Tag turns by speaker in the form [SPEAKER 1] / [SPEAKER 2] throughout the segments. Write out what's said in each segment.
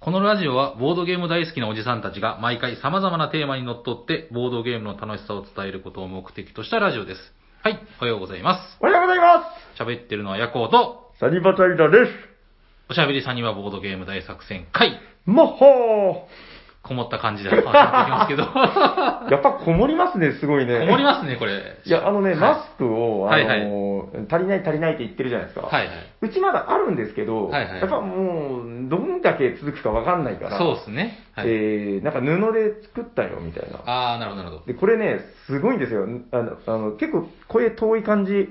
[SPEAKER 1] このラジオはボードゲーム大好きなおじさんたちが毎回様々なテーマにのっとってボードゲームの楽しさを伝えることを目的としたラジオです。はい、おはようございま
[SPEAKER 2] おはようございます
[SPEAKER 1] す。喋ってるのはヤコウと、
[SPEAKER 2] サニバタイラです
[SPEAKER 1] おしゃべりさんにはボードゲーム大作戦会、
[SPEAKER 2] もっほ
[SPEAKER 1] こもった感じで始まっていきます
[SPEAKER 2] ーやっぱこもりますね、すごい
[SPEAKER 1] け
[SPEAKER 2] ね。
[SPEAKER 1] ど、こ もりますね、これ。
[SPEAKER 2] いや、あのね、
[SPEAKER 1] はい
[SPEAKER 2] マスクを、あの
[SPEAKER 1] はいはい
[SPEAKER 2] 足りない足りないって言ってるじゃないですか。
[SPEAKER 1] はいはいう
[SPEAKER 2] ちまだあるんですけど、
[SPEAKER 1] はいはい
[SPEAKER 2] やっぱもう、どんだけ続くかわかんないから、
[SPEAKER 1] そうですね。はい。
[SPEAKER 2] えー、なんか布で作ったよ、みたいな。
[SPEAKER 1] あー、なるほど、なるほど。
[SPEAKER 2] で、これね、すごいんですよ。あの、あの結構声遠い感じ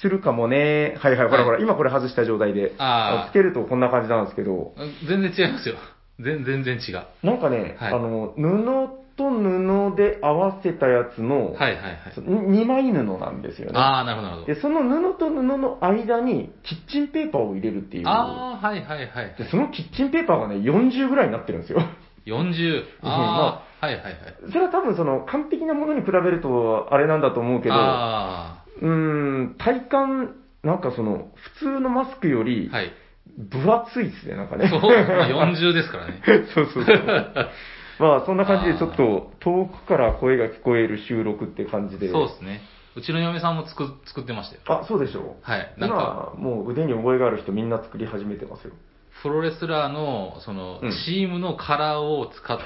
[SPEAKER 2] するかもね。はいはい、ほらほら、
[SPEAKER 1] はい
[SPEAKER 2] 今これ外した状態で、
[SPEAKER 1] あー
[SPEAKER 2] のつけるとこんな感じなんですけど、
[SPEAKER 1] 全然違いますよ。全全然違う。は
[SPEAKER 2] なんかね、
[SPEAKER 1] はい
[SPEAKER 2] あの、布と布で合わせたやつの、
[SPEAKER 1] いはいはい。
[SPEAKER 2] 2枚布なんですよね。
[SPEAKER 1] あー、なるほど、なるほど。
[SPEAKER 2] で、その布と布の間にキッチンペーパーを入れるっていう。
[SPEAKER 1] あー、はいはいはい。
[SPEAKER 2] でそのキッチンペーパーがね、40ぐらいになってるんですよ。
[SPEAKER 1] 40。あー、はいはいはい。
[SPEAKER 2] それは多分その完璧なものに比べるとあれなんだと思うけど、う
[SPEAKER 1] あ
[SPEAKER 2] ーん、体感、なんかその、普通のマスクより
[SPEAKER 1] ー、はい。
[SPEAKER 2] 分厚いですね、なんかね。
[SPEAKER 1] そう、まあ40ですからね。
[SPEAKER 2] そうそうそう。まあ、そんな感じで、ちょっと、遠くから声が聞こえる収録って感 じで。
[SPEAKER 1] そうですね。うちの嫁さんも作作ってましたよ。
[SPEAKER 2] あ、そうでしょう。
[SPEAKER 1] はい。なんか、
[SPEAKER 2] 今、もう腕に覚えがある人みんな作り始めてますよ。
[SPEAKER 1] プロレスラーの、その
[SPEAKER 2] うん、
[SPEAKER 1] チームのカラーを使っ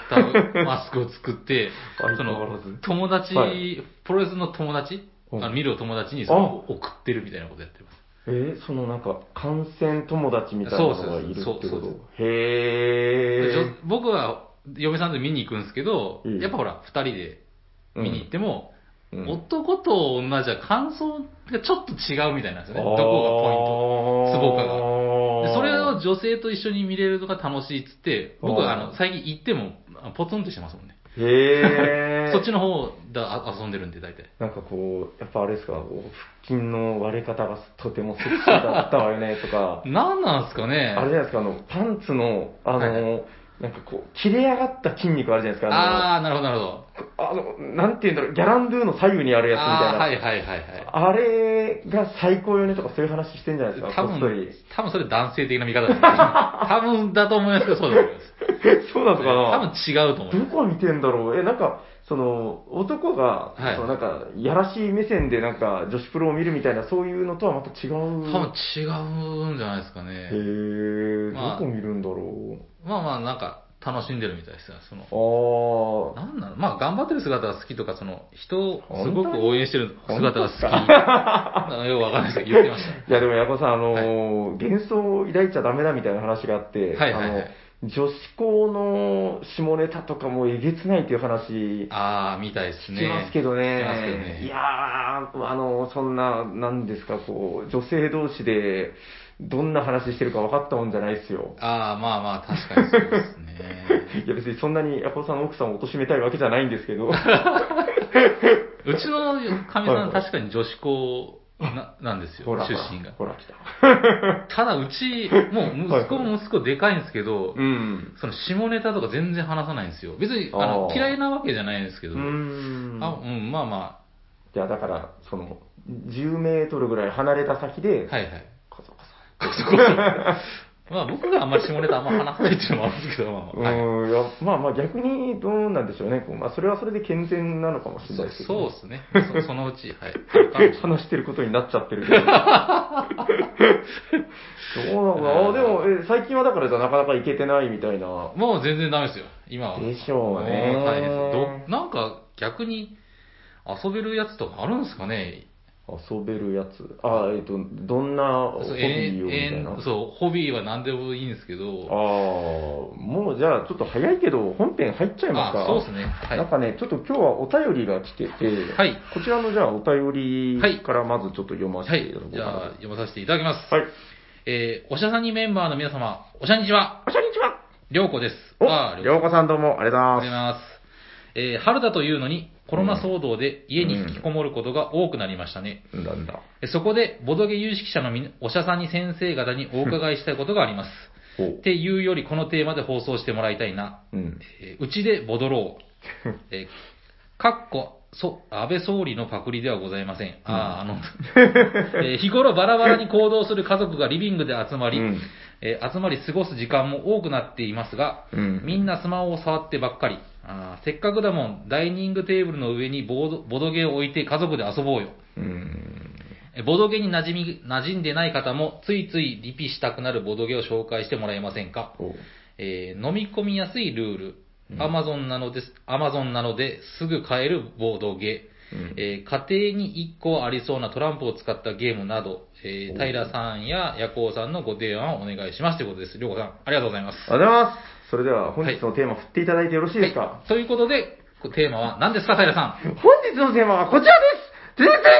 [SPEAKER 1] たマスクを作って、
[SPEAKER 2] 相
[SPEAKER 1] そ
[SPEAKER 2] 変わ
[SPEAKER 1] の
[SPEAKER 2] らず、
[SPEAKER 1] 友達、
[SPEAKER 2] はい
[SPEAKER 1] プロレスの友達、
[SPEAKER 2] うん
[SPEAKER 1] あの見るお友達にそれを送ってるみたいなことやってます。
[SPEAKER 2] えーそのなんか、感染友達みたいなのがいるってこ
[SPEAKER 1] そうそうそうそうそう
[SPEAKER 2] とへ
[SPEAKER 1] で
[SPEAKER 2] ー。
[SPEAKER 1] じょ僕は、嫁さんと見に行くんですけど、
[SPEAKER 2] うん
[SPEAKER 1] やっぱほら、二人で見に行っても、
[SPEAKER 2] うん
[SPEAKER 1] 男と女じゃ感想がちょっと違うみたいなんですよね。どこがポイント。ツボかがでそれを女性と一緒に見れるのが楽しいっつって、僕はあ
[SPEAKER 2] あ
[SPEAKER 1] の
[SPEAKER 2] ー
[SPEAKER 1] 最近行ってもあポツンとしてますもんね。
[SPEAKER 2] へ ー。
[SPEAKER 1] そっちの方だあ遊んでるんで大体。。
[SPEAKER 2] なんかこう、やっぱあれですか、こう腹筋の割れ方がとてもセクシーだったわよね、とか
[SPEAKER 1] なんなんすかね
[SPEAKER 2] あれじゃないですか、あの、パンツの、あの、
[SPEAKER 1] はい
[SPEAKER 2] なんかこう、切れ上がった筋肉あるじゃないですか、あ
[SPEAKER 1] あー、なるほどなるほど。
[SPEAKER 2] の、あのなんて言うんだろう、ギャランドゥの左右にあるやつみた
[SPEAKER 1] あ
[SPEAKER 2] い
[SPEAKER 1] ー、
[SPEAKER 2] な。あ,、
[SPEAKER 1] はいはいはいはい。
[SPEAKER 2] れが最高よねとかそういう話してんじゃないですか、
[SPEAKER 1] 多
[SPEAKER 2] こっそり
[SPEAKER 1] 分。、多分それ男性的な見方ですね。多分だと思いますけど、そうだと思います。
[SPEAKER 2] そうなのか
[SPEAKER 1] 多
[SPEAKER 2] な
[SPEAKER 1] 分違うと思い
[SPEAKER 2] ど
[SPEAKER 1] ます。
[SPEAKER 2] こ見てんだろうえ、なんか、その、男が、
[SPEAKER 1] はい
[SPEAKER 2] そのなんか、やらしい目線でなんか、女子プロを見るみたいな、そういうのとはまた違う。
[SPEAKER 1] 多分違うんじゃないですか
[SPEAKER 2] へ
[SPEAKER 1] ね。
[SPEAKER 2] ー、
[SPEAKER 1] まあ
[SPEAKER 2] どこ見るんだろ
[SPEAKER 1] まあまあなんか楽しんでるみたいですよ。その
[SPEAKER 2] うあ
[SPEAKER 1] なんなのまあ、頑張ってる姿が好きとか、その、人をすご
[SPEAKER 2] 本当
[SPEAKER 1] く
[SPEAKER 2] に
[SPEAKER 1] 応援してる姿が好 き。
[SPEAKER 2] 本
[SPEAKER 1] なんかよくわかんないですけど、言ってまし
[SPEAKER 2] いやでも、矢子さん、あのー幻想を抱いちゃダメだみたいな話があって、
[SPEAKER 1] はいはいはい
[SPEAKER 2] あの女子校の下ネタとかもえげつないっていう話、
[SPEAKER 1] た。あー、みたいです
[SPEAKER 2] 聞
[SPEAKER 1] ね。
[SPEAKER 2] きますけど
[SPEAKER 1] 聞きますけど
[SPEAKER 2] ね。
[SPEAKER 1] ね
[SPEAKER 2] いやー、あの、そんな、なんですか、こう、女性同士で、どんな話してるか分かったもんじゃないですよ。
[SPEAKER 1] あー、まあまあ、確かにそうですね。
[SPEAKER 2] いや、別にそんなに、矢子さんの奥さんを貶めたいわけじゃないんですけ ど。
[SPEAKER 1] うちのかみ
[SPEAKER 2] は
[SPEAKER 1] さん、
[SPEAKER 2] いはい
[SPEAKER 1] 確かに女子校ななんですよ、
[SPEAKER 2] ほら、
[SPEAKER 1] 出身が。
[SPEAKER 2] ほら、ほら来た。
[SPEAKER 1] ただ、うち、もう息子も息子でかいんですけど、
[SPEAKER 2] うん。
[SPEAKER 1] その下ネタとか全然話さないんですよ。別に、あの
[SPEAKER 2] あ、ー
[SPEAKER 1] 嫌いなわけじゃないんですけ
[SPEAKER 2] う
[SPEAKER 1] ど、
[SPEAKER 2] ん。
[SPEAKER 1] あうん、まあま
[SPEAKER 2] いや、だから、その、10メートルぐらい離れた先で、
[SPEAKER 1] あ、はいはい。
[SPEAKER 2] こそこそ
[SPEAKER 1] こそこ そ。まあ僕があんまり下ネタあんま話さないっていうのもあるんですけど、まあ
[SPEAKER 2] う
[SPEAKER 1] まあはい
[SPEAKER 2] ーん、いや、まあまあ逆にどうなんでしょうね。こうまあそれはそれで健全なのかもしれないですけど、
[SPEAKER 1] そう
[SPEAKER 2] ね。
[SPEAKER 1] ですね。 そそのうち、はい。あるかもしれない
[SPEAKER 2] 話してることになっちゃってるけど。どうなんだあ、でも、え、最近はだからじゃなかなか行けてないみたいな。
[SPEAKER 1] もう全然ダメですよ、今は。
[SPEAKER 2] でしょうね
[SPEAKER 1] も大変ですど。なんか逆に遊べるやつとかあるんですかね
[SPEAKER 2] 遊べるやつ。あ、えっ、と、どんなホ
[SPEAKER 1] そ
[SPEAKER 2] ビ
[SPEAKER 1] う
[SPEAKER 2] ーをみたい
[SPEAKER 1] え
[SPEAKER 2] な。
[SPEAKER 1] ーえーそう、ホビーは何でもいいんですけ
[SPEAKER 2] ああ
[SPEAKER 1] ど。、
[SPEAKER 2] もうじゃあちょっと早いけど、本編入っちゃいますか。
[SPEAKER 1] あそうですね。はい
[SPEAKER 2] なん。かね、ちょっと今日はお便りが来てて、
[SPEAKER 1] はい
[SPEAKER 2] こちらのじゃあお便りからまずちょっと読ませ
[SPEAKER 1] は
[SPEAKER 2] てい
[SPEAKER 1] い
[SPEAKER 2] ただこう。か
[SPEAKER 1] じ
[SPEAKER 2] な。
[SPEAKER 1] ゃあ、読まさせていただきます。
[SPEAKER 2] はい。
[SPEAKER 1] えー、おしゃさんにメンバーの皆様、おしゃにちは、
[SPEAKER 2] こんにちは。
[SPEAKER 1] りょうこです。あー
[SPEAKER 2] お、りょうこさんどうもあり
[SPEAKER 1] あ
[SPEAKER 2] がとう
[SPEAKER 1] り
[SPEAKER 2] ござ
[SPEAKER 1] が
[SPEAKER 2] い
[SPEAKER 1] とうござい
[SPEAKER 2] ま
[SPEAKER 1] ます。えー春だというのに、コロナ騒動で家に引きこもることが多くなりましたね。
[SPEAKER 2] す。なんだ。
[SPEAKER 1] えそこで、ボドゲ有識者のみなお医者さんに先生方にお伺いしたいことがあり ます。
[SPEAKER 2] ほ
[SPEAKER 1] っ
[SPEAKER 2] う。
[SPEAKER 1] ていうより、このテーマで放送してもらいたいな。
[SPEAKER 2] うん。
[SPEAKER 1] えーうちでボドろ う。えーかっこ、そ、安倍総理のパクリではございません。 ああ、あの、えー日頃バラバラに行動する家族がリビングで集まり、
[SPEAKER 2] うん
[SPEAKER 1] えー集まり過ごす時間も多くなっていますが、
[SPEAKER 2] うん
[SPEAKER 1] みんなスマホを触ってばっかり。あーせっかくだもん、ダイニングテーブルの上にボードボドゲを置いて家族で遊ぼうよ。
[SPEAKER 2] うん。
[SPEAKER 1] えボドゲに馴染み、馴染んでない方も、ついついリピしたくなるボドゲを紹介してもらえませんか
[SPEAKER 2] おう
[SPEAKER 1] えー飲み込みやすいルール
[SPEAKER 2] う、ん
[SPEAKER 1] アマゾンなのです、アマゾンなのですぐ買えるボードゲ、
[SPEAKER 2] うん
[SPEAKER 1] えー家庭に1個ありそうなトランプを使ったゲームなど、えー
[SPEAKER 2] お
[SPEAKER 1] 平さんや夜行さんのご提案をお願いしますということです。りょうこさん、ありがとうございます。
[SPEAKER 2] ありがとうございます。それでは本日のテーマ振っていただいてよろしいですか、
[SPEAKER 1] はいということで、こテーマは何ですか、平さん。
[SPEAKER 2] 本日のテーマはこちらです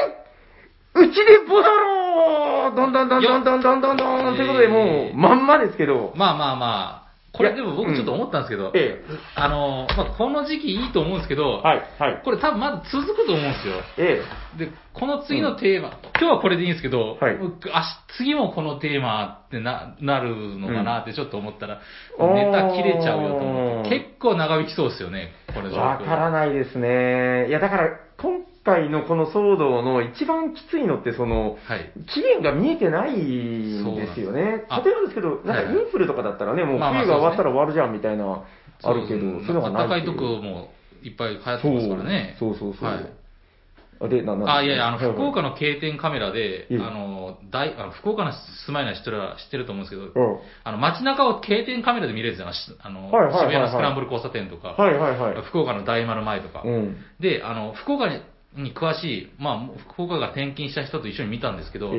[SPEAKER 2] 全然うちでボだろうどんどんどんどんどんどんどんどんということで、もう、まんまですけど、
[SPEAKER 1] まあまあまあ、これでも
[SPEAKER 2] いや
[SPEAKER 1] 僕ちょっと思ったんですけど、
[SPEAKER 2] え
[SPEAKER 1] あの、まあ、この時期いいと思うんですけど、
[SPEAKER 2] え、はい、はい、
[SPEAKER 1] これ多分まだ続くと思うんですよ。
[SPEAKER 2] え
[SPEAKER 1] で、この次のテーマ、今日はこれでいいんですけど、
[SPEAKER 2] はい
[SPEAKER 1] もうあし次もこのテーマってななるのかなってちょっと思ったら、
[SPEAKER 2] うん
[SPEAKER 1] ネタ切れちゃうよと思っ
[SPEAKER 2] あー
[SPEAKER 1] て、結構長引きそうですよね、これ
[SPEAKER 2] え、わからないですね。いや、だから、今回のこの騒動の一番きついのって、その、
[SPEAKER 1] はい。
[SPEAKER 2] 期限が見えてないんです
[SPEAKER 1] そ
[SPEAKER 2] よね。
[SPEAKER 1] うなんですあ
[SPEAKER 2] 例えばですけど、なんかインフルとかだったらね、もう
[SPEAKER 1] まあまあ
[SPEAKER 2] 冬が終わったら終わるじゃんみたいな、あるけど、そういうのがな
[SPEAKER 1] 暖
[SPEAKER 2] い
[SPEAKER 1] かい
[SPEAKER 2] って
[SPEAKER 1] と
[SPEAKER 2] う
[SPEAKER 1] こもいっぱい流行ってますからね。
[SPEAKER 2] そうそうそうそう
[SPEAKER 1] はい
[SPEAKER 2] あで、な、な、
[SPEAKER 1] あ、いやいや、あの、
[SPEAKER 2] はいはい
[SPEAKER 1] 福岡の経典カメラで、あ
[SPEAKER 2] うん
[SPEAKER 1] の、大、あの、福岡の住まいの人ら知ってると思うんですけど、
[SPEAKER 2] うん
[SPEAKER 1] あの、街中を経典カメラで見れるじゃないですか、あの、
[SPEAKER 2] はいはいはいはい
[SPEAKER 1] 渋谷のスクランブル交差点とか、
[SPEAKER 2] はいはいはい。
[SPEAKER 1] 福岡の大丸前とか、
[SPEAKER 2] うん。
[SPEAKER 1] で、あの、福岡にに詳しい、まあもう、福岡が転勤した人と一緒に見たんですけど、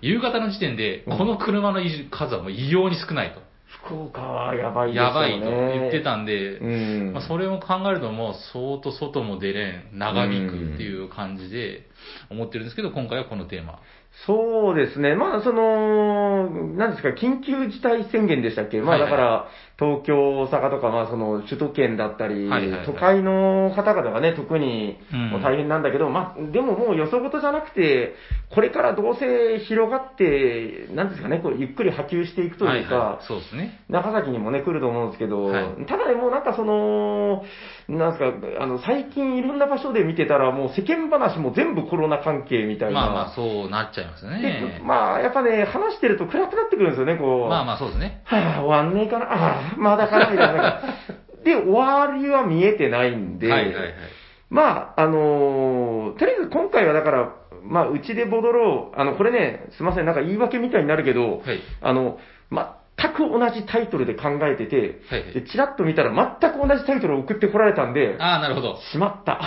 [SPEAKER 1] 夕方の時点で、
[SPEAKER 2] うん
[SPEAKER 1] この車の数はもう異様に少ないと。
[SPEAKER 2] 福岡はやばいですよね。
[SPEAKER 1] やばいと言ってたんで、
[SPEAKER 2] うん。
[SPEAKER 1] まあ、それも考えるともう相当外も出れん、長引くっていう感じで思ってるんですけど、今回はこのテーマ。
[SPEAKER 2] そうですね。まあ、その、なんですか、緊急事態宣言でしたっけま
[SPEAKER 1] は
[SPEAKER 2] あ、だ
[SPEAKER 1] い
[SPEAKER 2] か
[SPEAKER 1] はい
[SPEAKER 2] ら、東京、大阪とか、まあ、その、首都圏だったり
[SPEAKER 1] はいはいはい、
[SPEAKER 2] 都会の方々がね、特に、
[SPEAKER 1] うん
[SPEAKER 2] もう大変なんだけど、まあ、でももう予想事じゃなくて、これからどうせ広がって、なんですかね、こう、ゆっくり波及していくというか、
[SPEAKER 1] はいはい、そうですね。
[SPEAKER 2] 長崎にもね、来ると思うんですけど、
[SPEAKER 1] はい
[SPEAKER 2] ただでもうなんかその、なんすか、あの、最近いろんな場所で見てたら、もう世間話も全部コロナ関係みた
[SPEAKER 1] ま
[SPEAKER 2] い
[SPEAKER 1] あ
[SPEAKER 2] な。
[SPEAKER 1] まあ、そうなっちゃいますよ
[SPEAKER 2] で
[SPEAKER 1] ね。
[SPEAKER 2] まあ、やっぱね、話してると暗くなってくるんですよね、こう。
[SPEAKER 1] まあまあ、そうですね。
[SPEAKER 2] はあ、終わんねえかな、ああ、まだかな、みたい ななんか。で、終わりは見えてないんで、
[SPEAKER 1] はいはいはい。
[SPEAKER 2] まあ、あのーとりあえず今回はだから、まあ、うちでボドロー、あの、これね、すいません、なんか言い訳みたいになるけ
[SPEAKER 1] は
[SPEAKER 2] ど、
[SPEAKER 1] い。
[SPEAKER 2] あの、全く同じタイトルで考えてて、
[SPEAKER 1] はいはい
[SPEAKER 2] で、チラッと見たら全く同じタイトルを送ってこられたんで、
[SPEAKER 1] ああ、なるほど。
[SPEAKER 2] しま った。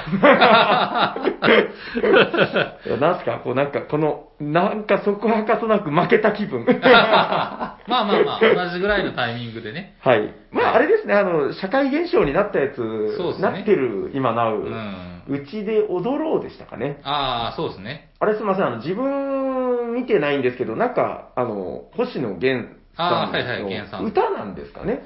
[SPEAKER 2] いやなんすかこうなんか、この、なんかそこはかとなく負けた気 分。は
[SPEAKER 1] まあまあまあ、同じぐらいのタイミングでね。
[SPEAKER 2] い。まあ、あれですね、あの、社会現象になったやつ、
[SPEAKER 1] そうですね
[SPEAKER 2] なってる、今な
[SPEAKER 1] う
[SPEAKER 2] う。
[SPEAKER 1] ん。
[SPEAKER 2] うちで踊ろうでしたかね。
[SPEAKER 1] ああ、そうですね。
[SPEAKER 2] あれすみません、あの、自分見てないんですけど、なんか、あの、星野源さん
[SPEAKER 1] あーはいはい源さん
[SPEAKER 2] の歌なんですかね。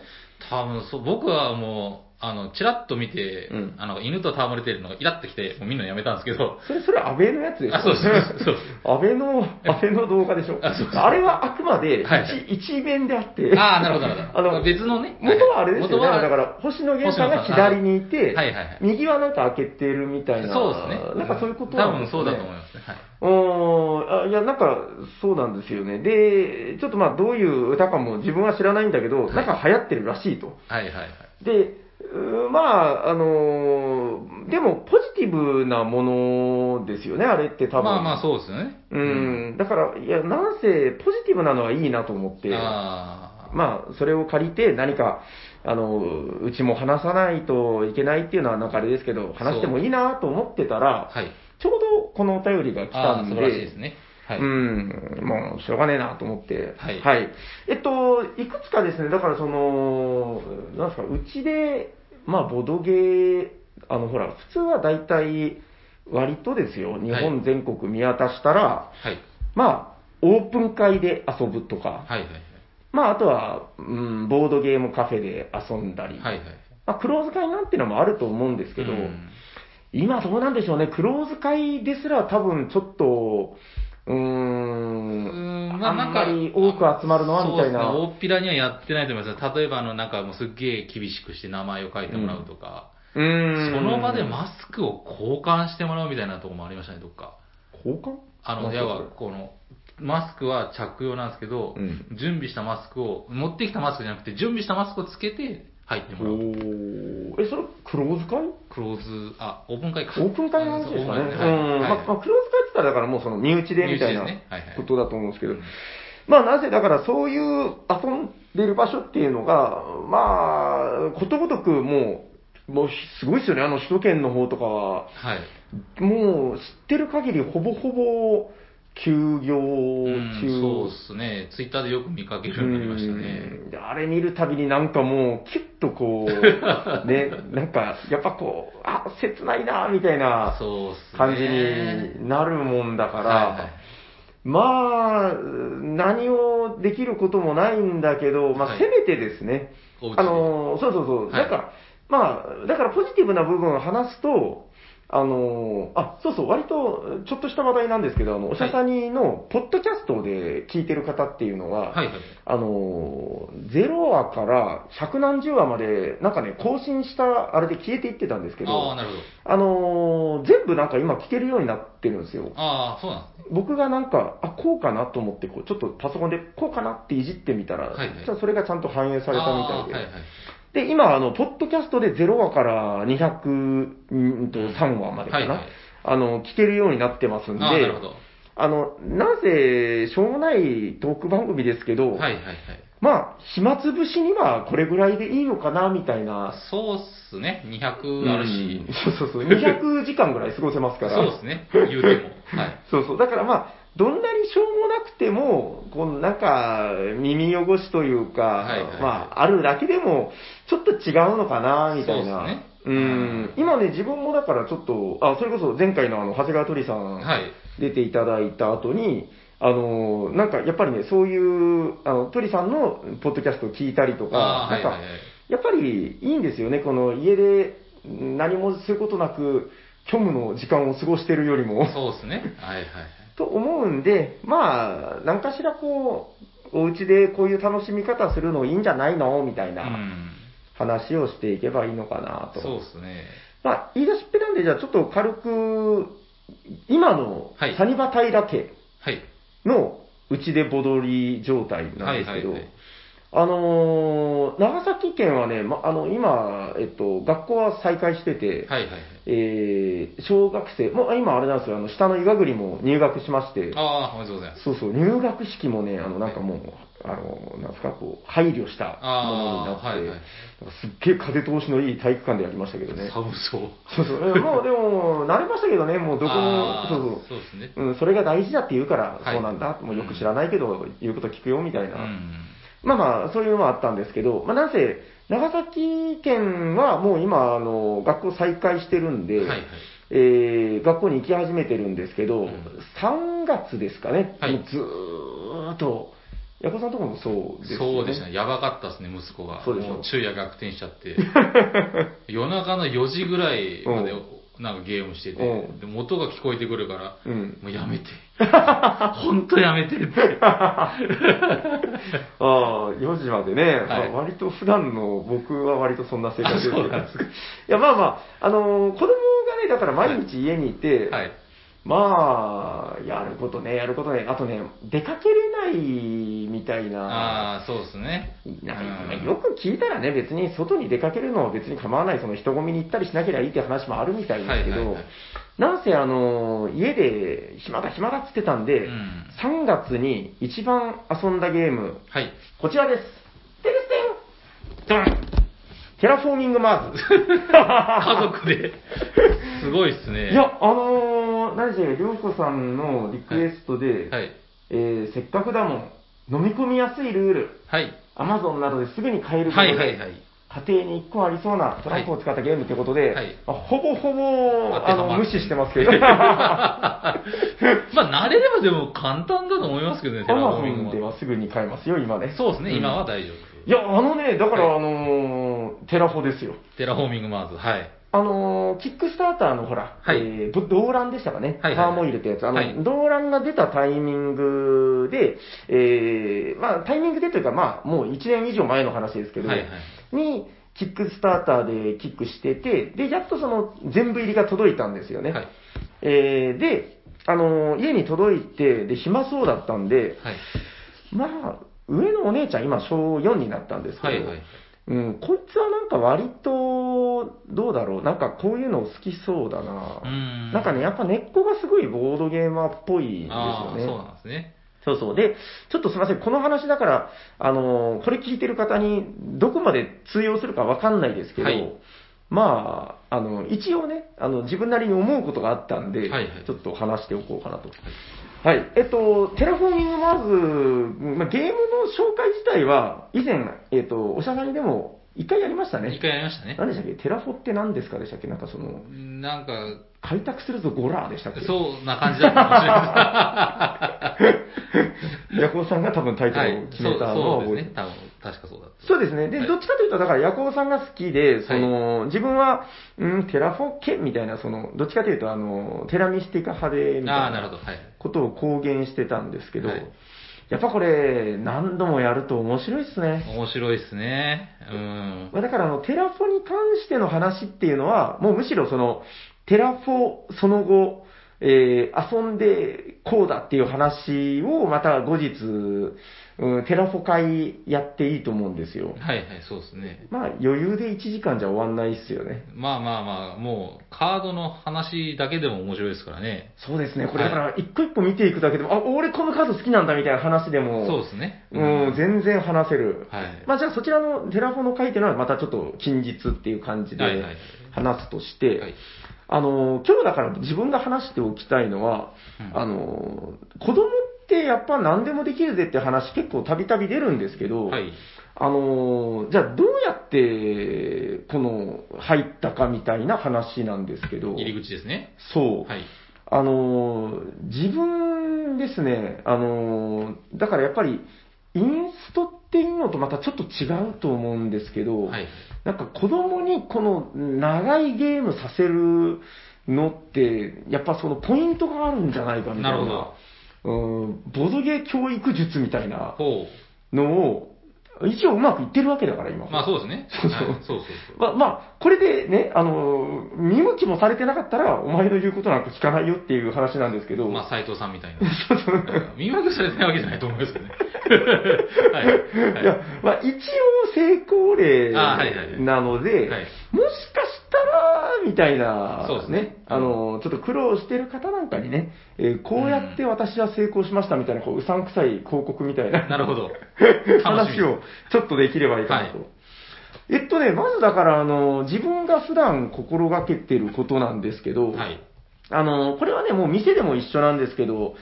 [SPEAKER 1] 多分そう、僕はもう、あの、チラッと見て、
[SPEAKER 2] うん
[SPEAKER 1] あの、犬と戯れてるのがイラッときて、もうみんなやめたんですけど、
[SPEAKER 2] それ、それ安倍のやつでしょ
[SPEAKER 1] あ、そうそうそう。
[SPEAKER 2] 安倍の、安倍の動画でしょ
[SPEAKER 1] あそうそう
[SPEAKER 2] あれはあくまで一、
[SPEAKER 1] はいはい
[SPEAKER 2] 一面であって、
[SPEAKER 1] ああ、なるほど、なるほど。
[SPEAKER 2] あの
[SPEAKER 1] 別のね。
[SPEAKER 2] 元はあれですよね、
[SPEAKER 1] はい
[SPEAKER 2] だから、星野源さんが左にいて、
[SPEAKER 1] はいはいはい。
[SPEAKER 2] 右はなんか開けてるみたいな、
[SPEAKER 1] そうですね。
[SPEAKER 2] なんかそういうこと
[SPEAKER 1] 多
[SPEAKER 2] なん
[SPEAKER 1] 分
[SPEAKER 2] です
[SPEAKER 1] そ
[SPEAKER 2] よ
[SPEAKER 1] う
[SPEAKER 2] ね
[SPEAKER 1] だと思いますね。はい。
[SPEAKER 2] うーんあいや、なんか、そうなんですよね。で、ちょっとまあ、どういう歌かも自分は知らないんだけど、なんか流行ってるらしいと。
[SPEAKER 1] はいはいはい。
[SPEAKER 2] で、うーまあ、あのーでもポジティブなものですよね、あれって多分。
[SPEAKER 1] まあまあ、そうですよね。
[SPEAKER 2] う。ん、だから、いや、なんせポジティブなのはいいなと思って、
[SPEAKER 1] ああ。
[SPEAKER 2] まあ、それを借りて何か、あの、うちも話さないといけないっていうのはなんかあれですけど、話してもいいなと思ってたら、
[SPEAKER 1] はい。
[SPEAKER 2] ちょうどこのお便りが来
[SPEAKER 1] あ
[SPEAKER 2] た
[SPEAKER 1] あ、素
[SPEAKER 2] んで、
[SPEAKER 1] 晴らしいですね。はい。
[SPEAKER 2] うん、もうしょうがねえなと思って、
[SPEAKER 1] はい
[SPEAKER 2] えっと、いくつかですね、だからその、なんですか、うちで、まあ、ボドゲー、あの、ほら、普通は大体、割とですよ、日
[SPEAKER 1] は
[SPEAKER 2] 本全国見渡したら、
[SPEAKER 1] はい。
[SPEAKER 2] まあ、オープン会で遊ぶとか、
[SPEAKER 1] はいはいはい。
[SPEAKER 2] まあ、あとは、うん、ボードゲームカフェで遊んだり、
[SPEAKER 1] はいはい。
[SPEAKER 2] まあ、クローズ会なんてのもあると思うんですけど、
[SPEAKER 1] うん
[SPEAKER 2] 今どうなんでしょうね、クローズ会ですら多分ちょっと、うーん、
[SPEAKER 1] うんまあなんか
[SPEAKER 2] あんまり多く集まるのはみたい
[SPEAKER 1] そ
[SPEAKER 2] な。
[SPEAKER 1] うですね、大っぴらにはやってないと思います。例えば、あの、なんかもうすっげえ厳しくして名前を書いてもらうとか、
[SPEAKER 2] うーん
[SPEAKER 1] その場でマスクを交換してもらうみたいなところもありましたね、どっか。
[SPEAKER 2] 交換
[SPEAKER 1] あの、
[SPEAKER 2] なんか
[SPEAKER 1] 要は、この、マスクは着用なんですけど、
[SPEAKER 3] うん
[SPEAKER 1] 準備したマスクを、持ってきたマスクじゃなくて、準備したマスクをつけて入って
[SPEAKER 2] お
[SPEAKER 1] もらう。
[SPEAKER 2] ーえ、それ、クローズ会
[SPEAKER 1] クローズ、あ、オープン会か。
[SPEAKER 2] オープン会の話ですかね。
[SPEAKER 1] オープン会
[SPEAKER 2] うん。
[SPEAKER 1] はい
[SPEAKER 2] まあ、まあクローズ会って言ったら、だからもうその身内でみたい
[SPEAKER 1] 身内で
[SPEAKER 2] な
[SPEAKER 1] すねはいはい
[SPEAKER 2] ことだと思うんですけど、まあ、なぜだからそういう遊んでる場所っていうのが、まあ、ことごとくもう、もうすごいですよね、あの首都圏の方とかは。
[SPEAKER 1] はい。
[SPEAKER 2] もう知ってる限りほぼほぼ休業
[SPEAKER 1] うん
[SPEAKER 2] 中。
[SPEAKER 1] そうですね。ツイッターでよく見かけるようになりましたね。
[SPEAKER 2] うんであれ見るたびになんかもう、キュッとこ う、ね、なんか、やっぱこう、あ、切ないな、みたいな
[SPEAKER 1] そうっすね。
[SPEAKER 2] 感じになるもんだから、
[SPEAKER 1] はいはい
[SPEAKER 2] まあ、何をできることもないんだけど、ま
[SPEAKER 1] は
[SPEAKER 2] あ、
[SPEAKER 1] い
[SPEAKER 2] せめてですね、
[SPEAKER 1] お家で
[SPEAKER 2] あの、そうそうそう、
[SPEAKER 1] はい
[SPEAKER 2] だから、まあ、だからポジティブな部分を話すと、あの、あ、そうそう、割と、ちょっとした話題なんですけど、あの、おしゃさにの、ポッドキャストで聞いてる方っていうのは、
[SPEAKER 1] はいはい。
[SPEAKER 2] あの、0話から百何十話まで、なんかね、更新した、あれで消えていってたんですけ
[SPEAKER 1] ああー、
[SPEAKER 2] ど、
[SPEAKER 1] なるほど。
[SPEAKER 2] あの、全部なんか今聞けるようになってるんですよ。
[SPEAKER 1] ああ、そうなんですね。
[SPEAKER 2] 僕がなんか、あ、こうかなと思って、こう、ちょっとパソコンでこうかなっていじってみたら、
[SPEAKER 1] はいはい
[SPEAKER 2] じゃあそれがちゃんと反映されたみたいで。
[SPEAKER 1] あーはいはい。
[SPEAKER 2] で、今、あの、ポッドキャストで0話から203話までか
[SPEAKER 1] は
[SPEAKER 2] な、
[SPEAKER 1] いはい
[SPEAKER 2] あの、聞けるようになってますんで、
[SPEAKER 1] ああ、なるほど。
[SPEAKER 2] あの、なぜ、しょうもないトーク番組ですけど、
[SPEAKER 1] はいはいはい。
[SPEAKER 2] まあ、暇つぶしにはこれぐらいでいいのかな、みたいな。
[SPEAKER 1] そうっすね。200あるし
[SPEAKER 2] うん。そうそうそう。200時間ぐらい過ごせます
[SPEAKER 1] そ
[SPEAKER 2] か
[SPEAKER 1] う
[SPEAKER 2] ら。
[SPEAKER 1] ですね。言うても。はい。
[SPEAKER 2] そうそう。だからまあ、どんなにしょうもなくても、このなんか、耳汚しというか、
[SPEAKER 1] はいはいはい
[SPEAKER 2] まあ、あるだけでも、ちょっと違うのかな、みたいな。
[SPEAKER 1] そうですね
[SPEAKER 2] ん。今ね、自分もだからちょっと、あ、それこそ前回のあの、長谷川鳥さん、
[SPEAKER 1] はい。
[SPEAKER 2] 出ていただいた後に、あの、なんかやっぱりね、そういう、あの、鳥さんのポッドキャストを聞いたりとか
[SPEAKER 1] あ、あ、は
[SPEAKER 2] な
[SPEAKER 1] いは
[SPEAKER 2] ん
[SPEAKER 1] い
[SPEAKER 2] か
[SPEAKER 1] は、い。
[SPEAKER 2] やっぱりいいんですよね、この家でん何もすることなく、虚無の時間を過ごしてるよりも。
[SPEAKER 1] そうですね。はいはい。。
[SPEAKER 2] と思うんで、まあ、何かしらこう、お家でこういう楽しみ方するのいいんじゃないのみたいうなん話をしていけばいいのかなと。
[SPEAKER 1] そうですね。
[SPEAKER 2] まあ、言い出しっぺなんで、じゃあちょっと軽く、今の
[SPEAKER 1] はい
[SPEAKER 2] サニバ平家
[SPEAKER 1] はい。
[SPEAKER 2] のうちで戻り状態なんですけど、あのー長崎県はね、ま、あの、今、えっと、学校は再開してて、
[SPEAKER 1] はいはいはい。
[SPEAKER 2] えー小学生、もう今あれなんですよ、あの、下の岩栗も入学しまして、
[SPEAKER 1] ああ、おめでとうございます。
[SPEAKER 2] そうそう、入学式もね、あの、なんかもう、あの、なんですか、こう、配慮したものにな
[SPEAKER 1] あ
[SPEAKER 2] っ
[SPEAKER 1] あ、
[SPEAKER 2] て、
[SPEAKER 1] はいはい。
[SPEAKER 2] なんかすっげえ風通しのいい体育館でやりましたけどね。
[SPEAKER 1] 寒そう。
[SPEAKER 2] そうそう、う んもうでも、慣れましたけどね、もうどこも
[SPEAKER 1] あ、あ
[SPEAKER 2] そうそう。
[SPEAKER 1] そうですね。
[SPEAKER 2] うん、それが大事だって言うから、
[SPEAKER 1] はい
[SPEAKER 2] そうなんだ、もうよく知らないけど、言うこと聞くよみたいうな、
[SPEAKER 1] ん。
[SPEAKER 2] まあまあ、そういうのもあったんですけど、まあ、なぜ、長崎県はもう今、あの学校再開してるんで、
[SPEAKER 1] はいはい。
[SPEAKER 2] えー学校に行き始めてるんですけど、
[SPEAKER 1] うん
[SPEAKER 2] 3月ですかね、
[SPEAKER 1] はい
[SPEAKER 2] もうずーっと、矢子さんとかもそうですよね。
[SPEAKER 1] そうでしたね。やばかったですね、息子が。
[SPEAKER 2] そうでしょ
[SPEAKER 1] もう昼夜逆転しちゃ って。夜中の4時ぐらいまで
[SPEAKER 2] う、
[SPEAKER 1] なんかゲームしてて、
[SPEAKER 2] うん
[SPEAKER 1] でも音が聞こえてくるから、
[SPEAKER 2] うん、
[SPEAKER 1] もうやめ て。本当やめてって。
[SPEAKER 2] ああ、4時までね、
[SPEAKER 1] はい
[SPEAKER 2] まあ割と普段の僕は割とそんな生
[SPEAKER 1] あ
[SPEAKER 2] 活ですけ
[SPEAKER 1] そう
[SPEAKER 2] ど、
[SPEAKER 1] なんですか
[SPEAKER 2] いや、まあまあ、あのー子供がね、だから毎日家にいて、
[SPEAKER 1] はい。
[SPEAKER 2] まあ、やることね、やることね、あとね、出かけれないみたいな、
[SPEAKER 1] ああ、そうですね。
[SPEAKER 2] なんか
[SPEAKER 1] うん
[SPEAKER 2] よく聞いたらね、別に外に出かけるのは別に構わない、その人混みに行ったりしなければいいって話もあるみたいですけど、
[SPEAKER 1] はいはいはい
[SPEAKER 2] なんせあのー家で暇だ、暇だっつってたんで、
[SPEAKER 1] うん
[SPEAKER 2] 3月に一番遊んだゲーム、
[SPEAKER 1] はい。
[SPEAKER 2] こちらです。てるてんドンテラフォーミングマーズ。
[SPEAKER 1] 家族 で。すごいっすね。
[SPEAKER 2] いや、あのー、何でしょう、りょうこさんのリクエストで、
[SPEAKER 1] はい。
[SPEAKER 2] えーせっかくだもん、飲み込みやすいルール、
[SPEAKER 1] はい。
[SPEAKER 2] アマゾンなどですぐに買えるもの
[SPEAKER 1] は
[SPEAKER 2] で、
[SPEAKER 1] いはいはい。
[SPEAKER 2] 家庭に1個ありそうなトランプを使ったゲームということで、
[SPEAKER 1] はい
[SPEAKER 2] まあほぼほぼ、あ
[SPEAKER 1] 当ては
[SPEAKER 2] の、
[SPEAKER 1] まっ
[SPEAKER 2] 無
[SPEAKER 1] て
[SPEAKER 2] 視してます けど。
[SPEAKER 1] まあ、慣れればでも簡単だと思いますけどね、
[SPEAKER 2] アマゾン
[SPEAKER 1] は
[SPEAKER 2] ではすぐに買えますよ、今ね。
[SPEAKER 1] そうですね、
[SPEAKER 2] ん
[SPEAKER 1] 今は大丈夫。
[SPEAKER 2] いや、あのね、だから、
[SPEAKER 1] はい
[SPEAKER 2] あのーテラフォですよ。
[SPEAKER 1] テラフォーミングマーズ。はい。
[SPEAKER 2] あのーキックスターターのほら、
[SPEAKER 1] はい
[SPEAKER 2] えーぶ動乱でしたかね、
[SPEAKER 1] はいはい
[SPEAKER 2] パーモイルってやつ、あの、
[SPEAKER 1] はい
[SPEAKER 2] 動乱が出たタイミングで、えーまあ、タイミングでというか、まあ、もう1年以上前の話ですけど、
[SPEAKER 1] はいはい。
[SPEAKER 2] に、キックスターターでキックしてて、で、やっとその全部入りが届いたんですよね。
[SPEAKER 1] はい。
[SPEAKER 2] えーで、あのー家に届いて、で、暇そうだったんで、
[SPEAKER 1] はい。
[SPEAKER 2] まあ、上のお姉ちゃん、今、小4になったんですけど、
[SPEAKER 1] はいはい。
[SPEAKER 2] うん、こいつはなんか割と、どうだろう、なんかこういうの好きそうだな。
[SPEAKER 1] うん。
[SPEAKER 2] なんかね、やっぱ根っこがすごいボードゲーマーっぽいです
[SPEAKER 1] あ
[SPEAKER 2] よ
[SPEAKER 1] あ、
[SPEAKER 2] ね。
[SPEAKER 1] そうなんですね。
[SPEAKER 2] そうそう。で、ちょっとすいません。この話だから、あのーこれ聞いてる方に、どこまで通用するかわかんないですけど、
[SPEAKER 1] はい
[SPEAKER 2] まあ、あの、一応ね、あの、自分なりに思うことがあったんで、
[SPEAKER 1] はいはい
[SPEAKER 2] ちょっと話しておこうかなと。はい。えっと、テラフォーミングマーズ、まあ、ゲームの紹介自体は、以前、えっと、おしゃがりでも、一回やりました
[SPEAKER 1] 一
[SPEAKER 2] ね。
[SPEAKER 1] 回やりましたね。
[SPEAKER 2] 何でしたっけテラフォって何ですかでしたっけなんかその、
[SPEAKER 1] なんか、
[SPEAKER 2] 開拓するぞゴラーでしたっけ
[SPEAKER 1] そうな感じだったかもしれないです。
[SPEAKER 2] ヤコウさんが多分タイトルを決めたのを
[SPEAKER 1] そう
[SPEAKER 2] 覚
[SPEAKER 1] で
[SPEAKER 2] え
[SPEAKER 1] す
[SPEAKER 2] て
[SPEAKER 1] ね。多分、確かそうだった。
[SPEAKER 2] そうですね。で、
[SPEAKER 1] はい
[SPEAKER 2] どっちかというと、だから、ヤコウさんが好きで、その、自分は、うん、テラフォ系みたいな、その、どっちかというと、あの、テラミスティカ派で、みたい
[SPEAKER 1] ああ、なるほ
[SPEAKER 2] な
[SPEAKER 1] ど。はい。
[SPEAKER 2] ことを公言してたんですけど、
[SPEAKER 1] はい
[SPEAKER 2] やっぱこれ、何度もやると面白いですね。
[SPEAKER 1] 面白いですね。うん。
[SPEAKER 2] まあだから、あの、テラフォに関しての話っていうのは、もうむしろその、テラフォ、その後、えー、遊んでこうだっていう話を、また後日、うん、テラフォ会やっていいと思うんですよ。
[SPEAKER 1] はいはい、そうですね。
[SPEAKER 2] まあ余裕で1時間じゃ終わんないっすよね。
[SPEAKER 1] まあまあまあ、もう、カードの話だけでも面白いですからね。
[SPEAKER 2] そうですね。これ
[SPEAKER 1] は
[SPEAKER 2] だ
[SPEAKER 1] い
[SPEAKER 2] から一個一個見ていくだけでも、あ、俺このカード好きなんだみたいな話でも、
[SPEAKER 1] そうですね。
[SPEAKER 2] もう全然話せる。
[SPEAKER 1] はい。
[SPEAKER 2] まあじゃあそちらのテラフォの回っていうのはまたちょっと近日っていう感じ
[SPEAKER 1] はい
[SPEAKER 2] で
[SPEAKER 1] はい
[SPEAKER 2] 話すとし
[SPEAKER 1] はい
[SPEAKER 2] て、あの、今日だから自分が話しておきたいのは、
[SPEAKER 1] うん
[SPEAKER 2] あの、子供ってやっぱ何でもできるぜって話結構たびたび出るんですけど、
[SPEAKER 1] はい。
[SPEAKER 2] あのーじゃあどうやって、この、入ったかみたいな話なんですけど、
[SPEAKER 1] 入り口ですね。
[SPEAKER 2] そう、
[SPEAKER 1] はい。
[SPEAKER 2] あのー自分ですね、あのーだからやっぱり、インストっていうのとまたちょっと違うと思うんですけど、
[SPEAKER 1] はい。
[SPEAKER 2] なんか子供にこの長いゲームさせるのって、やっぱそのポイントがあるんじゃないかみたいな。
[SPEAKER 1] なるほど
[SPEAKER 2] うん、ボドゲ教育術みたいな
[SPEAKER 1] ほ
[SPEAKER 2] のを、一応うまくいってるわけだから、今。
[SPEAKER 1] う。まあそうですね。
[SPEAKER 2] そうそう
[SPEAKER 1] はいそうそうそう。
[SPEAKER 2] まあ、まあ、これでね、あのー、見向きもされてなかったら、お前の言うことなんか聞かないよっていう話なんですけど、
[SPEAKER 1] まあ、斎藤さんみたいな。見分けされてないわけじゃないと思いますけどね。 はい。はい
[SPEAKER 2] いや、まあ、一応成功例
[SPEAKER 1] あはいはいはい
[SPEAKER 2] なので、
[SPEAKER 1] はい
[SPEAKER 2] もしかしたら、みたいな、
[SPEAKER 1] そうですね
[SPEAKER 2] あのー、ちょっと苦労してる方なんかにね、えーこうやって私は成功しましたみたいな、こう、うさんくさい広告みたいな、
[SPEAKER 1] なるほど。楽し
[SPEAKER 2] 話
[SPEAKER 1] み
[SPEAKER 2] をちょっとできればいいかなと。えっとね、まずだから、あの、自分が普段心がけてることなんですけど、
[SPEAKER 1] はい。
[SPEAKER 2] あの、これはね、もう店でも一緒なんですけど、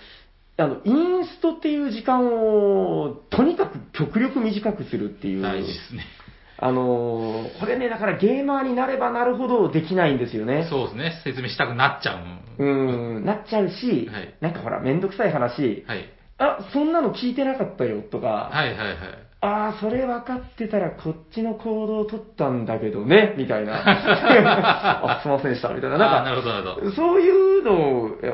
[SPEAKER 2] あの、インストっていう時間を、とにかく極力短くするっていう。
[SPEAKER 1] 大事ですね。
[SPEAKER 2] あの、これね、だからゲーマーになればなるほどできないんですよね。
[SPEAKER 1] そうですね。説明したくなっちゃう。
[SPEAKER 2] うーん、なっちゃうし、
[SPEAKER 1] はい
[SPEAKER 2] なんかほら、めんどくさい話、
[SPEAKER 1] はい。
[SPEAKER 2] あ、そんなの聞いてなかったよとか、
[SPEAKER 1] はいはいはい。
[SPEAKER 2] ああ、それ分かってたらこっちの行動を取ったんだけどね、みた いな。あ、すいませんでした、みたいな。
[SPEAKER 1] ああ、
[SPEAKER 2] な
[SPEAKER 1] なんるほ
[SPEAKER 2] か、
[SPEAKER 1] どなるほど。
[SPEAKER 2] そういうの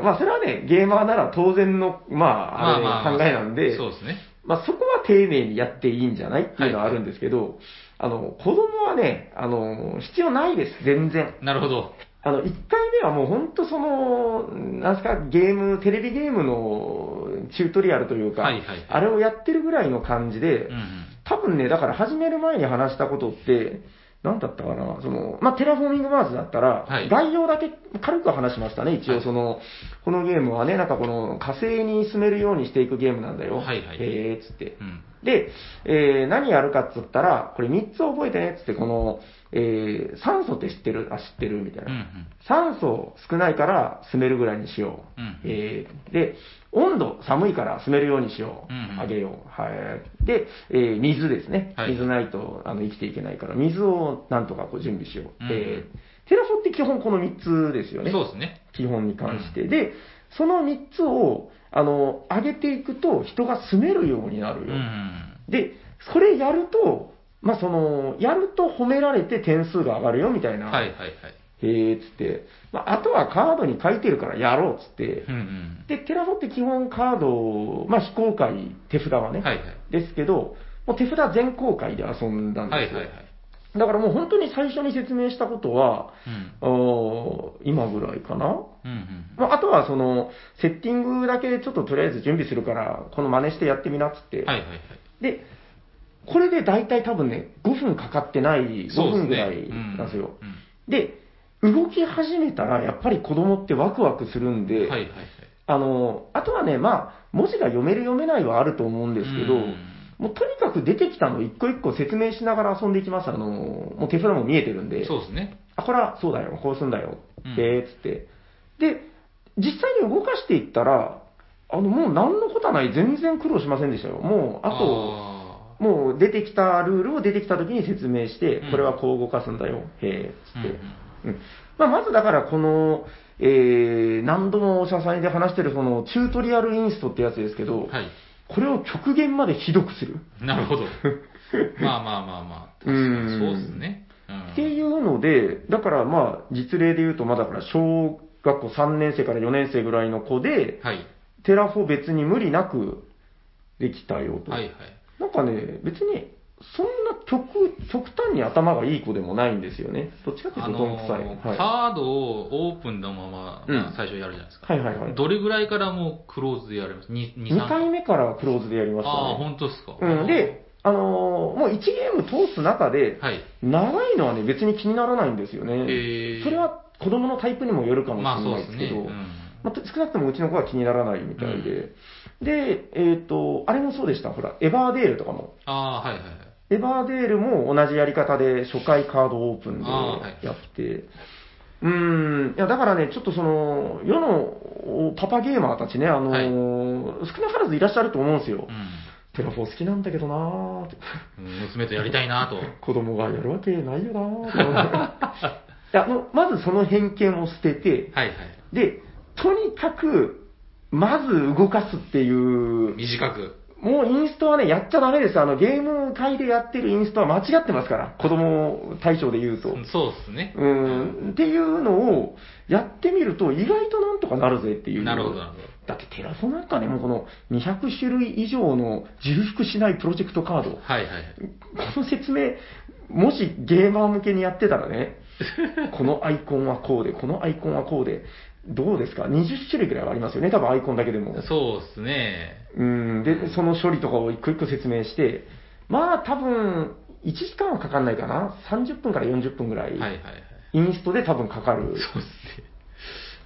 [SPEAKER 2] を、まあそれはね、ゲーマーなら当然の、まあ、あれ、考えなんで、
[SPEAKER 1] そうですね。
[SPEAKER 2] まあそこは丁寧にやっていいんじゃないっていうのはあるんですけど、あの、子供はね、あの、必要ないです、全然。
[SPEAKER 1] なるほど。
[SPEAKER 2] あの、1回目はもう本当その、なんすか、ゲーム、テレビゲームのチュートリアルというか、
[SPEAKER 1] はいはいはい
[SPEAKER 2] あれをやってるぐらいの感じで、
[SPEAKER 1] うんうん。
[SPEAKER 2] 多分ね、だから始める前に話したことって、何だったかな、その、まあ、テラフォーミングマーズだったら、
[SPEAKER 1] はい
[SPEAKER 2] 概要だけ軽く話しましたね、一
[SPEAKER 1] は
[SPEAKER 2] 応
[SPEAKER 1] い
[SPEAKER 2] その、このゲームはね、なんかこの火星に進めるようにしていくゲームなんだよ。
[SPEAKER 1] はいはい
[SPEAKER 2] へーっつって。
[SPEAKER 1] うん。
[SPEAKER 2] で、えー何やるかっつったら、これ3つ覚えてねっつって、この、えー酸素って知ってるあ、知ってるみたいな。
[SPEAKER 1] うん
[SPEAKER 2] 酸素少ないから住めるぐらいにしよう。
[SPEAKER 1] うん
[SPEAKER 2] えーで、温度寒いから住めるようにしよう。
[SPEAKER 1] うんうん
[SPEAKER 2] あげよう。はい。で、えー水ですね。
[SPEAKER 1] はい
[SPEAKER 2] 水ないとあの生きていけないから、水をなんとかこう準備しよ
[SPEAKER 1] う
[SPEAKER 2] う。
[SPEAKER 1] んうん
[SPEAKER 2] えーテラフォって基本この3つですよ
[SPEAKER 1] うん。
[SPEAKER 2] ね。
[SPEAKER 1] そうですね。
[SPEAKER 2] 基本に関して。で、その3つを、あの、上げていくと人が住めるようにな
[SPEAKER 1] う
[SPEAKER 2] る
[SPEAKER 1] ん
[SPEAKER 2] よ。
[SPEAKER 1] うん。
[SPEAKER 2] で、それやると、まあ、その、やると褒められて点数が上がるよみたいな。
[SPEAKER 1] はいはいはい。
[SPEAKER 2] へえっつって、まあ、あとはカードに書いてるからやろうっつって
[SPEAKER 1] う、ん
[SPEAKER 2] で、テラフォって基本カードを、まあ、非公開、手札は
[SPEAKER 1] う
[SPEAKER 2] ね、
[SPEAKER 1] ん。はいはい。
[SPEAKER 2] ですけど、もう手札全公開で遊んだん
[SPEAKER 1] は
[SPEAKER 2] で
[SPEAKER 1] い
[SPEAKER 2] すよ。
[SPEAKER 1] はいはい。
[SPEAKER 2] だからもう本当に最初に説明したことは、
[SPEAKER 1] うん。
[SPEAKER 2] おー今ぐらいかな。
[SPEAKER 1] うんうん。
[SPEAKER 2] まあ、あとはその、セッティングだけちょっととりあえず準備するから、この真似してやってみなっつって。
[SPEAKER 1] はいはいはい。
[SPEAKER 2] で、これで大体多分ね、5分かかってない、5
[SPEAKER 1] そうです
[SPEAKER 2] 分
[SPEAKER 1] ね
[SPEAKER 2] ぐらいなんですよ。。
[SPEAKER 1] うん
[SPEAKER 2] で、動き始めたら、やっぱり子供ってワクワクするん
[SPEAKER 1] う
[SPEAKER 2] で、
[SPEAKER 1] んはいはいはい。
[SPEAKER 2] あの、あとはね、まあ、文字が読める読めないはあると思うんですけど、
[SPEAKER 1] うん
[SPEAKER 2] もうとにかく出てきたの一個一個説明しながら遊んでいきます。あの、もう手札も見えてるんで、
[SPEAKER 1] そうですね。
[SPEAKER 2] あ、これはそうだよ、こうすんだよ、
[SPEAKER 1] うん
[SPEAKER 2] で、つって。で、実際に動かしていったら、あの、もう何のことはない、全然苦労しませんでしたよ。もう、あと、
[SPEAKER 1] と、
[SPEAKER 2] もう出てきたルールを出てきた時に説明して
[SPEAKER 1] うん、
[SPEAKER 2] これはこう動かすんだよ、へえ、つっ
[SPEAKER 1] うん
[SPEAKER 2] て。うんまあ、まずだからこの、えー何度もお医者さんで話してるそのチュートリアルインストってやつですけど、
[SPEAKER 1] はい。
[SPEAKER 2] これを極限までひどくする
[SPEAKER 1] なるほど。まあまあまあまあ。確か
[SPEAKER 2] う
[SPEAKER 1] に
[SPEAKER 2] ん
[SPEAKER 1] そうですね。うん
[SPEAKER 2] っていうので、だからまあ実例で言うと、まあだから小学校3年生から4年生ぐらいの子で、
[SPEAKER 1] はい。
[SPEAKER 2] テラフォ別に無理なくできたよと。
[SPEAKER 1] はいはい。
[SPEAKER 2] なんかね、別にそんな極極端に頭がいい子でもないんですよね。どっちかっていう
[SPEAKER 1] あ
[SPEAKER 2] とどんくさい。
[SPEAKER 1] の、
[SPEAKER 2] は
[SPEAKER 1] カードをオープンのまま
[SPEAKER 2] うん
[SPEAKER 1] まあ最初やるじゃないです
[SPEAKER 2] い、
[SPEAKER 1] か。
[SPEAKER 2] はいはいはい。
[SPEAKER 1] どれぐらいからもうクローズでやります二二
[SPEAKER 2] 2
[SPEAKER 1] 三
[SPEAKER 2] 回目からクローズでやりましたね。
[SPEAKER 1] ああ、本当ですか。
[SPEAKER 2] うん、で、あのーもう1ゲーム通す中で、
[SPEAKER 1] はい。
[SPEAKER 2] 長いのはね、別に気にならないんですよね。
[SPEAKER 1] えー
[SPEAKER 2] それは子供のタイプにもよるかも
[SPEAKER 1] まあ
[SPEAKER 2] し
[SPEAKER 1] そ
[SPEAKER 2] れ
[SPEAKER 1] う
[SPEAKER 2] ない
[SPEAKER 1] で
[SPEAKER 2] ですす
[SPEAKER 1] ね
[SPEAKER 2] け。ど、
[SPEAKER 1] うん
[SPEAKER 2] まあ、少なくともうちの子は気にならないみたいで、で、えっ、と、あれもそうでした、ほら、エヴァーデールとかも。
[SPEAKER 1] ああ、はいはいはい。
[SPEAKER 2] エヴァーデールも同じやり方で初回カードオープンで
[SPEAKER 1] あーはい
[SPEAKER 2] やって、うーん、いやだからね、ちょっとその、世のパパゲーマーたちね、あのー少なからずいらっしゃると思うんですよ。テラフォー好きなんだけどなーって。
[SPEAKER 1] うん。娘とやりたいなと。
[SPEAKER 2] 子供がやるわけないよなぁと思って いやあのまずその偏見を捨てて、
[SPEAKER 1] はいはい。
[SPEAKER 2] で、とにかく、まず動かすっていう、
[SPEAKER 1] 短く。
[SPEAKER 2] もうインストはね、やっちゃダメです。あの、ゲーム会でやってるインストは間違ってますから、子供対象で言うと。
[SPEAKER 1] そうですね。
[SPEAKER 2] うん、っていうのをやってみると、意外となんとかなるぜっていう。
[SPEAKER 1] なるほど、なるほど。
[SPEAKER 2] だってテラフォなんかね、もうこの200種類以上の重複しないプロジェクトカード。
[SPEAKER 1] はいはいはい。
[SPEAKER 2] この説明、もしゲーマー向けにやってたら ね、このアイコンはこうで、このアイコンはこうで、どうですか ?20 種類くらいはありますよね、多分アイコンだけでも。
[SPEAKER 1] そうですね。
[SPEAKER 2] うん、で、その処理とかを一個一個説明して、まあ多分、1時間はかかんないかな ?30 分から40分ぐら
[SPEAKER 1] はいはい
[SPEAKER 2] い、
[SPEAKER 1] はい。
[SPEAKER 2] インストで多分かかる。
[SPEAKER 1] そうですね。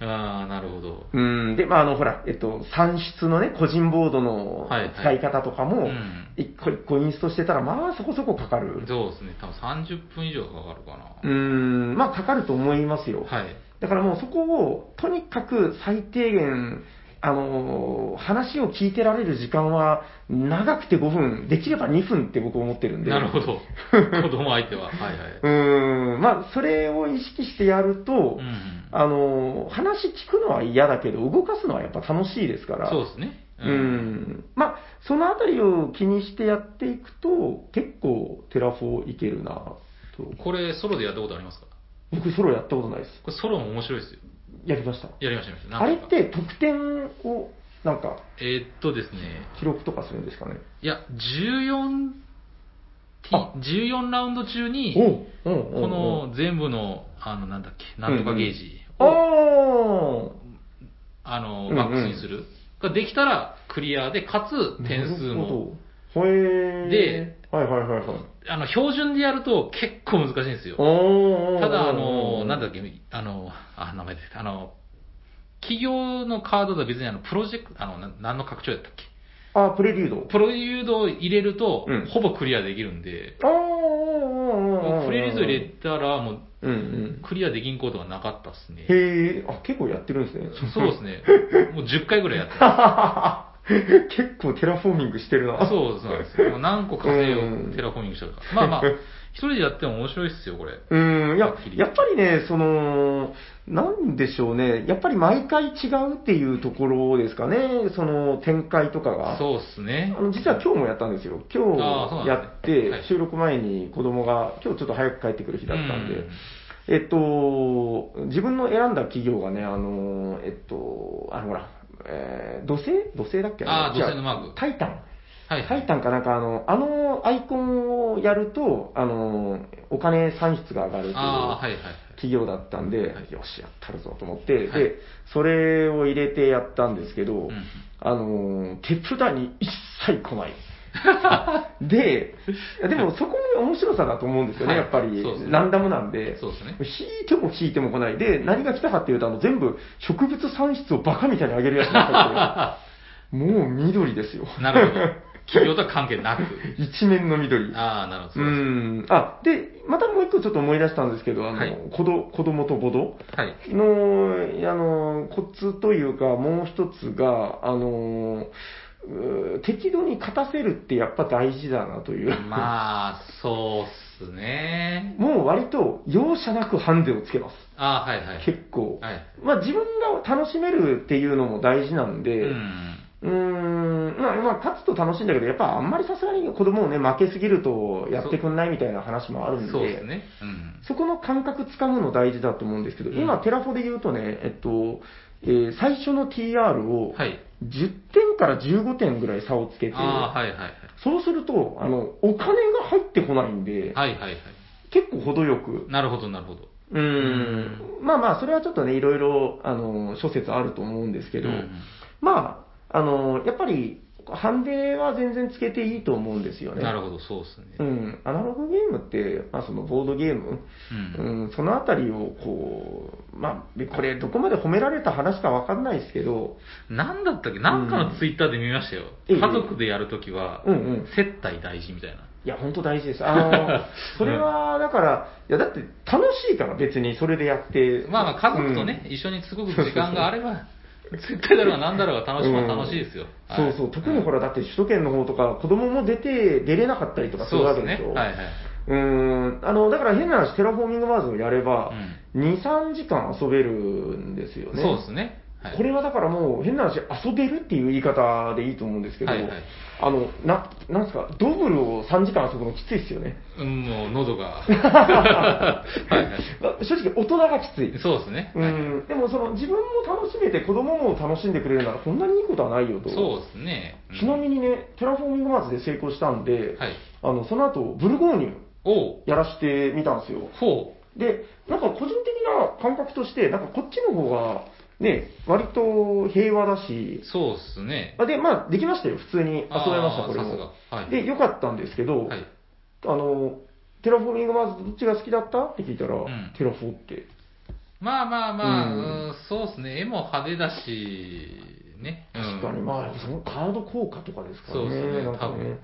[SPEAKER 1] ああ、なるほど。
[SPEAKER 2] うん、で、まああの、ほら、えっと、算出のね、個人ボードの
[SPEAKER 1] はいはい
[SPEAKER 2] 使い方とか
[SPEAKER 1] う
[SPEAKER 2] も、
[SPEAKER 1] ん。
[SPEAKER 2] 一個一個インストしてたら、まあそこそこかかる。
[SPEAKER 1] そうですね。多分30分以上かかるか
[SPEAKER 2] うーん、まあかかると思いますよ。
[SPEAKER 1] な。はい。
[SPEAKER 2] だからもうそこを、とにかく最低限、あのー話を聞いてられる時間は長くて5分、できれば2分って僕思ってるんで。
[SPEAKER 1] なるほ ど。子供相手は。はいはい。
[SPEAKER 2] うーん、まあそれを意識してやると、
[SPEAKER 1] うん。
[SPEAKER 2] あのー話聞くのは嫌だけど、動かすのはやっぱ楽しいですから。
[SPEAKER 1] そうですね。
[SPEAKER 2] う。ん。まあ、そのあたりを気にしてやっていくと、結構テラフォーいけるなと。
[SPEAKER 1] これ、ソロでやったことありますか
[SPEAKER 2] 僕ソロやったことないです。
[SPEAKER 1] これ、ソロも面白いですよ。
[SPEAKER 2] やりました。
[SPEAKER 1] やりました、やりました。
[SPEAKER 2] あれ
[SPEAKER 1] 何
[SPEAKER 2] っ
[SPEAKER 1] 回か
[SPEAKER 2] て得点を、なんか、
[SPEAKER 1] えーっとですね、
[SPEAKER 2] 記録とかするんですかね。
[SPEAKER 1] いや、14
[SPEAKER 2] あ、
[SPEAKER 1] 14ラウンド中に、
[SPEAKER 2] おう
[SPEAKER 1] この全部の、あの、なんだっけ、なんとかゲージ
[SPEAKER 2] お
[SPEAKER 1] を、
[SPEAKER 2] お
[SPEAKER 1] あの、
[SPEAKER 2] うんうん
[SPEAKER 1] マックスにする。ができたら、クリアで、かつ、点数も。。
[SPEAKER 2] なるほどへえ。
[SPEAKER 1] で、
[SPEAKER 2] はいはいはいはい。
[SPEAKER 1] あの、標準でやると結構難しいんですよ。
[SPEAKER 2] おー
[SPEAKER 1] ただ、あの、なんだっけ、あの、あ、名前出てきたあの、企業のカードとは別にあの、プロジェクト、あの、な何の拡張だったっけ
[SPEAKER 2] あ、プレリュード。
[SPEAKER 1] プロ誘導を入れると、
[SPEAKER 2] うん
[SPEAKER 1] ほぼクリアできるんで、
[SPEAKER 2] あー
[SPEAKER 1] フレリズ入れたら、もう
[SPEAKER 2] うんうん。
[SPEAKER 1] クリアできんことはなかったっすね。
[SPEAKER 2] へえ、あ、結構やってるんですね。
[SPEAKER 1] そうですね。もう10回ぐらいやってた。
[SPEAKER 2] 結構テラフォーミングしてるな。
[SPEAKER 1] そうそうなんですよ。もう何個稼い
[SPEAKER 2] うん
[SPEAKER 1] をテラフォーミングしてるから。まあまあ、一人でやっても面白いっすよ、これ。
[SPEAKER 2] うん、いや
[SPEAKER 1] はっき、り
[SPEAKER 2] やっぱりね、その、なんでしょうね、やっぱり毎回違うっていうところですかね、その展開とかが。
[SPEAKER 1] そうっすね
[SPEAKER 2] あ。の実は今日もやったんですよ。今
[SPEAKER 1] あーそうなんで
[SPEAKER 2] 日
[SPEAKER 1] す
[SPEAKER 2] や
[SPEAKER 1] ね
[SPEAKER 2] っ
[SPEAKER 1] はい
[SPEAKER 2] て、収録前に子供が、今日ちょっと早く帰ってくる日だったん
[SPEAKER 1] う
[SPEAKER 2] で
[SPEAKER 1] ん、
[SPEAKER 2] えっと、自分の選んだ企業がね、あの、えっと、あのほら、えー土星土星だっけ
[SPEAKER 1] あー
[SPEAKER 2] 違う
[SPEAKER 1] 土星のマーク
[SPEAKER 2] タイタン。
[SPEAKER 1] はい
[SPEAKER 2] タイタンかなんかあの、あのアイコンをやると、あの、お金算出が上がるという
[SPEAKER 1] ああ、はいはいはい。
[SPEAKER 2] 企業だったんで、
[SPEAKER 1] はい
[SPEAKER 2] よし、やったるぞと思って、
[SPEAKER 1] はい
[SPEAKER 2] で、それを入れてやったんですけど、
[SPEAKER 1] うん
[SPEAKER 2] あのー、手札に一切 来ない。で、いやでもそこも面白さだと思うんですよね、
[SPEAKER 1] はい
[SPEAKER 2] やっぱり、
[SPEAKER 1] そうですね
[SPEAKER 2] ランダムなんで。
[SPEAKER 1] そうですね。
[SPEAKER 2] 引いても引いても来ないで、何が来たかっていうと、あの全部植物産出をバカみたいにあげるやつだったん で、もう緑ですよ。
[SPEAKER 1] な るほど。企業とは関係なく。
[SPEAKER 2] 一面の緑。
[SPEAKER 1] ああ、なるほど。
[SPEAKER 2] う
[SPEAKER 1] そうで
[SPEAKER 2] ん。あ、で、またもう一個ちょっと思い出したんですけど、あの、
[SPEAKER 1] はい
[SPEAKER 2] 子ど子供とボド
[SPEAKER 1] すはい。
[SPEAKER 2] の、あの、コツというか、もう一つが、あの、うー適度に勝たせるってやっぱ大事だなという。
[SPEAKER 1] まあ、そうっすね。
[SPEAKER 2] もう割と容赦なくハンデをつけます。
[SPEAKER 1] ああ、はいはい。
[SPEAKER 2] 結構。
[SPEAKER 1] はい。
[SPEAKER 2] まあ自分が楽しめるっていうのも大事なん
[SPEAKER 1] う。
[SPEAKER 2] で、うんーん、まあ、まあ、勝つと楽しいんだけど、やっぱあんまりさすがに子供をね、負けすぎるとやってくんないみたいな話もあるんで、
[SPEAKER 1] そうですね。うん。
[SPEAKER 2] そこの感覚つかむの大事だと思うんですけど、
[SPEAKER 1] うん
[SPEAKER 2] 今、テラフォで言うとね、えっと、えー最初の TR を
[SPEAKER 1] はい。
[SPEAKER 2] 10点から15点ぐらい差をつけて、
[SPEAKER 1] ああ、はいはいはい。
[SPEAKER 2] そうすると、あの、お金が入ってこないんで、
[SPEAKER 1] はいはいはい。
[SPEAKER 2] 結構程よく、
[SPEAKER 1] なるほど、なるほど。
[SPEAKER 2] うーん、まあまあ、それはちょっとね、いろいろ、あの、諸説あると思うんですけど、
[SPEAKER 1] うん
[SPEAKER 2] まあ、あの、やっぱり、ハンデは全然つけていいと思うんですよね。
[SPEAKER 1] なるほど、そうっすね。
[SPEAKER 2] うん、アナログゲームって、まあ、そのボードゲーム、
[SPEAKER 1] うん。
[SPEAKER 2] うん、そのあたりをこう、まあ、これ、どこまで褒められた話かわかんないですけど、
[SPEAKER 1] なんだったっけなんかのツイッターで見ましたよ。
[SPEAKER 2] うん
[SPEAKER 1] 家族でやるときは
[SPEAKER 2] う、んうん、
[SPEAKER 1] 接待大事みたいな。
[SPEAKER 2] いや、本当大事です、あ のそれはだから、いや、だって楽しいから、別にそれでやって、
[SPEAKER 1] まあまあ家族とね、一緒にすごく時間があれば、 絶対だろうが何だろうが楽しい
[SPEAKER 2] うん
[SPEAKER 1] 楽しいですよ。
[SPEAKER 2] うん、そうそう、特にほ
[SPEAKER 1] ら、
[SPEAKER 2] ら、だって首都圏の方とか、子供も出て、出れなかったりとかする
[SPEAKER 1] そう
[SPEAKER 2] わ
[SPEAKER 1] で
[SPEAKER 2] け
[SPEAKER 1] す
[SPEAKER 2] でし
[SPEAKER 1] ね。
[SPEAKER 2] ょ。
[SPEAKER 1] はいはい。
[SPEAKER 2] うんあのだから変な話、テラフォーミングマーズをやれば、
[SPEAKER 1] う
[SPEAKER 2] 2、3時間遊べるんですよ
[SPEAKER 1] ん
[SPEAKER 2] ね。
[SPEAKER 1] そうですね。はい
[SPEAKER 2] これはだからもう変な話、遊べるっていう言い方でいいと思うんですけど、
[SPEAKER 1] はいはい
[SPEAKER 2] あの、な、なんすか、ドブルを3時間遊ぶのきついですよね。
[SPEAKER 1] うん、もう喉 が。はいはい。
[SPEAKER 2] ま正直、大人がきつい。
[SPEAKER 1] そうですね。
[SPEAKER 2] う
[SPEAKER 1] はいはい
[SPEAKER 2] ん、でもその自分も楽しめて子供も楽しんでくれるならこんなにいいことはないよと。
[SPEAKER 1] そうですね。うん
[SPEAKER 2] ちなみにね、テラフォーミングマーズで成功したんで、
[SPEAKER 1] はい。
[SPEAKER 2] あの、その後、ブルゴーニュ
[SPEAKER 1] おう、
[SPEAKER 2] やらしてみたんですよ。
[SPEAKER 1] ほ
[SPEAKER 2] で、なんか個人的な感覚として、なんかこっちの方が、ね、割と平和だし
[SPEAKER 1] う、、そうですね。
[SPEAKER 2] あで、まあ、できましたよ。普通に遊べました、
[SPEAKER 1] あー
[SPEAKER 2] これ
[SPEAKER 1] さす
[SPEAKER 2] も。
[SPEAKER 1] が。はい。
[SPEAKER 2] で、良かったんですけど、
[SPEAKER 1] はい。
[SPEAKER 2] あの、テラフォーミングマーズどっちが好きだったって聞いたら、
[SPEAKER 1] ん
[SPEAKER 2] テラフォーって。
[SPEAKER 1] まあまあまあ、
[SPEAKER 2] う
[SPEAKER 1] うんんそうですね。絵も派手だし、ね。うん
[SPEAKER 2] 確かに、まあ、そのカード効果とかですから
[SPEAKER 1] そうで
[SPEAKER 2] ね。
[SPEAKER 1] すね、
[SPEAKER 2] なん
[SPEAKER 1] 多
[SPEAKER 2] か
[SPEAKER 1] 分。
[SPEAKER 2] ね。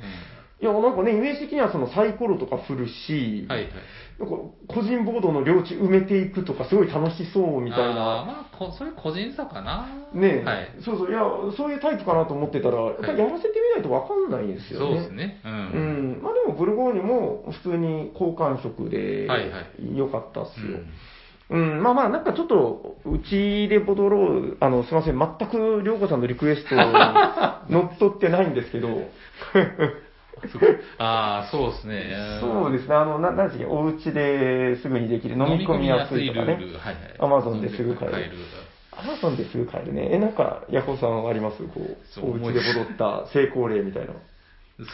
[SPEAKER 2] いや、なんかね、イメージ的にはそのサイコロとか振るし
[SPEAKER 1] う、んはいはい。
[SPEAKER 2] なんか個人ボードの領地埋めていくとか、すごい楽しそうみたい
[SPEAKER 1] あー
[SPEAKER 2] な。
[SPEAKER 1] まあこ、それ個人差かな。
[SPEAKER 2] ねえ、
[SPEAKER 1] はい。
[SPEAKER 2] そうそう、いや、そういうタイプかなと思ってたら、やっぱりやらせてみないとわかんないですよ
[SPEAKER 1] そう
[SPEAKER 2] ね。
[SPEAKER 1] ですね。うん。
[SPEAKER 2] うん、まあでもブルゴーニュも普通に好感触で
[SPEAKER 1] はいは
[SPEAKER 2] 良かったっす
[SPEAKER 1] う
[SPEAKER 2] よ。
[SPEAKER 1] ん
[SPEAKER 2] うん、まあまあ、なんかちょっと、うちでボドロー、あの、すいません、全く、りょうこさんのリクエストに乗っ取ってないんですけど、
[SPEAKER 1] すごいああ、そうですね。
[SPEAKER 2] そうですね、あの、な、なんでしたっけお家ですぐにできる、飲み込みやすいとか
[SPEAKER 1] 飲み込み
[SPEAKER 2] ね。
[SPEAKER 1] やすいルール。はいはい。
[SPEAKER 2] Amazon ですぐ買え
[SPEAKER 1] 飲
[SPEAKER 2] る
[SPEAKER 1] んで
[SPEAKER 2] アマゾンですぐ買えるね。え、なんか、ヤホーさんはありますこう、
[SPEAKER 1] そう
[SPEAKER 2] お家でボドった成功例みたいな。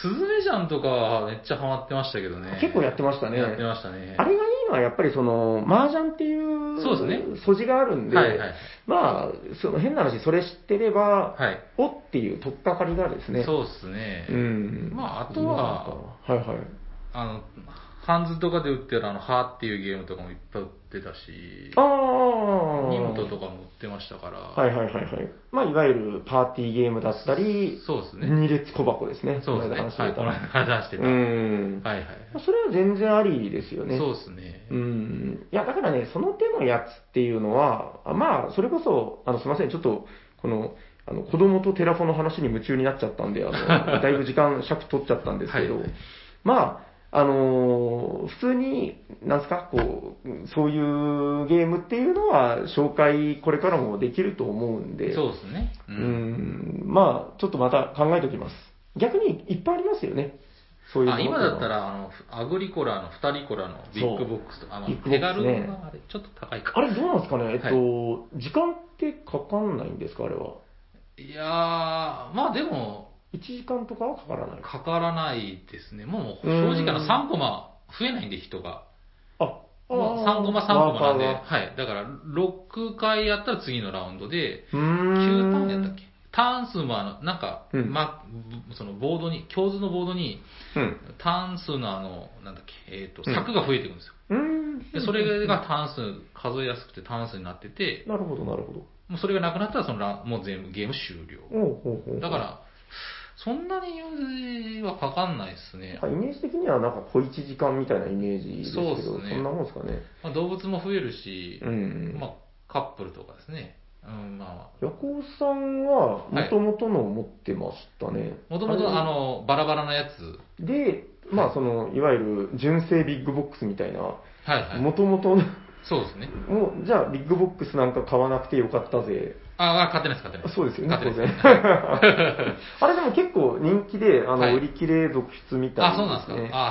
[SPEAKER 1] スズメちゃんとかはめっちゃハマってましたけどね。
[SPEAKER 2] 結構やってましたね
[SPEAKER 1] やってましたね。
[SPEAKER 2] あれがいいのは、やっぱりその、麻雀っていう、
[SPEAKER 1] そうです
[SPEAKER 2] 素地があるんで、
[SPEAKER 1] はいはい。
[SPEAKER 2] まあ、その変な話、それ知ってれば、
[SPEAKER 1] はい。
[SPEAKER 2] おっていう取っかかりがですね。
[SPEAKER 1] そうですね。
[SPEAKER 2] ん
[SPEAKER 1] まああとは、
[SPEAKER 2] はいはい。
[SPEAKER 1] あの、ハンズとかで売ってるあの、ハーっていうゲームとかもいっぱい売ってたし、
[SPEAKER 2] ああ。
[SPEAKER 1] ニムトとかも売ってましたから、
[SPEAKER 2] はいはいはいはい。まあ、いわゆるパーティーゲームだったり、
[SPEAKER 1] そうですね。
[SPEAKER 2] 二列小箱ですね。
[SPEAKER 1] そうですね。
[SPEAKER 2] こ
[SPEAKER 1] は
[SPEAKER 2] の間話
[SPEAKER 1] い、
[SPEAKER 2] してた。
[SPEAKER 1] この間話してた。
[SPEAKER 2] う
[SPEAKER 1] はい
[SPEAKER 2] ん。
[SPEAKER 1] はい。
[SPEAKER 2] それは全然ありですよね。
[SPEAKER 1] そうですね。
[SPEAKER 2] うん。いや、だからね、その手のやつっていうのは、あまあ、それこそ、あの、すみません、ちょっと、この、あの、子供とテラフォの話に夢中になっちゃったんで、あの、だいぶ時間尺取っちゃったんですけど、
[SPEAKER 1] はいはい
[SPEAKER 2] まあ、あのー普通に、なんすか、こう、そういうゲームっていうのは、紹介、これからもできると思うんで、
[SPEAKER 1] そうですね。う。
[SPEAKER 2] うんん、まあ、ちょっとまた考えておきます。逆に、いっぱいありますよね。そういうの
[SPEAKER 1] あ今だった、ら、あの、アグリコラの、二人コラのビッグボックスとか、あの、
[SPEAKER 2] ビッグボッ
[SPEAKER 1] 手
[SPEAKER 2] クス
[SPEAKER 1] 軽
[SPEAKER 2] ね
[SPEAKER 1] な、あれ、ちょっと高いか。
[SPEAKER 2] あれどうなんですかね、えっと、時間ってかかんないんですか、あれは。
[SPEAKER 1] いやー、まあでも、
[SPEAKER 2] 1時間とかはかからない。
[SPEAKER 1] かからないですね。もう、正直あ
[SPEAKER 2] うん
[SPEAKER 1] の、3コマ増えないんで、人が。
[SPEAKER 2] あ、
[SPEAKER 1] もう
[SPEAKER 2] あー
[SPEAKER 1] 3コマ3コマなんで、
[SPEAKER 2] ワーカ
[SPEAKER 1] はい。だから、6回やったら次のラウンドで、
[SPEAKER 2] ーがうー
[SPEAKER 1] 9
[SPEAKER 2] ん。
[SPEAKER 1] ターンやったっけターン数もあの、なんか、
[SPEAKER 2] うん
[SPEAKER 1] ま、そのボードに、教図のボードに、
[SPEAKER 2] うん。
[SPEAKER 1] ターン数のあの、なんだっけ、えっ、と、
[SPEAKER 2] うん
[SPEAKER 1] 柵が増えていくんですよ。
[SPEAKER 2] うーん。
[SPEAKER 1] でそれが単数、数えやすくて単数になってて、
[SPEAKER 2] なるほど、なるほど。
[SPEAKER 1] もうそれがなくなったらそのラもう全部ゲーム終了。
[SPEAKER 2] おうほうほう
[SPEAKER 1] だから、そんなに融通はかかんないですね
[SPEAKER 2] なん。かイメージ的にはなんか小1時間みたいなイメージですけど、
[SPEAKER 1] そうっすね
[SPEAKER 2] んなもんですかね。
[SPEAKER 1] まあ、動物も増えるし
[SPEAKER 2] う、ん。
[SPEAKER 1] まあ、カップルとかですね。うん、まあ、
[SPEAKER 2] ヤコウさんは、もともとのを持ってましたね。
[SPEAKER 1] もとも
[SPEAKER 2] れ
[SPEAKER 1] とあの、バラバラなやつ。
[SPEAKER 2] で、まあその、いわゆる純正ビッグボックスみたいな、
[SPEAKER 1] はいはい。
[SPEAKER 2] もともとの、
[SPEAKER 1] そうですね。
[SPEAKER 2] もう、じゃあビッグボックスなんか買わなくてよかったぜ。
[SPEAKER 1] ああ、買ってないです、買ってないです。
[SPEAKER 2] そうですよね、
[SPEAKER 1] 買
[SPEAKER 2] 当
[SPEAKER 1] ってない
[SPEAKER 2] 然
[SPEAKER 1] で。
[SPEAKER 2] あれでも結構人気で、あの、
[SPEAKER 1] はい
[SPEAKER 2] 売り切れ続出み
[SPEAKER 1] す。
[SPEAKER 2] たい
[SPEAKER 1] あ、そうなん
[SPEAKER 2] ね
[SPEAKER 1] ですか。あ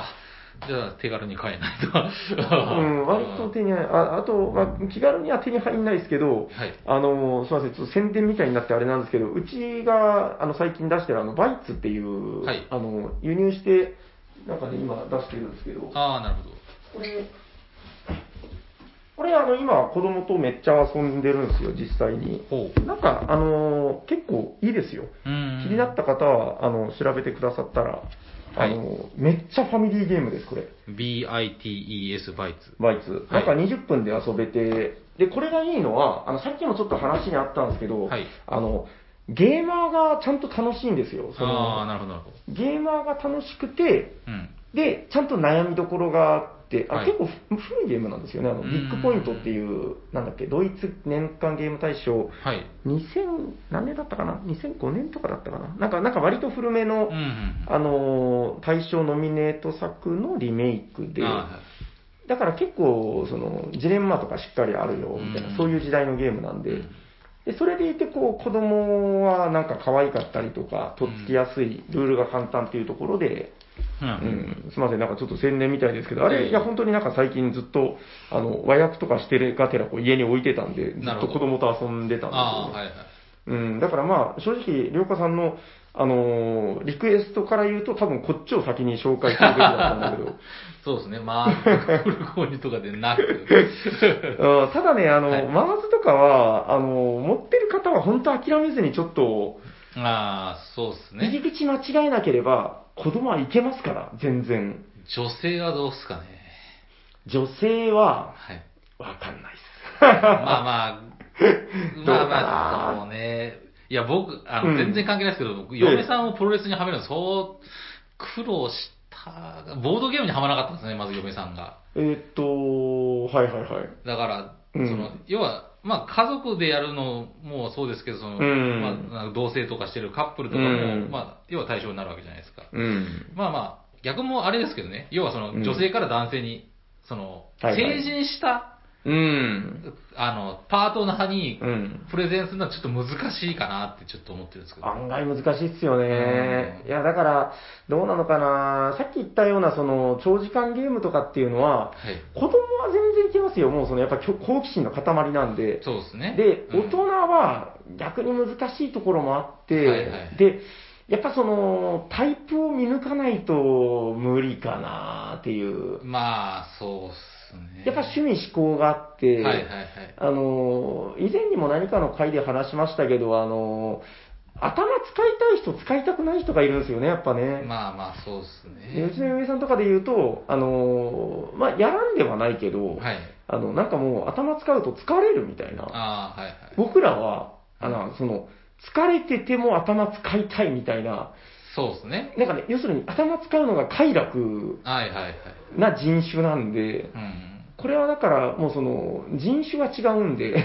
[SPEAKER 1] あ、じゃあ手軽に買えないと。
[SPEAKER 2] うん、割と手に入ああと、まあ、気軽には手に入んないですけど、
[SPEAKER 1] はい。
[SPEAKER 2] あの、すみません、ちょっと宣伝みたいになってあれなんですけど、うちが、あの、最近出してる、あの、バイツっていう、
[SPEAKER 1] はい
[SPEAKER 2] あの、輸入して、なんかね、今出してるんですけど、
[SPEAKER 1] ああ、なるほど。
[SPEAKER 2] これ、これ、あの、今、子供とめっちゃ遊んでるんですよ、実際に。
[SPEAKER 1] ほう。
[SPEAKER 2] なんか、あの、結構いいですよ。
[SPEAKER 1] 気
[SPEAKER 2] 気になった方は、あの、調べてくださったら、あの、めっちゃファミリーゲームです、これ。
[SPEAKER 1] BITES バイツ。
[SPEAKER 2] バイツ。な
[SPEAKER 1] は
[SPEAKER 2] ん
[SPEAKER 1] い
[SPEAKER 2] か20分で遊べて、で、これがいいのは、あの、さっきもちょっと話にあったんですけど、
[SPEAKER 1] はい。
[SPEAKER 2] あの、ゲーマーがちゃんと楽しいんですよ。そ
[SPEAKER 1] ああ、な
[SPEAKER 2] の
[SPEAKER 1] るほど、なるほど。
[SPEAKER 2] ゲーマーが楽しくて、
[SPEAKER 1] うん。
[SPEAKER 2] で、ちゃんと悩みどころがあって、あ
[SPEAKER 1] はい
[SPEAKER 2] 結構ふ古いゲームなんですよね。あの
[SPEAKER 1] う
[SPEAKER 2] ビ
[SPEAKER 1] ん
[SPEAKER 2] ッグポイントっていう、なんだっけ、ドイツ年間ゲーム大賞、
[SPEAKER 1] はい。
[SPEAKER 2] 2000、何年だったかな ?2005 年とかだったかななんか、なんか割と古めの、
[SPEAKER 1] うんうん。
[SPEAKER 2] あのー大賞ノミネート作のリメイクで、
[SPEAKER 1] あ
[SPEAKER 2] だから結構、その、ジレンマとかしっかりあるよ、みたい
[SPEAKER 1] うん
[SPEAKER 2] な、そういう時代のゲームなん
[SPEAKER 1] ーはい
[SPEAKER 2] で、で、それでいて、こう、子供はなんか可愛かったりとか、とっつきやすい、ルールが簡単っていうところで、
[SPEAKER 1] う。
[SPEAKER 2] うんん、すいません、なんかちょっと宣伝みたいですけど、あ
[SPEAKER 1] いえい
[SPEAKER 2] れ、
[SPEAKER 1] え
[SPEAKER 2] いや、本当になんか最近ずっと、あの、和訳とかしてるがてら、こう、家に置いてたんで、ず
[SPEAKER 1] な
[SPEAKER 2] っ
[SPEAKER 1] るほ
[SPEAKER 2] と
[SPEAKER 1] ど
[SPEAKER 2] 子供と遊んでたんです
[SPEAKER 1] ああ
[SPEAKER 2] よ、ね
[SPEAKER 1] ー、はいはい。
[SPEAKER 2] うん、だからまあ、正直、りょうかさんの、あのーリクエストから言うと、多分こっちを先に紹介するべきだったんだけど、
[SPEAKER 1] そうですね。 まあ、フルコーニとかでなく。
[SPEAKER 2] うんただね、あの、
[SPEAKER 1] はい
[SPEAKER 2] マーズとかは、あの、持ってる方は本当諦めずにちょっと、
[SPEAKER 1] ああ、そうです
[SPEAKER 2] 入
[SPEAKER 1] ね。
[SPEAKER 2] り口間違えなければ、子供はいけますから、全然。
[SPEAKER 1] 女性はどうっすかね。
[SPEAKER 2] 女性は、
[SPEAKER 1] はい。
[SPEAKER 2] わかんないっ
[SPEAKER 1] まあまあ、まあま
[SPEAKER 2] どうかな
[SPEAKER 1] あ、そうね。いや、僕、あの、
[SPEAKER 2] うん
[SPEAKER 1] 全然関係ないですけど、僕、
[SPEAKER 2] ええ
[SPEAKER 1] 嫁さんをプロレスにはめるの、そう、苦労した、ボードゲームにはまらなかったんですね、まず嫁さんが。
[SPEAKER 2] す。えーっと、はいはいはい。
[SPEAKER 1] だから、
[SPEAKER 2] うん
[SPEAKER 1] その、要は、まあ、家族でやるのもそうですけど、その、
[SPEAKER 2] うん
[SPEAKER 1] まあなんか同棲とかしてるカップルとかも、
[SPEAKER 2] うん
[SPEAKER 1] まあ、要は対象になるわけじゃないですか。
[SPEAKER 2] うん。
[SPEAKER 1] まあまあ、逆もあれですけどね、要はその、
[SPEAKER 2] うん
[SPEAKER 1] 女性から男性に、その、
[SPEAKER 2] はいは
[SPEAKER 1] 成
[SPEAKER 2] い
[SPEAKER 1] 人した、
[SPEAKER 2] うん。
[SPEAKER 1] あの、パートナーに
[SPEAKER 2] うん。
[SPEAKER 1] プレゼンするのはちょっと難しいかなってちょっと思ってるんですけど。
[SPEAKER 2] 案外難しいっすよね。
[SPEAKER 1] うん
[SPEAKER 2] いや、だから、どうなのかな。さっき言ったような、その、長時間ゲームとかっていうの
[SPEAKER 1] は
[SPEAKER 2] は、
[SPEAKER 1] い。
[SPEAKER 2] 子供は全然いけますよ。もう、その、やっぱきょ好奇心の塊なんで。
[SPEAKER 1] そうですね。
[SPEAKER 2] で、
[SPEAKER 1] う
[SPEAKER 2] 大
[SPEAKER 1] ん
[SPEAKER 2] 人は逆に難しいところもあって、
[SPEAKER 1] はいはい
[SPEAKER 2] で、やっぱその、タイプを見抜かないと無理かなっていう。
[SPEAKER 1] まあ、そうですね。
[SPEAKER 2] やっぱ趣味思考があって、
[SPEAKER 1] はいはいはい。
[SPEAKER 2] あの、以前にも何かの回で話しましたけど、あの、頭使いたい人、使いたくない人がいるんですよね、やっぱね。
[SPEAKER 1] まあまあ、そうです
[SPEAKER 2] でう
[SPEAKER 1] ね。
[SPEAKER 2] ちの嫁さんとかで言うと、あの、まあ、やらんではないけど、
[SPEAKER 1] はい。
[SPEAKER 2] あの、なんかもう頭使うと疲れるみたいな。
[SPEAKER 1] ああ、はいはい。
[SPEAKER 2] 僕らは、あの、その、疲れてても頭使いたいみたいな、
[SPEAKER 1] そうですね。
[SPEAKER 2] なんかね、要するに頭使うのが快楽
[SPEAKER 1] はいはいはい。
[SPEAKER 2] な人種なんで、
[SPEAKER 1] うん。
[SPEAKER 2] これはだからもうその、人種が違うんで、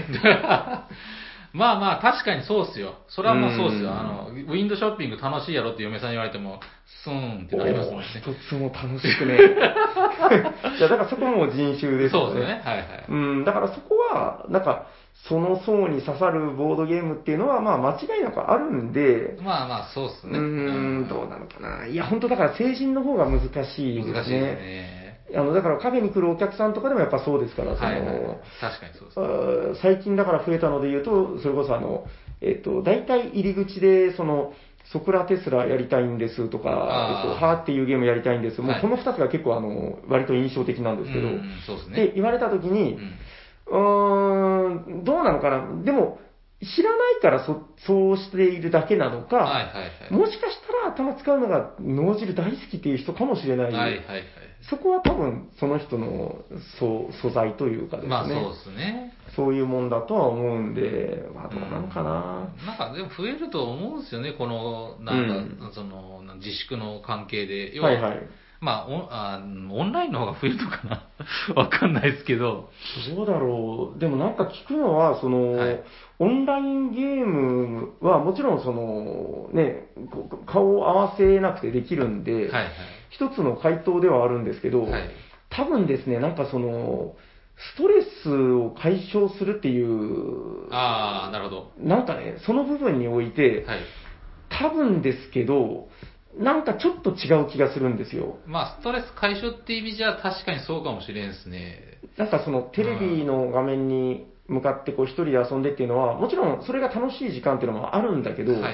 [SPEAKER 1] まあまあ、確かにそうっすよ。それはもうそうっす
[SPEAKER 2] う
[SPEAKER 1] よ。
[SPEAKER 2] ん
[SPEAKER 1] あの、ウィンドウショッピング楽しいやろって嫁さんに言われても、スーンってなりますもんね。
[SPEAKER 2] 一つも楽しくね。 いや、だからそこも人種です
[SPEAKER 1] そう
[SPEAKER 2] よ
[SPEAKER 1] で
[SPEAKER 2] ね。
[SPEAKER 1] すね。はいはい。
[SPEAKER 2] うん、だからそこは、なんか、その層に刺さるボードゲームっていうのは、まあ間違いなくあるんで、
[SPEAKER 1] まあまあ、そうっす
[SPEAKER 2] う
[SPEAKER 1] ね。
[SPEAKER 2] ん、どうなのかな。いや、本当だから成人の方が難しいですね。
[SPEAKER 1] 難しいですね。
[SPEAKER 2] あのだからカフェに来るお客さんとかでもやっぱそうですから、その
[SPEAKER 1] はいはいはい。確かにそうです。
[SPEAKER 2] あー最近だから増えたので言うと、それこそあの、えっと、大体入り口で、その、ソクラテスラやりたいんですとか、
[SPEAKER 1] あー
[SPEAKER 2] えっとはーっていうゲームやりたいんです。もう
[SPEAKER 1] はい
[SPEAKER 2] この2つが結構あの、割と印象的なん
[SPEAKER 1] う
[SPEAKER 2] ですけど、
[SPEAKER 1] ん、そうですね。
[SPEAKER 2] で、言われた時に、
[SPEAKER 1] うん
[SPEAKER 2] うーん、どうなのかな。でも、知らないからそ、そうしているだけなのか、
[SPEAKER 1] はいはいはい。
[SPEAKER 2] もしかしたら頭使うのが脳汁大好きっていう人かもしれない。
[SPEAKER 1] はいはいはい。
[SPEAKER 2] そこは多分その人のそう素材というかですね、
[SPEAKER 1] まあそうですね。
[SPEAKER 2] そういうもんだとは思うんで、まあどうなのかな。
[SPEAKER 1] なんかでも増えると思うんですよね、この、なんか、
[SPEAKER 2] う
[SPEAKER 1] その、自粛の関係で。要は、
[SPEAKER 2] はいはい。
[SPEAKER 1] まあオンあ、オンラインの方が増えるのかな わかんないですけど。
[SPEAKER 2] どうだろう。でもなんか聞くのは、その、
[SPEAKER 1] はい
[SPEAKER 2] オンラインゲームはもちろんその、ね、こう顔を合わせなくてできるん
[SPEAKER 1] は
[SPEAKER 2] で、
[SPEAKER 1] いはい。
[SPEAKER 2] 一つの回答ではあるんですけど、
[SPEAKER 1] はい、
[SPEAKER 2] 多分ですね、なんかその、ストレスを解消するっていう、
[SPEAKER 1] ああ、なるほど。
[SPEAKER 2] なんかね、その部分において、
[SPEAKER 1] はい。
[SPEAKER 2] 多分ですけど、なんかちょっと違う気がするんですよ。
[SPEAKER 1] まあ、ストレス解消って意味じゃ確かにそうかもしれんですね。
[SPEAKER 2] なんかそのテレビの画面に向かってこう一人で遊んでっていうのは、もちろんそれが楽しい時間っていうのもあるんだけど、
[SPEAKER 1] はいはい。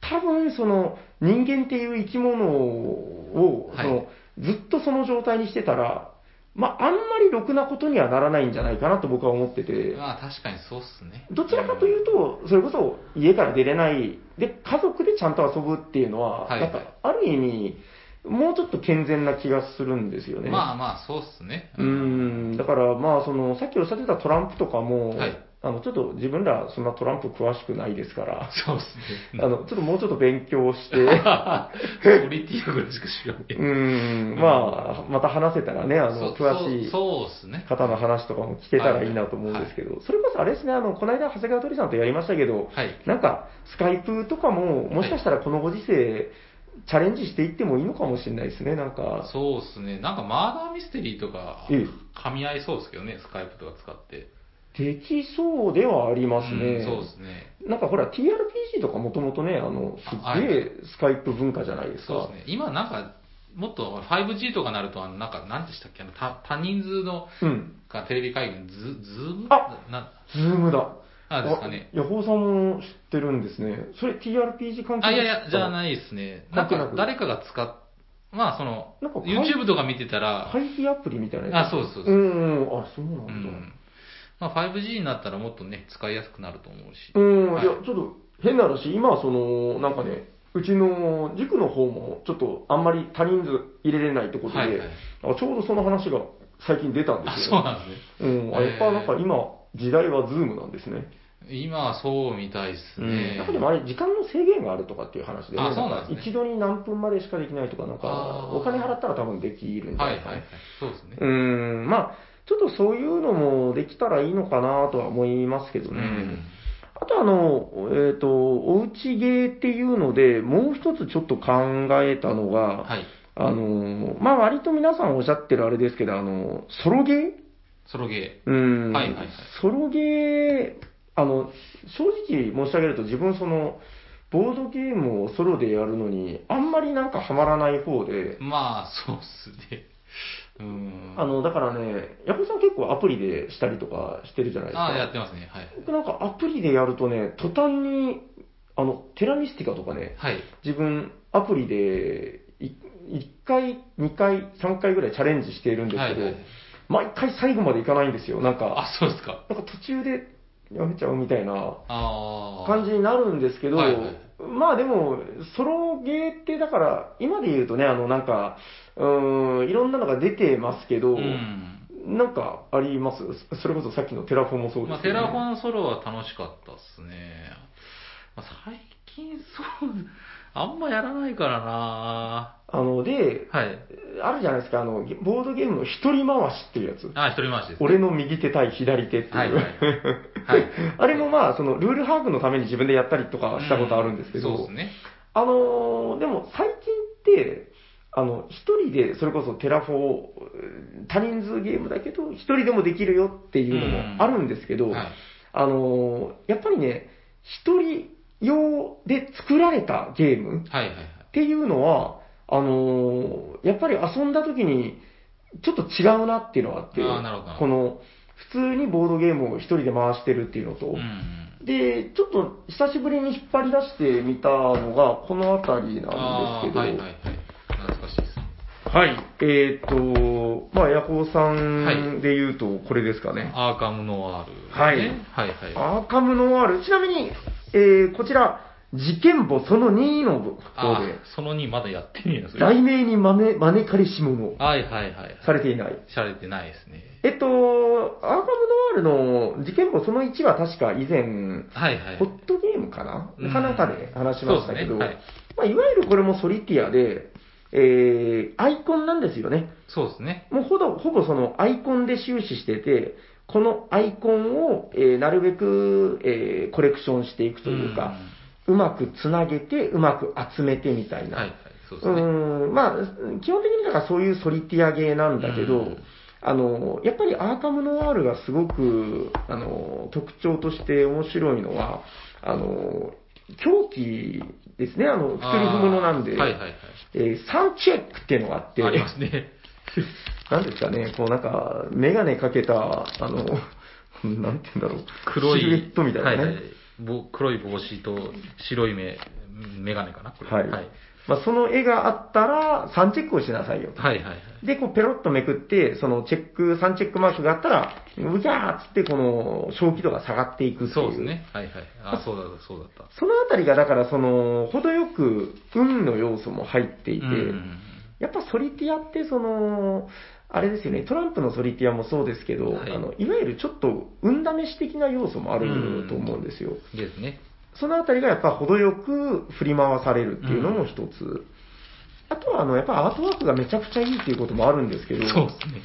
[SPEAKER 2] 多分その人間っていう生き物を、
[SPEAKER 1] はい
[SPEAKER 2] そのずっとその状態にしてたら、まあ、あんまりろくなことにはならないんじゃないかなと僕は思ってて、
[SPEAKER 1] まあ、確かにそうっすね。
[SPEAKER 2] どちらかというと、それこそ家から出れない、で、家族でちゃんと遊ぶっていうのは、
[SPEAKER 1] はい
[SPEAKER 2] なんか、ある意味、もうちょっと健全な気がするんですよね。
[SPEAKER 1] まあまあ、そうっすね。
[SPEAKER 2] うーん、だから、まあ、その、さっきおっしゃってたトランプとかも、
[SPEAKER 1] はい
[SPEAKER 2] あの、ちょっと自分らそんなトランプ詳しくないですから、
[SPEAKER 1] そうっ
[SPEAKER 2] あ
[SPEAKER 1] すね。
[SPEAKER 2] の、ちょっともうちょっと勉強し て、
[SPEAKER 1] オリティアぐらいしか知らな
[SPEAKER 2] う
[SPEAKER 1] い。
[SPEAKER 2] ーん、まあ、また話せたらね、あの、
[SPEAKER 1] そ
[SPEAKER 2] 詳しい
[SPEAKER 1] そうそうっすね。
[SPEAKER 2] 方の話とかも聞けたらいいなと思うんですけど、それこそあれですね、あの、この間、長谷川鳥さんとやりましたけど、
[SPEAKER 1] はい。
[SPEAKER 2] なんか、スカイプとかも、もしかしたらこのご時世、チャレンジしていってもいいのかもしれないですね、なんか。
[SPEAKER 1] そうっすね。なんかマーダーミステリーとか
[SPEAKER 2] ええ、
[SPEAKER 1] 噛み合いそうっすけどね、スカイプとか使って。
[SPEAKER 2] できそうではあります
[SPEAKER 1] う
[SPEAKER 2] ね
[SPEAKER 1] ん。そうっすね。
[SPEAKER 2] なんかほら、TRPG とかもともとね、あの、す
[SPEAKER 1] あ
[SPEAKER 2] っげえスカイプ文化じゃないですか。
[SPEAKER 1] そうですね。今なんか、もっと 5G とかなると、あの、なんか、なんでしたっけ、あの、た多人数の、
[SPEAKER 2] うん。
[SPEAKER 1] かテレビ会議のズ、ズーム
[SPEAKER 2] あ
[SPEAKER 1] な、
[SPEAKER 2] ズームだ。
[SPEAKER 1] あですかね。
[SPEAKER 2] あ。ヤホーさんも知ってるんですね。それ TRPG 関係
[SPEAKER 1] あ、いやいや、じゃあ
[SPEAKER 2] い。
[SPEAKER 1] ないですね。な
[SPEAKER 2] 関
[SPEAKER 1] ん
[SPEAKER 2] 係なく
[SPEAKER 1] か、誰かが使っ、まあ、その
[SPEAKER 2] なんか、会
[SPEAKER 1] YouTube とか見てたら、
[SPEAKER 2] 会議アプリみたいな
[SPEAKER 1] あ、そううですそう
[SPEAKER 2] う
[SPEAKER 1] です。
[SPEAKER 2] んうん。あ、そうなんだ。
[SPEAKER 1] うん。まあ、5G になったらもっとね、使いやすくなると思うし。
[SPEAKER 2] うん、
[SPEAKER 1] はい
[SPEAKER 2] いや、ちょっと変な話、今はその、なんかね、うちの塾の方も、ちょっとあんまり他人数入れれないってことで、
[SPEAKER 1] はいはい。
[SPEAKER 2] あちょうどその話が最近出たんで
[SPEAKER 1] あ、そ
[SPEAKER 2] す
[SPEAKER 1] う
[SPEAKER 2] よ。
[SPEAKER 1] なんですね。
[SPEAKER 2] うん、あやっぱなんか今、時代はズームなんですね。
[SPEAKER 1] 今はそうみたいですね。
[SPEAKER 2] やっぱでもあれ、時間の制限があるとかっていう話で、
[SPEAKER 1] あそうなんですね
[SPEAKER 2] か一度に何分までしかできないとか、なんか
[SPEAKER 1] あ、ー
[SPEAKER 2] お金払ったら多分できるんじゃ
[SPEAKER 1] は
[SPEAKER 2] ないい
[SPEAKER 1] は
[SPEAKER 2] か
[SPEAKER 1] い
[SPEAKER 2] な。
[SPEAKER 1] はい。そうですね。
[SPEAKER 2] うん、まあ、ちょっとそういうのもできたらいいのかなとは思いますけど
[SPEAKER 1] う
[SPEAKER 2] ね。
[SPEAKER 1] ん。
[SPEAKER 2] あとあの、えっ、と、おうち芸っていうので、もう一つちょっと考えたのが、
[SPEAKER 1] はい。
[SPEAKER 2] あの、まあ割と皆さんおっしゃってるあれですけど、あの、ソロゲー
[SPEAKER 1] ソロゲ
[SPEAKER 2] うん、
[SPEAKER 1] はいはいはい
[SPEAKER 2] ソロゲー、あの、正直申し上げると自分その、ボードゲームをソロでやるのに、あんまりなんかハマらない方で
[SPEAKER 1] ー。、まあ、そうっすね。うん。
[SPEAKER 2] あの、だからね、ヤコさん結構アプリでしたりとかしてるじゃないですか。
[SPEAKER 1] あーやってますね。はい。
[SPEAKER 2] 僕なんかアプリでやるとね、途端に、あの、テラミスティカとかね、
[SPEAKER 1] はい。
[SPEAKER 2] 自分、アプリでい1回、2回、3回ぐらいチャレンジしているんです
[SPEAKER 1] は
[SPEAKER 2] け
[SPEAKER 1] い
[SPEAKER 2] ど、
[SPEAKER 1] はい。
[SPEAKER 2] 毎回最後までいかないんですよ。なんか、
[SPEAKER 1] あ、そうですか。
[SPEAKER 2] なんか途中でやめちゃうみたいな
[SPEAKER 1] ああ。
[SPEAKER 2] 感じになるんですけど、
[SPEAKER 1] はいはい
[SPEAKER 2] まあでも、ソロゲーってだから、今で言うとね、あのなんか、うーん、いろんなのが出てますけど、
[SPEAKER 1] うん。
[SPEAKER 2] なんかありますそれこそさっきのテラフォンもそうで
[SPEAKER 1] まあ、
[SPEAKER 2] す
[SPEAKER 1] テ
[SPEAKER 2] けどね
[SPEAKER 1] ラフォンソロは楽しかったっすね。まあ、最近、そう、あんまやらないからな
[SPEAKER 2] あの、で、
[SPEAKER 1] はい。
[SPEAKER 2] あるじゃないですか、あの、ボードゲームの一人回しっていうやつ。
[SPEAKER 1] あ、一人回しです。
[SPEAKER 2] 俺の右手対左手っていう。
[SPEAKER 1] はいはいはい。
[SPEAKER 2] あれもまあ、その、ルール把握のために自分でやったりとか したことあるんですけど、
[SPEAKER 1] うそうですね。
[SPEAKER 2] あのーでも最近って、あの、一人で、それこそテラフォを、うん多人数ゲームだけど、一人でもできるよっていうのもあるんですけど、
[SPEAKER 1] はい。
[SPEAKER 2] あのーやっぱりね、一人用で作られたゲーム
[SPEAKER 1] はいはいはい。
[SPEAKER 2] っていうのは、あのーやっぱり遊んだ時に、ちょっと違うなっていうのがあって、
[SPEAKER 1] あーなるほど
[SPEAKER 2] この、普通にボードゲームを一人で回してるっていうのと、
[SPEAKER 1] うん。
[SPEAKER 2] で、で、ちょっと久しぶりに引っ張り出してみたのが、この辺りなんですけど、
[SPEAKER 1] あーはいはいはい。懐かしいです。
[SPEAKER 2] はい。えっ、と、まあ、ヤコウさんで言うと、これですかね。
[SPEAKER 1] アーカムノアール、
[SPEAKER 2] はい
[SPEAKER 1] はいはい。あ
[SPEAKER 2] アーカムノアール。ちなみに、えーこちら、事件簿その2の方で、
[SPEAKER 1] その2まだやってねえな、それ。はい
[SPEAKER 2] 題名に招招かれし者、
[SPEAKER 1] はいはいはい。
[SPEAKER 2] されていない。
[SPEAKER 1] しゃれてないですね。
[SPEAKER 2] えっと、アーカムノアールの事件簿その1は確か以前、
[SPEAKER 1] はいはい。
[SPEAKER 2] ホットゲームかな、
[SPEAKER 1] うん
[SPEAKER 2] かなんかで話しましたけ
[SPEAKER 1] そ
[SPEAKER 2] ど、
[SPEAKER 1] うですね
[SPEAKER 2] まあ、いわゆるこれもソリティアで、えーアイコンなんですよね。
[SPEAKER 1] そうですね。
[SPEAKER 2] もうほぼ、ほぼそのアイコンで終始してて、このアイコンを、えーなるべく、えーコレクションしていくというか、うまくつなげて、うまく集めてみたい
[SPEAKER 1] うん
[SPEAKER 2] な。
[SPEAKER 1] はいはい。そうで
[SPEAKER 2] う
[SPEAKER 1] すね。
[SPEAKER 2] ん、まあ、基本的にだからそういうソリティアゲーなんだけど、
[SPEAKER 1] うん
[SPEAKER 2] あの、やっぱりアーカムノワールがすごく、あの、特徴として面白いのは、あの、狂気ですね、あの、作り物なんで、
[SPEAKER 1] あーはいはいはい。
[SPEAKER 2] えーサンチェックっていうのがあって、
[SPEAKER 1] ありますね。
[SPEAKER 2] なんですかね、こうなんか、メガネかけた、あの、なんて言うんだろう、
[SPEAKER 1] 黒い。
[SPEAKER 2] シルエットみたいなね。
[SPEAKER 1] ははぼ黒い帽子と白い目、メガネかなこれ
[SPEAKER 2] はい
[SPEAKER 1] はい
[SPEAKER 2] まあ、その絵があったら、サンチェックをしなさいよと。
[SPEAKER 1] はいはいはい。
[SPEAKER 2] で、こうペロッとめくって、そのチェック、3チェックマークがあったら、うぎゃーっつって、この正気度が下がっていくっていう。
[SPEAKER 1] そうです。ね。はいはい。あ、そうだった、そうだった。
[SPEAKER 2] そのあたりが、だからその、程よく運の要素も入っていて、
[SPEAKER 1] うん
[SPEAKER 2] やっぱソリティアって、その、あれですよね、トランプのソリティアもそうですけど、
[SPEAKER 1] はい
[SPEAKER 2] い、あのいわゆるちょっと運試し的な要素もあると思うんですよ。
[SPEAKER 1] ですね。
[SPEAKER 2] そのあたりがやっぱ程よく振り回されるっていうのも一つ。あとは、あの、やっぱアートワークがめちゃくちゃいいっていうこともあるんですけど、
[SPEAKER 1] そうですね。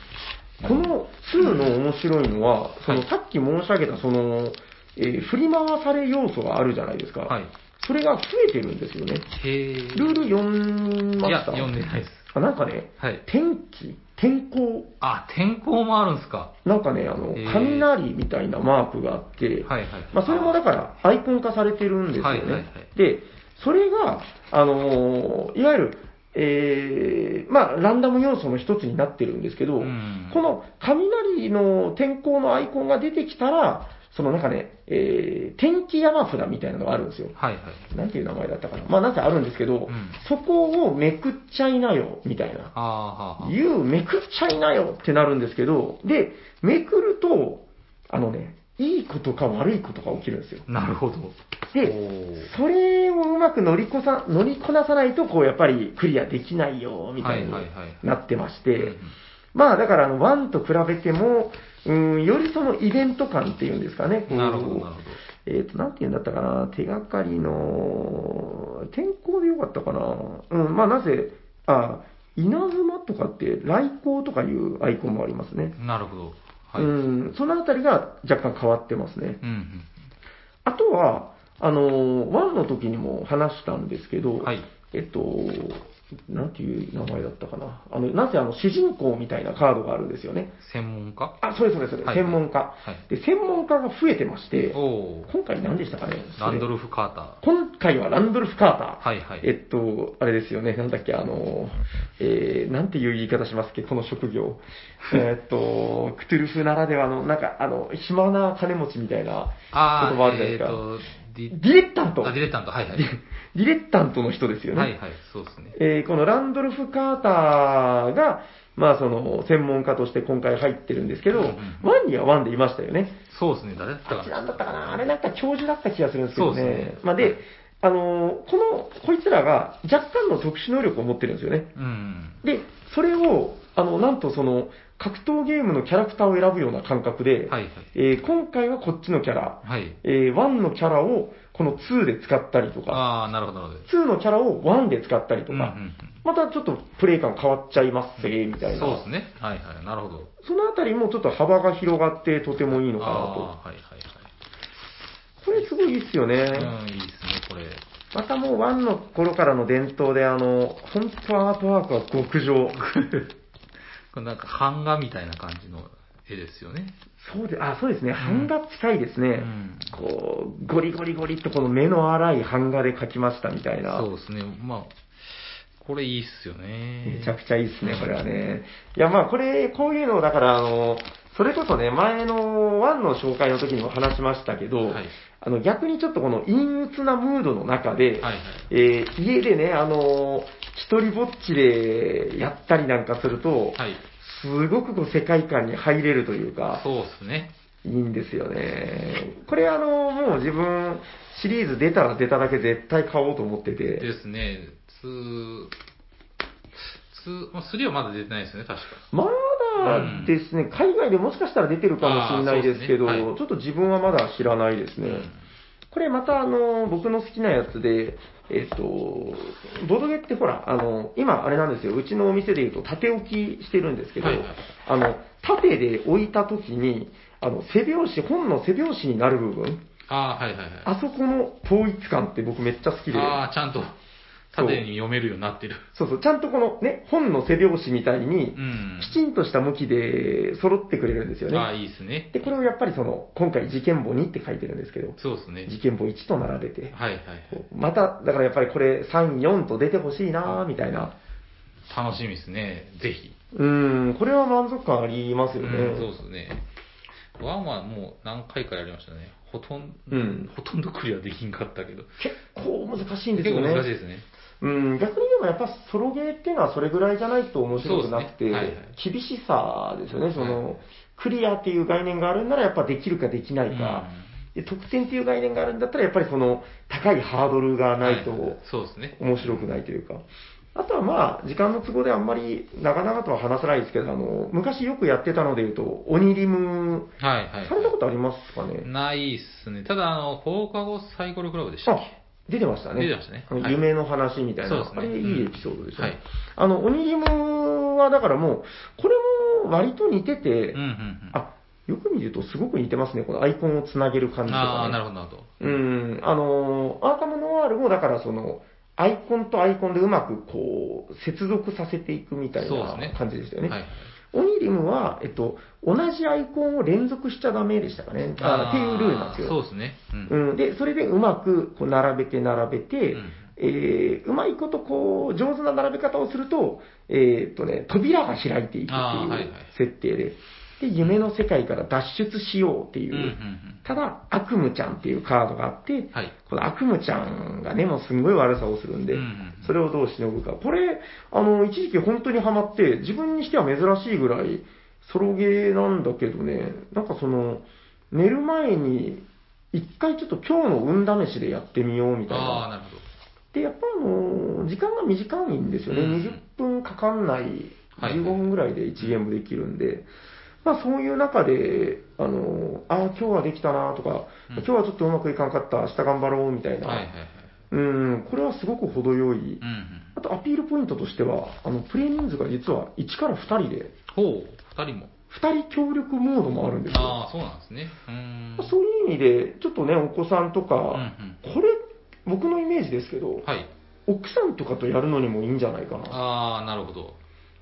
[SPEAKER 2] この2の面白いのは、そ
[SPEAKER 1] は
[SPEAKER 2] の
[SPEAKER 1] い
[SPEAKER 2] さっき申し上げたその、えー振り回され要素があるじゃないですか、
[SPEAKER 1] はい。
[SPEAKER 2] それが増えてるんですよね。
[SPEAKER 1] へえ。
[SPEAKER 2] ルール読んま
[SPEAKER 1] いや、
[SPEAKER 2] した
[SPEAKER 1] 読んでないです。
[SPEAKER 2] あなんかね、
[SPEAKER 1] はい。
[SPEAKER 2] 天気、天候、
[SPEAKER 1] あ、天候もあるんですか。
[SPEAKER 2] なんかね、あの
[SPEAKER 1] へー、
[SPEAKER 2] 雷みたいなマークがあって、
[SPEAKER 1] はいはい。
[SPEAKER 2] まあ、それもだからアイコン化されてるんですよね。
[SPEAKER 1] はいはいはい
[SPEAKER 2] で、それが、あのーいわゆる、えーまあ、ランダム要素の一つになってるんですけど、
[SPEAKER 1] うん
[SPEAKER 2] この雷の天候のアイコンが出てきたら、そのなんかね、えー天気山札みたいなのがあるんですよ。
[SPEAKER 1] はいはい。
[SPEAKER 2] なんていう名前だったかな。まあ、なんかあるんですけど、
[SPEAKER 1] うん
[SPEAKER 2] そこをめくっちゃいなよ、みたいな。
[SPEAKER 1] ああ、はあ。
[SPEAKER 2] 言う、めくっちゃいなよってなるんですけど、で、めくると、あのね、いいことか悪いことが起きるんですよ。
[SPEAKER 1] なるほど。
[SPEAKER 2] で、
[SPEAKER 1] お
[SPEAKER 2] それをうまく乗りこさ乗りこなさないと、こう、やっぱりクリアできないよ、
[SPEAKER 1] ー
[SPEAKER 2] みたいに
[SPEAKER 1] はいはいはい。
[SPEAKER 2] なってまし
[SPEAKER 1] うんう
[SPEAKER 2] て
[SPEAKER 1] ん、
[SPEAKER 2] まあ、だから、あの、1と比べても、うん、よりそのイベント感っていうんですかね、こう
[SPEAKER 1] なるほど、なるほ
[SPEAKER 2] えっ、と、なんて言うんだったかな、手がかりの、天候でよかったかな。うん、まあなぜ、あ、稲妻とかって、来光とかいうアイコンもありますね。
[SPEAKER 1] ど。なるほど。はい。
[SPEAKER 2] う
[SPEAKER 1] うん
[SPEAKER 2] ん、そのあたりが若干変わってますね。
[SPEAKER 1] うん。
[SPEAKER 2] あとは、あの、ワンの時にも話したんですけど、
[SPEAKER 1] はい。
[SPEAKER 2] えっと、なんていう名前だったかな。あの、なぜあの、主人公みたいなカードがあるんですよね。
[SPEAKER 1] 専門家
[SPEAKER 2] あ、それそれそれ、
[SPEAKER 1] はい
[SPEAKER 2] 専門家。
[SPEAKER 1] はい。
[SPEAKER 2] で、専門家が増えてまして、
[SPEAKER 1] おおー。
[SPEAKER 2] 今回何でしたかね
[SPEAKER 1] ランドルフ・カーター。
[SPEAKER 2] 今回はランドルフ・カーター。
[SPEAKER 1] はいはい。
[SPEAKER 2] えっと、あれですよね、なんだっけ、あの、えー、なんていう言い方しますっけ、この 職業。えーっと、クトゥルフならではの、なんか、あの、暇な金持ちみたいな、
[SPEAKER 1] あ
[SPEAKER 2] 言葉あ
[SPEAKER 1] あ、
[SPEAKER 2] るじゃない
[SPEAKER 1] えっ
[SPEAKER 2] ですか
[SPEAKER 1] と、デ
[SPEAKER 2] デ
[SPEAKER 1] ィ
[SPEAKER 2] ィレッタント。
[SPEAKER 1] あディレッタント、はいはい。
[SPEAKER 2] ディレッタントの人ですよね。
[SPEAKER 1] はいはい、そうですね。
[SPEAKER 2] えーこのランドルフ・カーターが、まあ、その、専門家として今回入ってるんですけど、
[SPEAKER 1] うんうん
[SPEAKER 2] ワンにはワンでいましたよね。
[SPEAKER 1] そうですね、誰だったか
[SPEAKER 2] あっちな
[SPEAKER 1] な。
[SPEAKER 2] んだったかなあれなんか教授だった気がするんですけど
[SPEAKER 1] そ
[SPEAKER 2] ね。
[SPEAKER 1] うですね
[SPEAKER 2] まあ、で、あのーこの、こいつらが若干の特殊能力を持ってるんですよね。
[SPEAKER 1] うん。
[SPEAKER 2] で、それを、あの、なんとその、格闘ゲームのキャラクターを選ぶような感覚で、
[SPEAKER 1] はいはい。
[SPEAKER 2] えー今回はこっちのキャラ、
[SPEAKER 1] はい。
[SPEAKER 2] えー1のキャラをこの2で使ったりとか、
[SPEAKER 1] ああ、なるほど、なるほど。
[SPEAKER 2] 2のキャラを1で使ったりと
[SPEAKER 1] うんうんう
[SPEAKER 2] か、
[SPEAKER 1] ん
[SPEAKER 2] またちょっとプレイ感変わっちゃいますぜ、みたいな。
[SPEAKER 1] そうですね。はいはい。なるほど。
[SPEAKER 2] そのあたりもちょっと幅が広がってとてもいいのかなと。
[SPEAKER 1] ああー、はいは
[SPEAKER 2] これすごいいいっすよね。
[SPEAKER 1] いはい。うん、いいですね、これ。
[SPEAKER 2] またもう1の頃からの伝統で、あの、本当アートワークは極 上。
[SPEAKER 1] これなんか版画みたいな感じの絵ですよね。
[SPEAKER 2] そうで、あ、そうですね。
[SPEAKER 1] ん
[SPEAKER 2] 版画近いですね。
[SPEAKER 1] うん。
[SPEAKER 2] こう、ゴリゴリゴリっとこの目の荒い版画で描きましたみたいな。
[SPEAKER 1] そうですね。まあ、これいいっすよね。
[SPEAKER 2] めちゃくちゃいいですね、これはね。いや、まあ、これ、こういうのを、だから、あの、それこそね、前の1の紹介の時にも話しましたけど、
[SPEAKER 1] はい
[SPEAKER 2] あの逆にちょっとこの陰鬱なムードの中で、
[SPEAKER 1] はいはい
[SPEAKER 2] えー家でね、あのー一人ぼっちでやったりなんかすると、
[SPEAKER 1] はい。
[SPEAKER 2] すごくこう世界観に入れるというか、
[SPEAKER 1] そうですね。
[SPEAKER 2] いいんですよね。これあの、もう自分、シリーズ出たら出ただけ絶対買おうと思ってて、
[SPEAKER 1] ですね。ツー、ツー、まあ3はまだ出てないですよね、確か。
[SPEAKER 2] まだですね、海外でもしかしたら出てるかもしれないですけど、
[SPEAKER 1] あーそうですねはい
[SPEAKER 2] ちょっと自分はまだ知らないですね。これまたあの、僕の好きなやつで、えっ、と、ボドゲってほら、あの、今あれなんですよ、うちのお店で言うと縦置きしてるんですけど、
[SPEAKER 1] はいはい
[SPEAKER 2] あの、縦で置いた時に、あの、背表紙、本の背表紙になる部分、
[SPEAKER 1] ああ、はいはいはい。
[SPEAKER 2] あそこの統一感って僕めっちゃ好きで、
[SPEAKER 1] ああ、ちゃんと縦に読めるようになってる。
[SPEAKER 2] そうそう、ちゃんとこのね、本の背表紙みたい
[SPEAKER 1] う、
[SPEAKER 2] に
[SPEAKER 1] ん。
[SPEAKER 2] きちんとした向きで揃ってくれるんですよ
[SPEAKER 1] ああ、
[SPEAKER 2] ね。
[SPEAKER 1] いいですね。
[SPEAKER 2] で、これをやっぱりその、今回事件簿2って書いてるんですけど、
[SPEAKER 1] そうですね。
[SPEAKER 2] 事件簿1と並べて、
[SPEAKER 1] はいはい
[SPEAKER 2] こうまた、だからやっぱりこれ3、4と出てほしいなーみたいな。
[SPEAKER 1] はい。楽しみですね。ぜひ。
[SPEAKER 2] うん、これは満足感ありますよね。
[SPEAKER 1] うん、そうですね。ワンはもう何回かやりましたね。ほとんど、
[SPEAKER 2] うん
[SPEAKER 1] ほとんどクリアできんかったけど。
[SPEAKER 2] 結構難しいんです
[SPEAKER 1] 結構
[SPEAKER 2] よね。
[SPEAKER 1] 難しいですね。
[SPEAKER 2] うん、逆にでもやっぱソロゲーっていうのはそれぐらいじゃないと面白くなくて、
[SPEAKER 1] そうですねはいはい
[SPEAKER 2] 厳しさですよね、その、
[SPEAKER 1] はい
[SPEAKER 2] クリアっていう概念があるんならやっぱできるかできな
[SPEAKER 1] う
[SPEAKER 2] い
[SPEAKER 1] ん
[SPEAKER 2] か、で得点っていう概念があるんだったらやっぱりその高いハードルがないと
[SPEAKER 1] はそうですね。
[SPEAKER 2] 面白くないというか、あとはまあ、時間の都合であんまり長々とは話せないですけど、あの、昔よくやってたので言うと、鬼リム、
[SPEAKER 1] はいはいはい。
[SPEAKER 2] されたことありますかね
[SPEAKER 1] ないっすね。ただ、あの、放課後サイコロクラブでしたっ
[SPEAKER 2] あ、出てましたね。
[SPEAKER 1] 出てましたね
[SPEAKER 2] あの
[SPEAKER 1] はい
[SPEAKER 2] 夢の話みたいな。
[SPEAKER 1] そうですね
[SPEAKER 2] あれ、いいエピソードでしたね。
[SPEAKER 1] うんはい
[SPEAKER 2] あの、鬼リムは、だからもう、これも割と似て
[SPEAKER 1] け
[SPEAKER 2] て、
[SPEAKER 1] うんうんうん。
[SPEAKER 2] あ、よく見るとすごく似てますね。このアイコンをつなげる感じと
[SPEAKER 1] ああ、
[SPEAKER 2] か、
[SPEAKER 1] な
[SPEAKER 2] ね。
[SPEAKER 1] るほどなるほど。
[SPEAKER 2] うん、あのー、アーカムノワールも、だからその、アイコンとアイコンでうまくこう、接続させていくみたい
[SPEAKER 1] そうです
[SPEAKER 2] な
[SPEAKER 1] ね
[SPEAKER 2] 感じでしたよね。
[SPEAKER 1] はいはい。
[SPEAKER 2] 鬼リムは、えっと、同じアイコンを連続しちゃダメでしたかね。あっていうルールなんですよ。
[SPEAKER 1] そうですね。うん。
[SPEAKER 2] うん、で、それでうまくこう並べて並べて、
[SPEAKER 1] うん
[SPEAKER 2] えーうまいことこう、上手な並べ方をすると、えーっとね、扉が開いていくって
[SPEAKER 1] あーはいはい
[SPEAKER 2] い
[SPEAKER 1] う
[SPEAKER 2] 設定で、で、夢の世界から脱出しようっていうう、
[SPEAKER 1] んうんうん
[SPEAKER 2] ただ、悪夢ちゃんっていうカードがあって、
[SPEAKER 1] はい。
[SPEAKER 2] この悪夢ちゃんがね、もうすんごい悪さをするんで、
[SPEAKER 1] うんうんうん
[SPEAKER 2] それをどうしのぐか。これ、あの、一時期本当にハマって、自分にしては珍しいぐらい、ソロゲーなんだけどね、なんかその、寝る前に、一回ちょっと今日の運試しでやってみようみたい
[SPEAKER 1] ああ、な
[SPEAKER 2] な。
[SPEAKER 1] るほど。
[SPEAKER 2] で、やっぱあの、時間が短いんですよね。
[SPEAKER 1] うん
[SPEAKER 2] 20分かかんない、
[SPEAKER 1] はい
[SPEAKER 2] 15分ぐらいで1ゲームできるんで、まあそういう中で、あの、ああ、今日はできたなとか、
[SPEAKER 1] うん
[SPEAKER 2] 今日はちょっとうまくいかんかった、明日頑張ろうみたいな。
[SPEAKER 1] はいはいはい。
[SPEAKER 2] うん、これはすごく程よい
[SPEAKER 1] うんうん。
[SPEAKER 2] あとアピールポイントとしては、あのプレイ人数が実は1から2人で、
[SPEAKER 1] ほう、二人も。
[SPEAKER 2] 2人協力モードもあるんですよ。
[SPEAKER 1] ああ、そうなんですね。うーん。
[SPEAKER 2] そういう意味で、ちょっとね、お子さんと
[SPEAKER 1] うんう
[SPEAKER 2] か、
[SPEAKER 1] ん。
[SPEAKER 2] これ、僕のイメージですけど、
[SPEAKER 1] はい。
[SPEAKER 2] 奥さんとかとやるのにもいいんじゃないかな。
[SPEAKER 1] ああ、なるほど。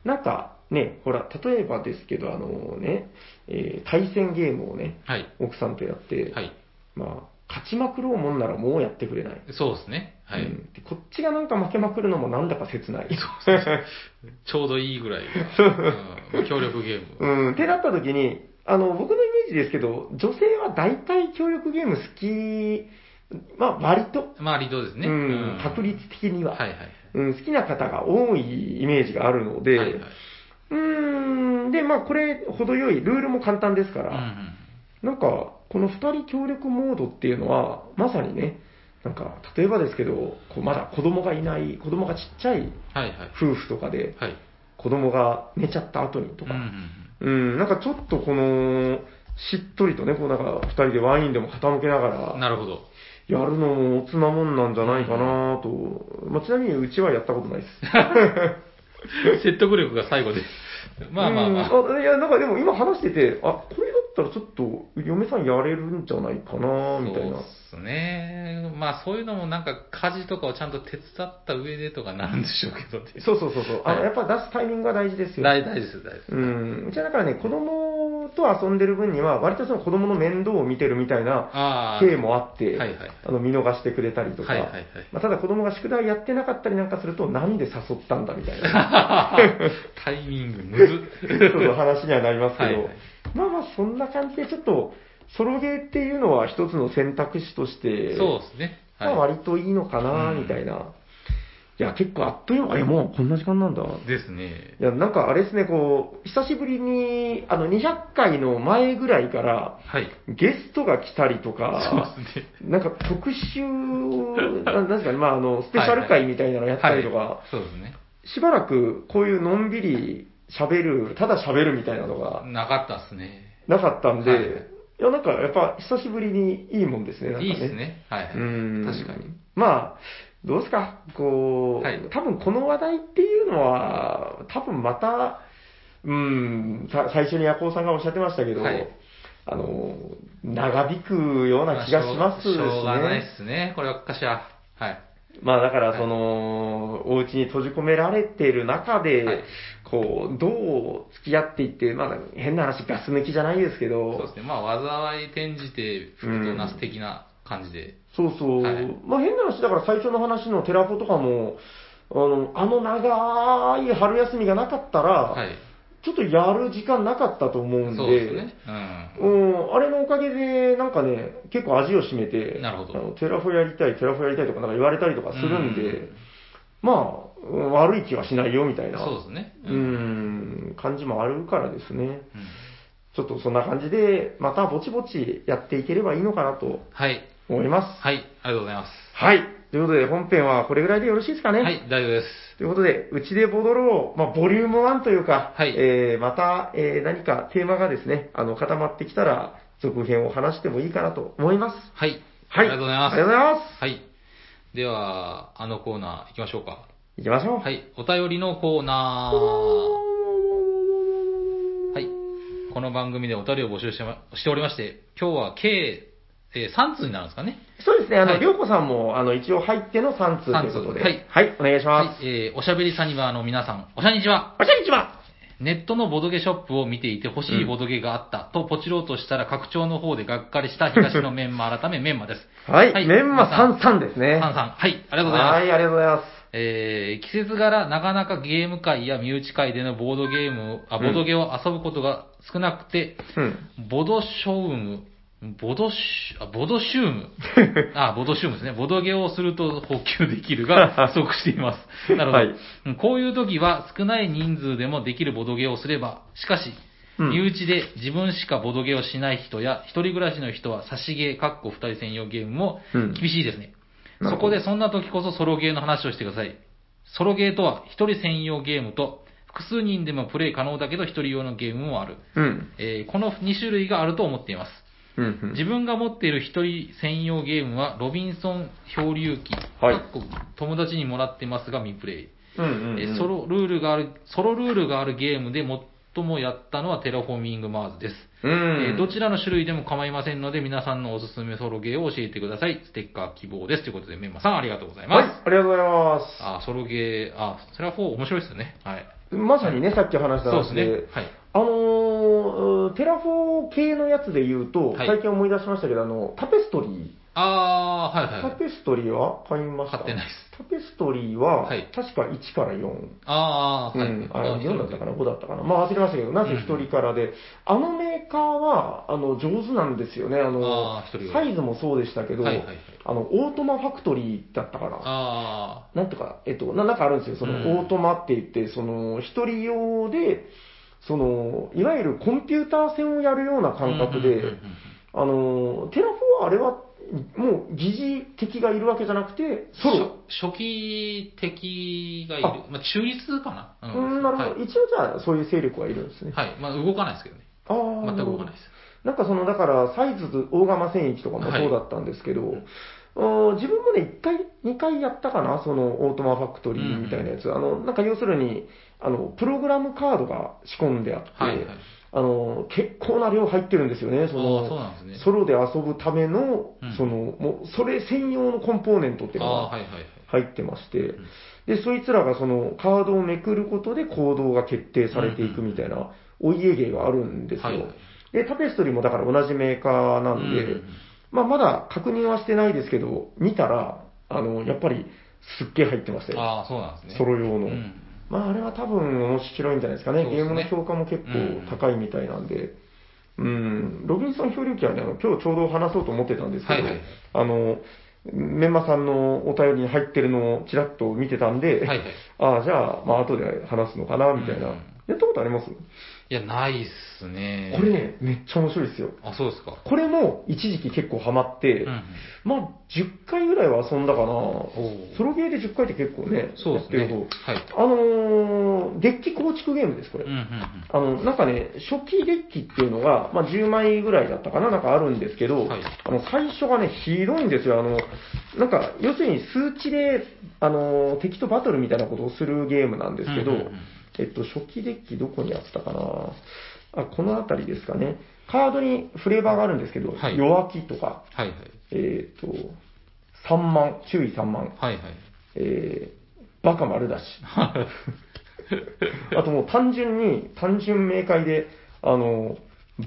[SPEAKER 2] なんか、ね、ほら、例えばですけど、あのね、えー対戦ゲームをね、
[SPEAKER 1] はい。
[SPEAKER 2] 奥さんとやって、
[SPEAKER 1] はい。
[SPEAKER 2] まあ、勝ちまくろうもんならもうやってくれない。
[SPEAKER 1] そうですね。は
[SPEAKER 2] う
[SPEAKER 1] い。
[SPEAKER 2] んでこっちがなんか負けまくるのもなんだか切ない。
[SPEAKER 1] ちょうどいいぐら い。うん協力ゲーム。
[SPEAKER 2] うん、ってなった時に、あの、僕のイメージですけど、女性は大体協力ゲーム好き、まあ、割と、
[SPEAKER 1] まあ、リードですね。
[SPEAKER 2] うん、確率的には、
[SPEAKER 1] はいはい。
[SPEAKER 2] うん、好きな方が多いイメージがあるので、
[SPEAKER 1] はいはい。
[SPEAKER 2] うん、で、まあ、これ、程よい、ルールも簡単ですか
[SPEAKER 1] うんう
[SPEAKER 2] ら、
[SPEAKER 1] ん。
[SPEAKER 2] なんか、この二人協力モードっていうのは、まさにね、なんか、例えばですけど、こうまだ子供がいない、子供がちっちゃい
[SPEAKER 1] はいはい。
[SPEAKER 2] 夫婦とかで、
[SPEAKER 1] はい。
[SPEAKER 2] 子供が寝ちゃった後にと
[SPEAKER 1] うん
[SPEAKER 2] か、
[SPEAKER 1] うんうん。
[SPEAKER 2] うん、なんかちょっとこの、しっとりとね、こうなんか二人でワインでも傾けながら、
[SPEAKER 1] なるほど。
[SPEAKER 2] やるのもおつなもんなんじゃないかなと。まあ、ちなみにうちはやったことないです。
[SPEAKER 1] 説得力が最後で。 まあまあまあ。
[SPEAKER 2] うんあいや、なんかでも今話してて、あ、これだったらちょっと嫁さんやれるんじゃないかなみたい
[SPEAKER 1] そう
[SPEAKER 2] な。
[SPEAKER 1] ですね。まあそういうのもなんか家事とかをちゃんと手伝った上でとかなるんでしょうけどね
[SPEAKER 2] そうそうそうそう。あ
[SPEAKER 1] は
[SPEAKER 2] の、
[SPEAKER 1] い
[SPEAKER 2] やっぱ出すタイミングが大事ですよ。
[SPEAKER 1] 大大事です、大事です。
[SPEAKER 2] うん。うちはだからね、子供と遊んでる分には、割とその子供の面倒を見てるみたいな
[SPEAKER 1] ああ。
[SPEAKER 2] 経もあって、
[SPEAKER 1] はいはい
[SPEAKER 2] あの見逃してくれたりとか、
[SPEAKER 1] はいはいはい
[SPEAKER 2] まあ、ただ子供が宿題やってなかったりなんかすると、なんで誘った んだみたいな、
[SPEAKER 1] タイミングむずっ。
[SPEAKER 2] そういう話にはなりますけど、
[SPEAKER 1] はいはい
[SPEAKER 2] まあまあ、そんな感じで、ちょっと、ソロゲーっていうのは一つの選択肢として、
[SPEAKER 1] そうですね。
[SPEAKER 2] まあ
[SPEAKER 1] は
[SPEAKER 2] 割といいのかな、
[SPEAKER 1] うん
[SPEAKER 2] みたいな。いや、結構あっという間、え、もうこんな時間なんだ。
[SPEAKER 1] い。ですね。
[SPEAKER 2] いや、なんかあれですね、こう、久しぶりに、あの、200回の前ぐらいから、
[SPEAKER 1] はい。
[SPEAKER 2] ゲストが来たりとか、
[SPEAKER 1] そうですね。
[SPEAKER 2] なんか特集を、ななんですかね、まあ、あの、スペシャル会みたいなのやったりとか、
[SPEAKER 1] はいそうですね。
[SPEAKER 2] しばらくこういうのんびり喋る、ただ喋るみたいなのが
[SPEAKER 1] なかったですね。
[SPEAKER 2] なかったんで、
[SPEAKER 1] はい
[SPEAKER 2] い、や、なんかやっぱ久しぶりにいいもんですね、なんかね。
[SPEAKER 1] いいですね。はい。
[SPEAKER 2] うん。
[SPEAKER 1] 確かに。
[SPEAKER 2] まあ、どうですか、こう、
[SPEAKER 1] はい
[SPEAKER 2] 多分この話題っていうのは、多分また、うん、さ最初にヤコウさんがおっしゃってましたけど、
[SPEAKER 1] はい
[SPEAKER 2] あの、長引くような気がしますしね。
[SPEAKER 1] しょうしょうがないですね。こればっかしは。はい。
[SPEAKER 2] まあだから、その、お家に閉じ込められている中で、
[SPEAKER 1] はい
[SPEAKER 2] こう、どう付き合っていって、まあ変な話、ガス抜きじゃないですけ
[SPEAKER 1] そうで
[SPEAKER 2] ど
[SPEAKER 1] す、ね。まあ、災い転じて、福となす的な感じで。
[SPEAKER 2] そうそう、
[SPEAKER 1] はい
[SPEAKER 2] まあ変な話、だから最初の話のテラフォとかも、あの、あの長い春休みがなかったら、
[SPEAKER 1] はい。
[SPEAKER 2] ちょっとやる時間なかったと思うんで、
[SPEAKER 1] そうですね。うん。
[SPEAKER 2] うん、あれのおかげで、なんかね、結構味を占めて、
[SPEAKER 1] なるほど
[SPEAKER 2] あのテラフォやりたい、テラフォやりたいとかなんか言われたりとかするんで、
[SPEAKER 1] うん
[SPEAKER 2] まあ、うん悪い気はしないよみたいな、
[SPEAKER 1] そうですね。
[SPEAKER 2] う。ん、感じもあるからですね。
[SPEAKER 1] うん
[SPEAKER 2] ちょっとそんな感じで、またぼちぼちやっていければいいのかなと
[SPEAKER 1] はい。
[SPEAKER 2] 思います。
[SPEAKER 1] はい。ありがとうございます。
[SPEAKER 2] はい。ということで、本編はこれぐらいでよろしいですかね。
[SPEAKER 1] はい。大丈夫です。
[SPEAKER 2] ということで、うちでボドロー、まあ、ボリューム1というか、
[SPEAKER 1] はい
[SPEAKER 2] えーまた、えー何かテーマがですね、あの、固まってきたら、続編を話してもいいかなと思います。
[SPEAKER 1] はい。あ
[SPEAKER 2] はい。
[SPEAKER 1] りがとうございます
[SPEAKER 2] ありがとうございま
[SPEAKER 1] はい。では、あのコーナー行きましょうか。
[SPEAKER 2] す。行きましょう。。
[SPEAKER 1] はいい。お便りのコーナー。はい。この番組でお便りを募集して,、ま、しておりまして、今日は計、え3通になるんですかね。
[SPEAKER 2] そうですね、あの、
[SPEAKER 1] はい
[SPEAKER 2] りょうこさんも、あの、一応入っての3通ということ
[SPEAKER 1] 三
[SPEAKER 2] で。
[SPEAKER 1] 通はい
[SPEAKER 2] はい、お願いし
[SPEAKER 1] は
[SPEAKER 2] ます。
[SPEAKER 1] い。えーおしゃべりサニバーの皆さん、おしゃにちは。
[SPEAKER 2] おしゃにちは
[SPEAKER 1] ネットのボドゲショップを見ていて欲しいボドゲがあったとポチろうとしたら拡張の方でがっかりした東のメンマ改めメンマです。
[SPEAKER 2] はい、
[SPEAKER 1] はい
[SPEAKER 2] メンマ33ですね。
[SPEAKER 1] サンさん、はい、ありがとうございます
[SPEAKER 2] は。い、ありがとうございます。
[SPEAKER 1] えー季節柄、なかなかゲーム会や身内会でのボードゲームを、あ、ボードゲを遊ぶことが少なくて、
[SPEAKER 2] うん。
[SPEAKER 1] ボドショウム、ボドシュ、あ、ボドシューム。 あ、ボドシュームですね。ボドゲをすると補給できる が不足しています。なるほど。
[SPEAKER 2] はい
[SPEAKER 1] うんこういう時は少ない人数でもできるボドゲをすれば、しかし、
[SPEAKER 2] うん
[SPEAKER 1] 身内で自分しかボドゲをしない人や、一人暮らしの人は差しゲー、かっこ二人専用ゲームも
[SPEAKER 2] うん
[SPEAKER 1] 厳しいですね。
[SPEAKER 2] な
[SPEAKER 1] そ
[SPEAKER 2] るほ
[SPEAKER 1] こ
[SPEAKER 2] ど
[SPEAKER 1] でそんな時こそソロゲーの話をしてください。ソロゲーとは一人専用ゲームと、複数人でもプレイ可能だけど一人用のゲームもある。
[SPEAKER 2] うん。
[SPEAKER 1] えーこの2種類があると思っています。
[SPEAKER 2] うん
[SPEAKER 1] 自分が持っている一人専用ゲームは、ロビンソン漂流記、
[SPEAKER 2] はい
[SPEAKER 1] かっこ友達にもらってますが未プレイ、
[SPEAKER 2] うん。うん。
[SPEAKER 1] え
[SPEAKER 2] う
[SPEAKER 1] ー
[SPEAKER 2] ん。
[SPEAKER 1] ソロルールがある。ソロルールがあるゲームで最もやったのはテラフォーミングマーズです。
[SPEAKER 2] うん。
[SPEAKER 1] えーどちらの種類でも構いませんので、皆さんのおすすめソロゲーを教えてください。ステッカー希望です。ということで、メンマさんありがとうござい
[SPEAKER 2] はい
[SPEAKER 1] ます。、
[SPEAKER 2] ありがとうございます。
[SPEAKER 1] あーソロゲー、あー、テラフォー面白いですよね。はい。
[SPEAKER 2] まさにね、さっき話した
[SPEAKER 1] そうで
[SPEAKER 2] 話
[SPEAKER 1] す
[SPEAKER 2] で、
[SPEAKER 1] ね。はい。
[SPEAKER 2] あのーテラフォー系のやつで言うと、
[SPEAKER 1] はい
[SPEAKER 2] 最近思い出しましたけど、あの、タペストリー。
[SPEAKER 1] あー、はいはい
[SPEAKER 2] タ
[SPEAKER 1] はい。
[SPEAKER 2] ペストリーは買いました
[SPEAKER 1] 買ってないで
[SPEAKER 2] タペストリーは、
[SPEAKER 1] はい
[SPEAKER 2] 確か1から4。
[SPEAKER 1] あー、
[SPEAKER 2] う
[SPEAKER 1] はい。
[SPEAKER 2] ん、あれ
[SPEAKER 1] あー
[SPEAKER 2] 4だったかな、5だったかな、まあ忘れましたけど、なぜ1人からで、あのメーカーはあの上手なんですよね、あの
[SPEAKER 1] あー一人用
[SPEAKER 2] サイズもそうでしたけど、
[SPEAKER 1] はいはいはい
[SPEAKER 2] あのオートマファクトリーだったかな、
[SPEAKER 1] あ
[SPEAKER 2] なんとか、えっと、ななんかあるんですよ、そ
[SPEAKER 1] う
[SPEAKER 2] の、
[SPEAKER 1] ん
[SPEAKER 2] オートマって言って、その、一人用で、その、いわゆるコンピューター戦をやるような
[SPEAKER 1] ー
[SPEAKER 2] 感覚
[SPEAKER 1] うんうんうん
[SPEAKER 2] で、あの、テラフォーはあれは、もう疑似敵がいるわけじゃなくて、ソロ。
[SPEAKER 1] 初初期的がいる。
[SPEAKER 2] あ
[SPEAKER 1] まあ、中立かな。
[SPEAKER 2] うん、なるほど。一応じゃあ、そういう勢力はいるんですね。
[SPEAKER 1] はい。はい。まあ、動かないですけどね。
[SPEAKER 2] ああ、
[SPEAKER 1] 全く動かないです。
[SPEAKER 2] なんかその、だから、サイズと大釜戦役とかもそうだったんですけど、うん自分もね、1回、2回やったかな、その、オートマファクトリーみたいなやつ。あの、なんか要するに、あの、プログラムカードが仕込んであって、
[SPEAKER 1] はい、はい。
[SPEAKER 2] あの、結構な量入ってるんですよ
[SPEAKER 1] あ
[SPEAKER 2] ね、そ
[SPEAKER 1] ーそう
[SPEAKER 2] の、
[SPEAKER 1] なんですね。
[SPEAKER 2] ソロで遊ぶための、
[SPEAKER 1] うん
[SPEAKER 2] その、もう、それ専用のコンポーネントっていう
[SPEAKER 1] あ
[SPEAKER 2] の
[SPEAKER 1] あー、は
[SPEAKER 2] が
[SPEAKER 1] いはいはい。
[SPEAKER 2] 入ってまして、で、そいつらがその、カードをめくることで行動が決定されていくみたいな、お家芸があるんですよ。
[SPEAKER 1] はいはい。
[SPEAKER 2] で、タペストリーもだから同じメーカーなんで、
[SPEAKER 1] うんうん
[SPEAKER 2] まあまだ確認はしてないですけど、見たら、あの、やっぱりすっげえ入ってましたよ。
[SPEAKER 1] ああ、そうなんですね。
[SPEAKER 2] ソロ用
[SPEAKER 1] う
[SPEAKER 2] の。
[SPEAKER 1] ん。
[SPEAKER 2] まああれは多分面白いんじゃないですかね。
[SPEAKER 1] そうで
[SPEAKER 2] ゲ
[SPEAKER 1] すね
[SPEAKER 2] ームの評価も結構高いみたいなんで、うん、ロビンソン漂流記はね、あの今日ちょうど話そうと思ってたんですけど、
[SPEAKER 1] はいはい
[SPEAKER 2] あの、メンマさんのお便りに入ってるのをちらっと見てたんで、
[SPEAKER 1] はいはい。
[SPEAKER 2] ああ、じゃあ、まあ、後で話すのかな、みたいな。
[SPEAKER 1] うん
[SPEAKER 2] やったことありますこ
[SPEAKER 1] いや、ないっすね。
[SPEAKER 2] れね、めっちゃ面白いですよ。
[SPEAKER 1] あ、そうですか。
[SPEAKER 2] これも一時期結構ハマって、
[SPEAKER 1] うんうん。
[SPEAKER 2] まあ、10回ぐらいは遊んだかな。
[SPEAKER 1] う
[SPEAKER 2] ソロゲーで10回って結構ね、
[SPEAKER 1] そうですね
[SPEAKER 2] やってる
[SPEAKER 1] はい。
[SPEAKER 2] と。あのーデッキ構築ゲームです、これ。
[SPEAKER 1] うんうんうん。
[SPEAKER 2] あの、なんかね、初期デッキっていうのが、まあ、10枚ぐらいだったかな、なんかあるんですけど、
[SPEAKER 1] はい
[SPEAKER 2] あの、最初がね、ひどいんですよ。あの、なんか、要するに数値で、あの、敵とバトルみたいなことをするゲームなんですけど、
[SPEAKER 1] うんうんうん
[SPEAKER 2] えっと、初期デッキどこにあったかなあ、このあたりですかね。カードにフレーバーがあるんですけど、
[SPEAKER 1] はい
[SPEAKER 2] 弱気とか、
[SPEAKER 1] はいはい。
[SPEAKER 2] えっと、3万、注意3万、
[SPEAKER 1] はい はい。
[SPEAKER 2] えー、バカ丸 出し。あともう単純に、単純明快で、あの、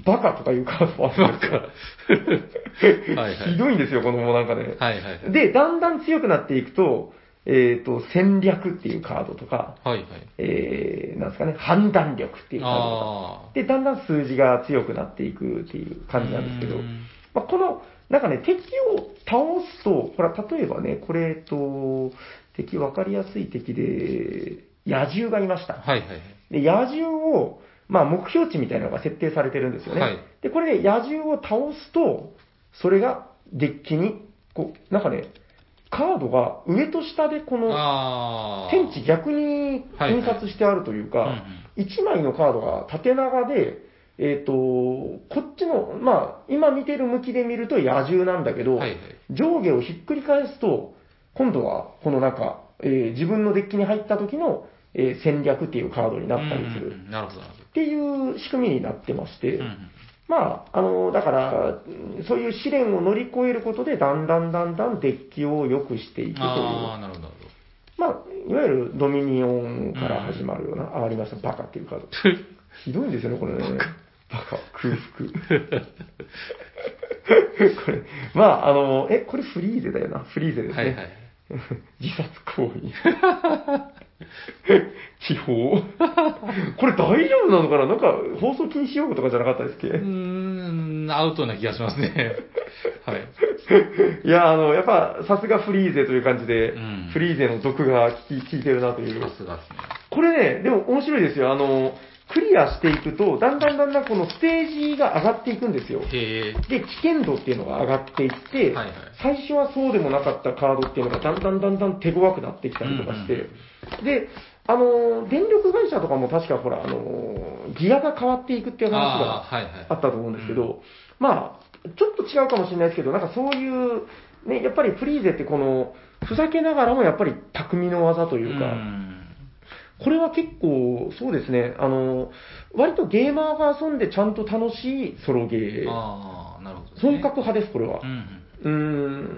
[SPEAKER 2] バカとかいうカードもあるんですよ。
[SPEAKER 1] はいはい
[SPEAKER 2] ひどいんですよ、このもうなんかね。
[SPEAKER 1] はいはい。
[SPEAKER 2] で、だんだん強くなっていくと、えっ、と、戦略っていうカードとか、
[SPEAKER 1] はいはい。
[SPEAKER 2] えー、なんですかね、判断力っていうカードとか。
[SPEAKER 1] あ
[SPEAKER 2] で、だんだん数字が強くなっていくっていう
[SPEAKER 1] あ。
[SPEAKER 2] 感じなんですけど
[SPEAKER 1] うー、ん
[SPEAKER 2] まあ、この、なんかね、敵を倒すと、ほら、例えばね、これ、えっと、敵、わかりやすい敵で、野獣がいました。
[SPEAKER 1] はいはいはい。
[SPEAKER 2] で、野獣を、まあ、目標値みたいなのが設定されてるんですよね。
[SPEAKER 1] はい
[SPEAKER 2] で、これで野獣を倒すと、それがデッキに、こう、なんかね、カードが上と下でこの、
[SPEAKER 1] ああ。
[SPEAKER 2] 天地逆に
[SPEAKER 1] はいはい
[SPEAKER 2] 印刷してあるとい
[SPEAKER 1] う
[SPEAKER 2] う
[SPEAKER 1] んう
[SPEAKER 2] か、
[SPEAKER 1] ん
[SPEAKER 2] 1枚のカードが縦長で、えっ、と、こっちの、まあ、今見てる向きで見ると野獣なんだけど、
[SPEAKER 1] はいはい。
[SPEAKER 2] 上下をひっくり返すと、今度はこの中、えー自分のデッキに入った時の、えー戦略っていうカードになったりす
[SPEAKER 1] うんう
[SPEAKER 2] る
[SPEAKER 1] んうんなるほどなるほど。
[SPEAKER 2] っていう仕組みになってまして、
[SPEAKER 1] うんうん
[SPEAKER 2] まあ、あの、だから、うんそういう試練を乗り越えることで、だんだんだんだんデッキを良くしていくという、
[SPEAKER 1] ああ、なるほどなるほど。
[SPEAKER 2] まあ、いわゆるドミニオンから始まるような、あ、ありました、バカっていうカード。ひどいんですよね、これね。バカ、空腹。 これ、まあ、あの、え、これフリーゼだよな、フリーゼですね。
[SPEAKER 1] はいはい。
[SPEAKER 2] 自殺行為。 地方。 これ大丈夫なのかななんか放送禁止用語とかじゃなかったですっ
[SPEAKER 1] うーん、アウトな気がします ね。はい。
[SPEAKER 2] けいや、あの、やっぱさすがフリーゼという感じで、
[SPEAKER 1] うん
[SPEAKER 2] フリーゼの毒が効き効いてるなという
[SPEAKER 1] さ。すがですね。
[SPEAKER 2] これね、でも面白いですよ。あの、クリアしていくと、だんだんだんだんこのステージが上がっていくんですよ。
[SPEAKER 1] へえ。
[SPEAKER 2] で、危険度っていうのが上がっていって、
[SPEAKER 1] はいはい
[SPEAKER 2] 最初はそうでもなかったカードっていうのがだんだんだんだん手強くなってきたりとかして、
[SPEAKER 1] うん
[SPEAKER 2] で、あのー、電力会社とかも確かほら、あのー、ギアが変わっていくっていう話
[SPEAKER 1] あ
[SPEAKER 2] が
[SPEAKER 1] あ、はいはい。
[SPEAKER 2] あったと思うんですけど、まあ、ちょっと違うかもしれないですけど、なんかそういう、ね、やっぱりフリーゼってこの、ふざけながらもやっぱり匠の技と
[SPEAKER 1] う
[SPEAKER 2] いうか、
[SPEAKER 1] ん
[SPEAKER 2] これは結構、そうですね、あのー、割とゲーマーが遊んでちゃんと楽しいソロゲー、
[SPEAKER 1] ああ、なるほど、ね。
[SPEAKER 2] 本格派です、これは。
[SPEAKER 1] うんうん。
[SPEAKER 2] うー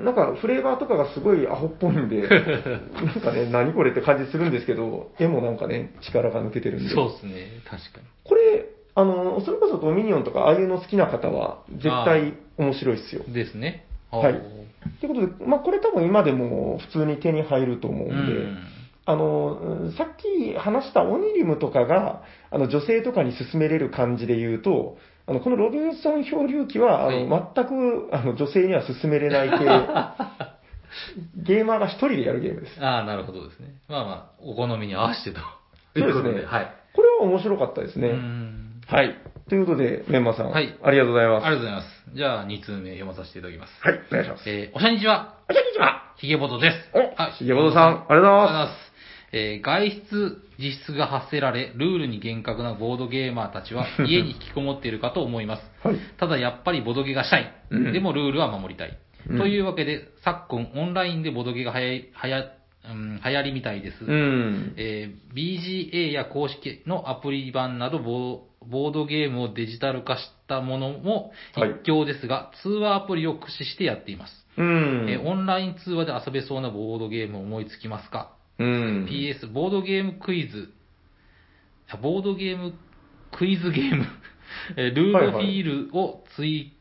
[SPEAKER 2] ん、なんかフレーバーとかがすごいアホっぽ いんで、なんかね、何これって感じするんですけど、絵もなんかね、力が抜けてるんで。
[SPEAKER 1] そうですね、確かに。
[SPEAKER 2] これ、あの、それこそドミニオンとか、ああいうの好きな方は、絶対面白いっすよ。
[SPEAKER 1] ですね。
[SPEAKER 2] はい
[SPEAKER 1] あー
[SPEAKER 2] ということで、まあこれ多分今でも普通に手に入ると思うん
[SPEAKER 1] う
[SPEAKER 2] で、
[SPEAKER 1] ん。
[SPEAKER 2] あの、さっき話したオニリムとかが、あの、女性とかに勧めれる感じで言うと、あの、このロビンソン漂流記は、あの、
[SPEAKER 1] は
[SPEAKER 2] 全く、あの、女性には勧めれない 系、ゲーマーが一人でやるゲームです。
[SPEAKER 1] ああ、なるほどですね。まあまあ、お好みに合わせてと。
[SPEAKER 2] そうですね
[SPEAKER 1] といことはい。
[SPEAKER 2] これは面白かったですね。
[SPEAKER 1] うん
[SPEAKER 2] はい。ということで、メンマさん、
[SPEAKER 1] はい
[SPEAKER 2] ありがとうござい
[SPEAKER 1] あ
[SPEAKER 2] ま
[SPEAKER 1] りがと
[SPEAKER 2] す。はい、
[SPEAKER 1] うございます。じゃあ、2通目読まさせていただきます。
[SPEAKER 2] お願いします。
[SPEAKER 1] えー、おしゃにちは、
[SPEAKER 2] あ、じゃあ、こんにちは。
[SPEAKER 1] ひげぼとです。
[SPEAKER 2] お、
[SPEAKER 1] はい
[SPEAKER 2] ひげぼとさん、ありがとうご
[SPEAKER 1] ありがとうご
[SPEAKER 2] ざ
[SPEAKER 1] ざい
[SPEAKER 2] いま
[SPEAKER 1] ます。えー外出自粛が発せられ、ルールに厳格なボードゲーマーたち は家に引きこもっているかと思います。
[SPEAKER 2] す。はい。
[SPEAKER 1] ただやっぱりボドゲがしたい。
[SPEAKER 2] うん
[SPEAKER 1] でもルールは守りたい。
[SPEAKER 2] うん
[SPEAKER 1] というわけで、昨今オンラインでボドゲが流行り流行うん流行りみたいです。
[SPEAKER 2] うん。
[SPEAKER 1] えー BGA や公式のアプリ版などボボードゲームをデジタル化したものも
[SPEAKER 2] はい
[SPEAKER 1] 一強ですが、通話アプリを駆使してやっています、
[SPEAKER 2] うん。
[SPEAKER 1] えーオンライン通話で遊べそうなボードゲームを思いつきますか、
[SPEAKER 2] うん。
[SPEAKER 1] PS ボードゲームクイズ、あボードゲームクイズゲーム、 えールールフィールをツイ,、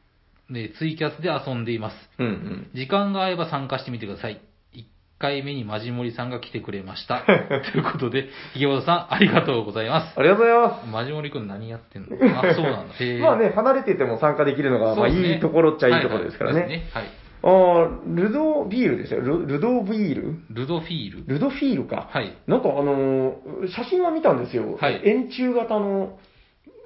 [SPEAKER 1] ねツイキャスで遊んでいます。
[SPEAKER 2] うん。
[SPEAKER 1] 時間が合えば参加してみてください。一回目にマジモリさんが来てくれま した。ということで、ひげぼさん、ありがとうございます。
[SPEAKER 2] ありがとうございま
[SPEAKER 1] マジモリくん何やってんのあ、そうなんだ。へ
[SPEAKER 2] す。
[SPEAKER 1] ー
[SPEAKER 2] まあ、ね、離れてても参加できるのが、まあ、
[SPEAKER 1] そうですね
[SPEAKER 2] いいところっちゃいいところですから
[SPEAKER 1] はいはい
[SPEAKER 2] ね。
[SPEAKER 1] ですはい。
[SPEAKER 2] ああールドービールですよ。ルルドービール
[SPEAKER 1] ルドフィール。
[SPEAKER 2] ルドフィールか。
[SPEAKER 1] はい。
[SPEAKER 2] なんかあのー写真は見たんですよ。
[SPEAKER 1] はい
[SPEAKER 2] 円柱型の、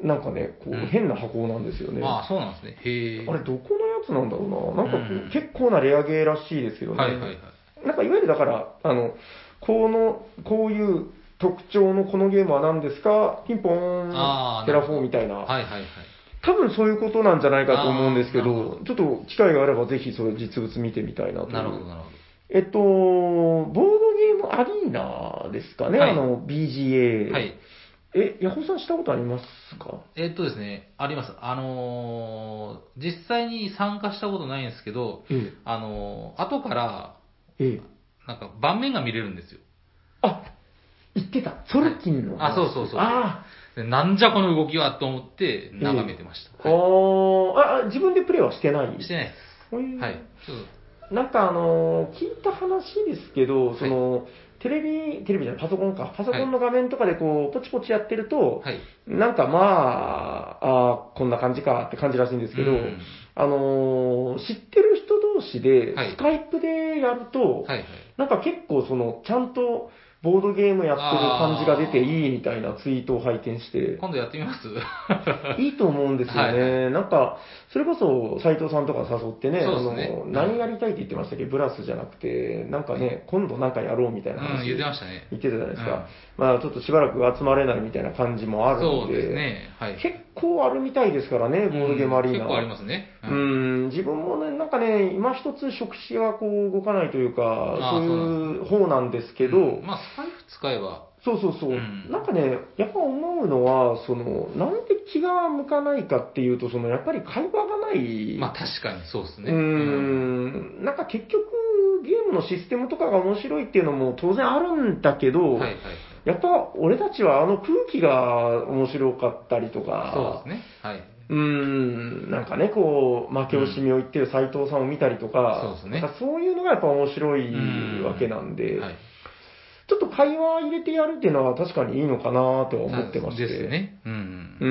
[SPEAKER 2] なんかね、こう
[SPEAKER 1] うん
[SPEAKER 2] 変な箱なんですよね。
[SPEAKER 1] ああ、そうなんですね。へえ。
[SPEAKER 2] あれ、どこのやつなんだろうな。なんかこう、
[SPEAKER 1] うん
[SPEAKER 2] 結構なレアゲーらしいですけどね。
[SPEAKER 1] はいはいはい。
[SPEAKER 2] なんかいわゆるだから、あの、この、こういう特徴のこのゲームは何ですかピンポー
[SPEAKER 1] あ
[SPEAKER 2] ン、
[SPEAKER 1] ー
[SPEAKER 2] テラフォーみたいな。
[SPEAKER 1] はいはいはい。
[SPEAKER 2] 多分そういうことなんじゃないかと思うんですけ
[SPEAKER 1] あーなる
[SPEAKER 2] ど、ちょっと機会があればぜひそれ実物見てみたいなという
[SPEAKER 1] なるほどなるほど。
[SPEAKER 2] えっと、ボードゲームアリーナですかね、
[SPEAKER 1] はい
[SPEAKER 2] あの、BGA。
[SPEAKER 1] はい。
[SPEAKER 2] え、ヤホーさんしたことありますか
[SPEAKER 1] えっとですね、あります。あのー実際に参加したことないんですけど、
[SPEAKER 2] ええ。
[SPEAKER 1] あのー後から、
[SPEAKER 2] ええ。
[SPEAKER 1] なんか盤面が見れるんですよ。
[SPEAKER 2] あ、言ってた。ソルキンの話。
[SPEAKER 1] あそうそうそう
[SPEAKER 2] あ
[SPEAKER 1] でなんじゃこの動きはと思って眺めてました。
[SPEAKER 2] ー
[SPEAKER 1] は
[SPEAKER 2] あーあ、自分でプレイはしてない
[SPEAKER 1] いしてないで
[SPEAKER 2] ほい
[SPEAKER 1] す。はい。ちょっ
[SPEAKER 2] なんかあのー聞いた話ですけど、その、テレビ、テレビじゃない、パソコンか。パソコンの画面とかでこう、ポチポチやってる
[SPEAKER 1] と
[SPEAKER 2] と、
[SPEAKER 1] はい。
[SPEAKER 2] なんかまあ、あーこんな感じかって感じらしいんですけど、
[SPEAKER 1] うん
[SPEAKER 2] あのー知ってる人同士で
[SPEAKER 1] はい、
[SPEAKER 2] スカイプでやると、
[SPEAKER 1] はいはい。
[SPEAKER 2] なんか結構その、ちゃんとボードゲームやってる感じが出ていいみたいなツイートを拝見して、
[SPEAKER 1] 今度やってみます
[SPEAKER 2] いいと思うんですよね。
[SPEAKER 1] はい
[SPEAKER 2] なんか、それこそ斉藤さんとか誘ってね、
[SPEAKER 1] そうですね
[SPEAKER 2] あの何やりたいって言ってましたっけブラスじゃなくて、なんかね、今度なんかやろうみたいな
[SPEAKER 1] うん、
[SPEAKER 2] 話
[SPEAKER 1] 言
[SPEAKER 2] 言
[SPEAKER 1] ってま
[SPEAKER 2] っ
[SPEAKER 1] したね。
[SPEAKER 2] てたじゃないですか。まあちょっとしばらく集まれないみたいな感じもある
[SPEAKER 1] そう
[SPEAKER 2] ので、
[SPEAKER 1] ですね。はい。
[SPEAKER 2] 結構あるみたいですからね、ボードゲームアリーナ。
[SPEAKER 1] 結構ありますね。
[SPEAKER 2] う
[SPEAKER 1] うん
[SPEAKER 2] ん、自分もね、なんかね、今一つ触手がこう動かないというか、
[SPEAKER 1] あ
[SPEAKER 2] そ
[SPEAKER 1] ー
[SPEAKER 2] ういう方なんですけど、
[SPEAKER 1] うんまあ、スカイフ使えば、
[SPEAKER 2] そうそうそう、
[SPEAKER 1] うん
[SPEAKER 2] なんかね、やっぱ思うのは、その、なんで気が向かないかっていうと、その、やっぱり会話がない。
[SPEAKER 1] まあ確かにそうです
[SPEAKER 2] う
[SPEAKER 1] ね。
[SPEAKER 2] ーん、なんか結局、ゲームのシステムとかが面白いっていうのも当然あるんだけ
[SPEAKER 1] う
[SPEAKER 2] ど、
[SPEAKER 1] んはいはい。
[SPEAKER 2] やっぱ俺たちはあの空気が面白かったりとか、
[SPEAKER 1] そうですね。はい。
[SPEAKER 2] うーん、なんかね、こう、負け惜しみを言ってる斎藤さんを見たりとか、
[SPEAKER 1] そうですね
[SPEAKER 2] なんかそういうのがやっぱ面白
[SPEAKER 1] う
[SPEAKER 2] い
[SPEAKER 1] ん
[SPEAKER 2] わけなんで、
[SPEAKER 1] はい
[SPEAKER 2] ちょっと会話入れてやるっていうのは確かにいいのかなとは思ってまして。
[SPEAKER 1] ですね。うん
[SPEAKER 2] うー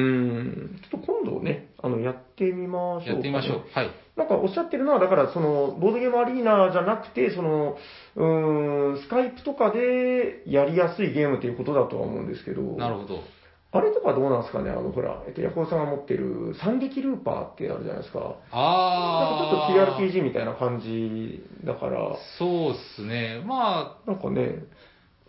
[SPEAKER 2] ん。ちょっと今度ね、あの、やってみま
[SPEAKER 1] うん。
[SPEAKER 2] しょう
[SPEAKER 1] や
[SPEAKER 2] かね、
[SPEAKER 1] ってみましょう。はい。
[SPEAKER 2] なんかおっしゃってるのは、だからその、ボードゲームアリーナじゃなくて、その、うーん、スカイプとかでやりやすいゲームということだとは思うんですけど。
[SPEAKER 1] なるほど。
[SPEAKER 2] あれとかどうなんですかねあの、ほら、えっと、ヤコウさんが持ってる三撃ルーパーってあるじゃないですか。なんか
[SPEAKER 1] ああ。
[SPEAKER 2] ちょっと TRPG みたいな感じだから、
[SPEAKER 1] そうですね。まあ、
[SPEAKER 2] なんかね、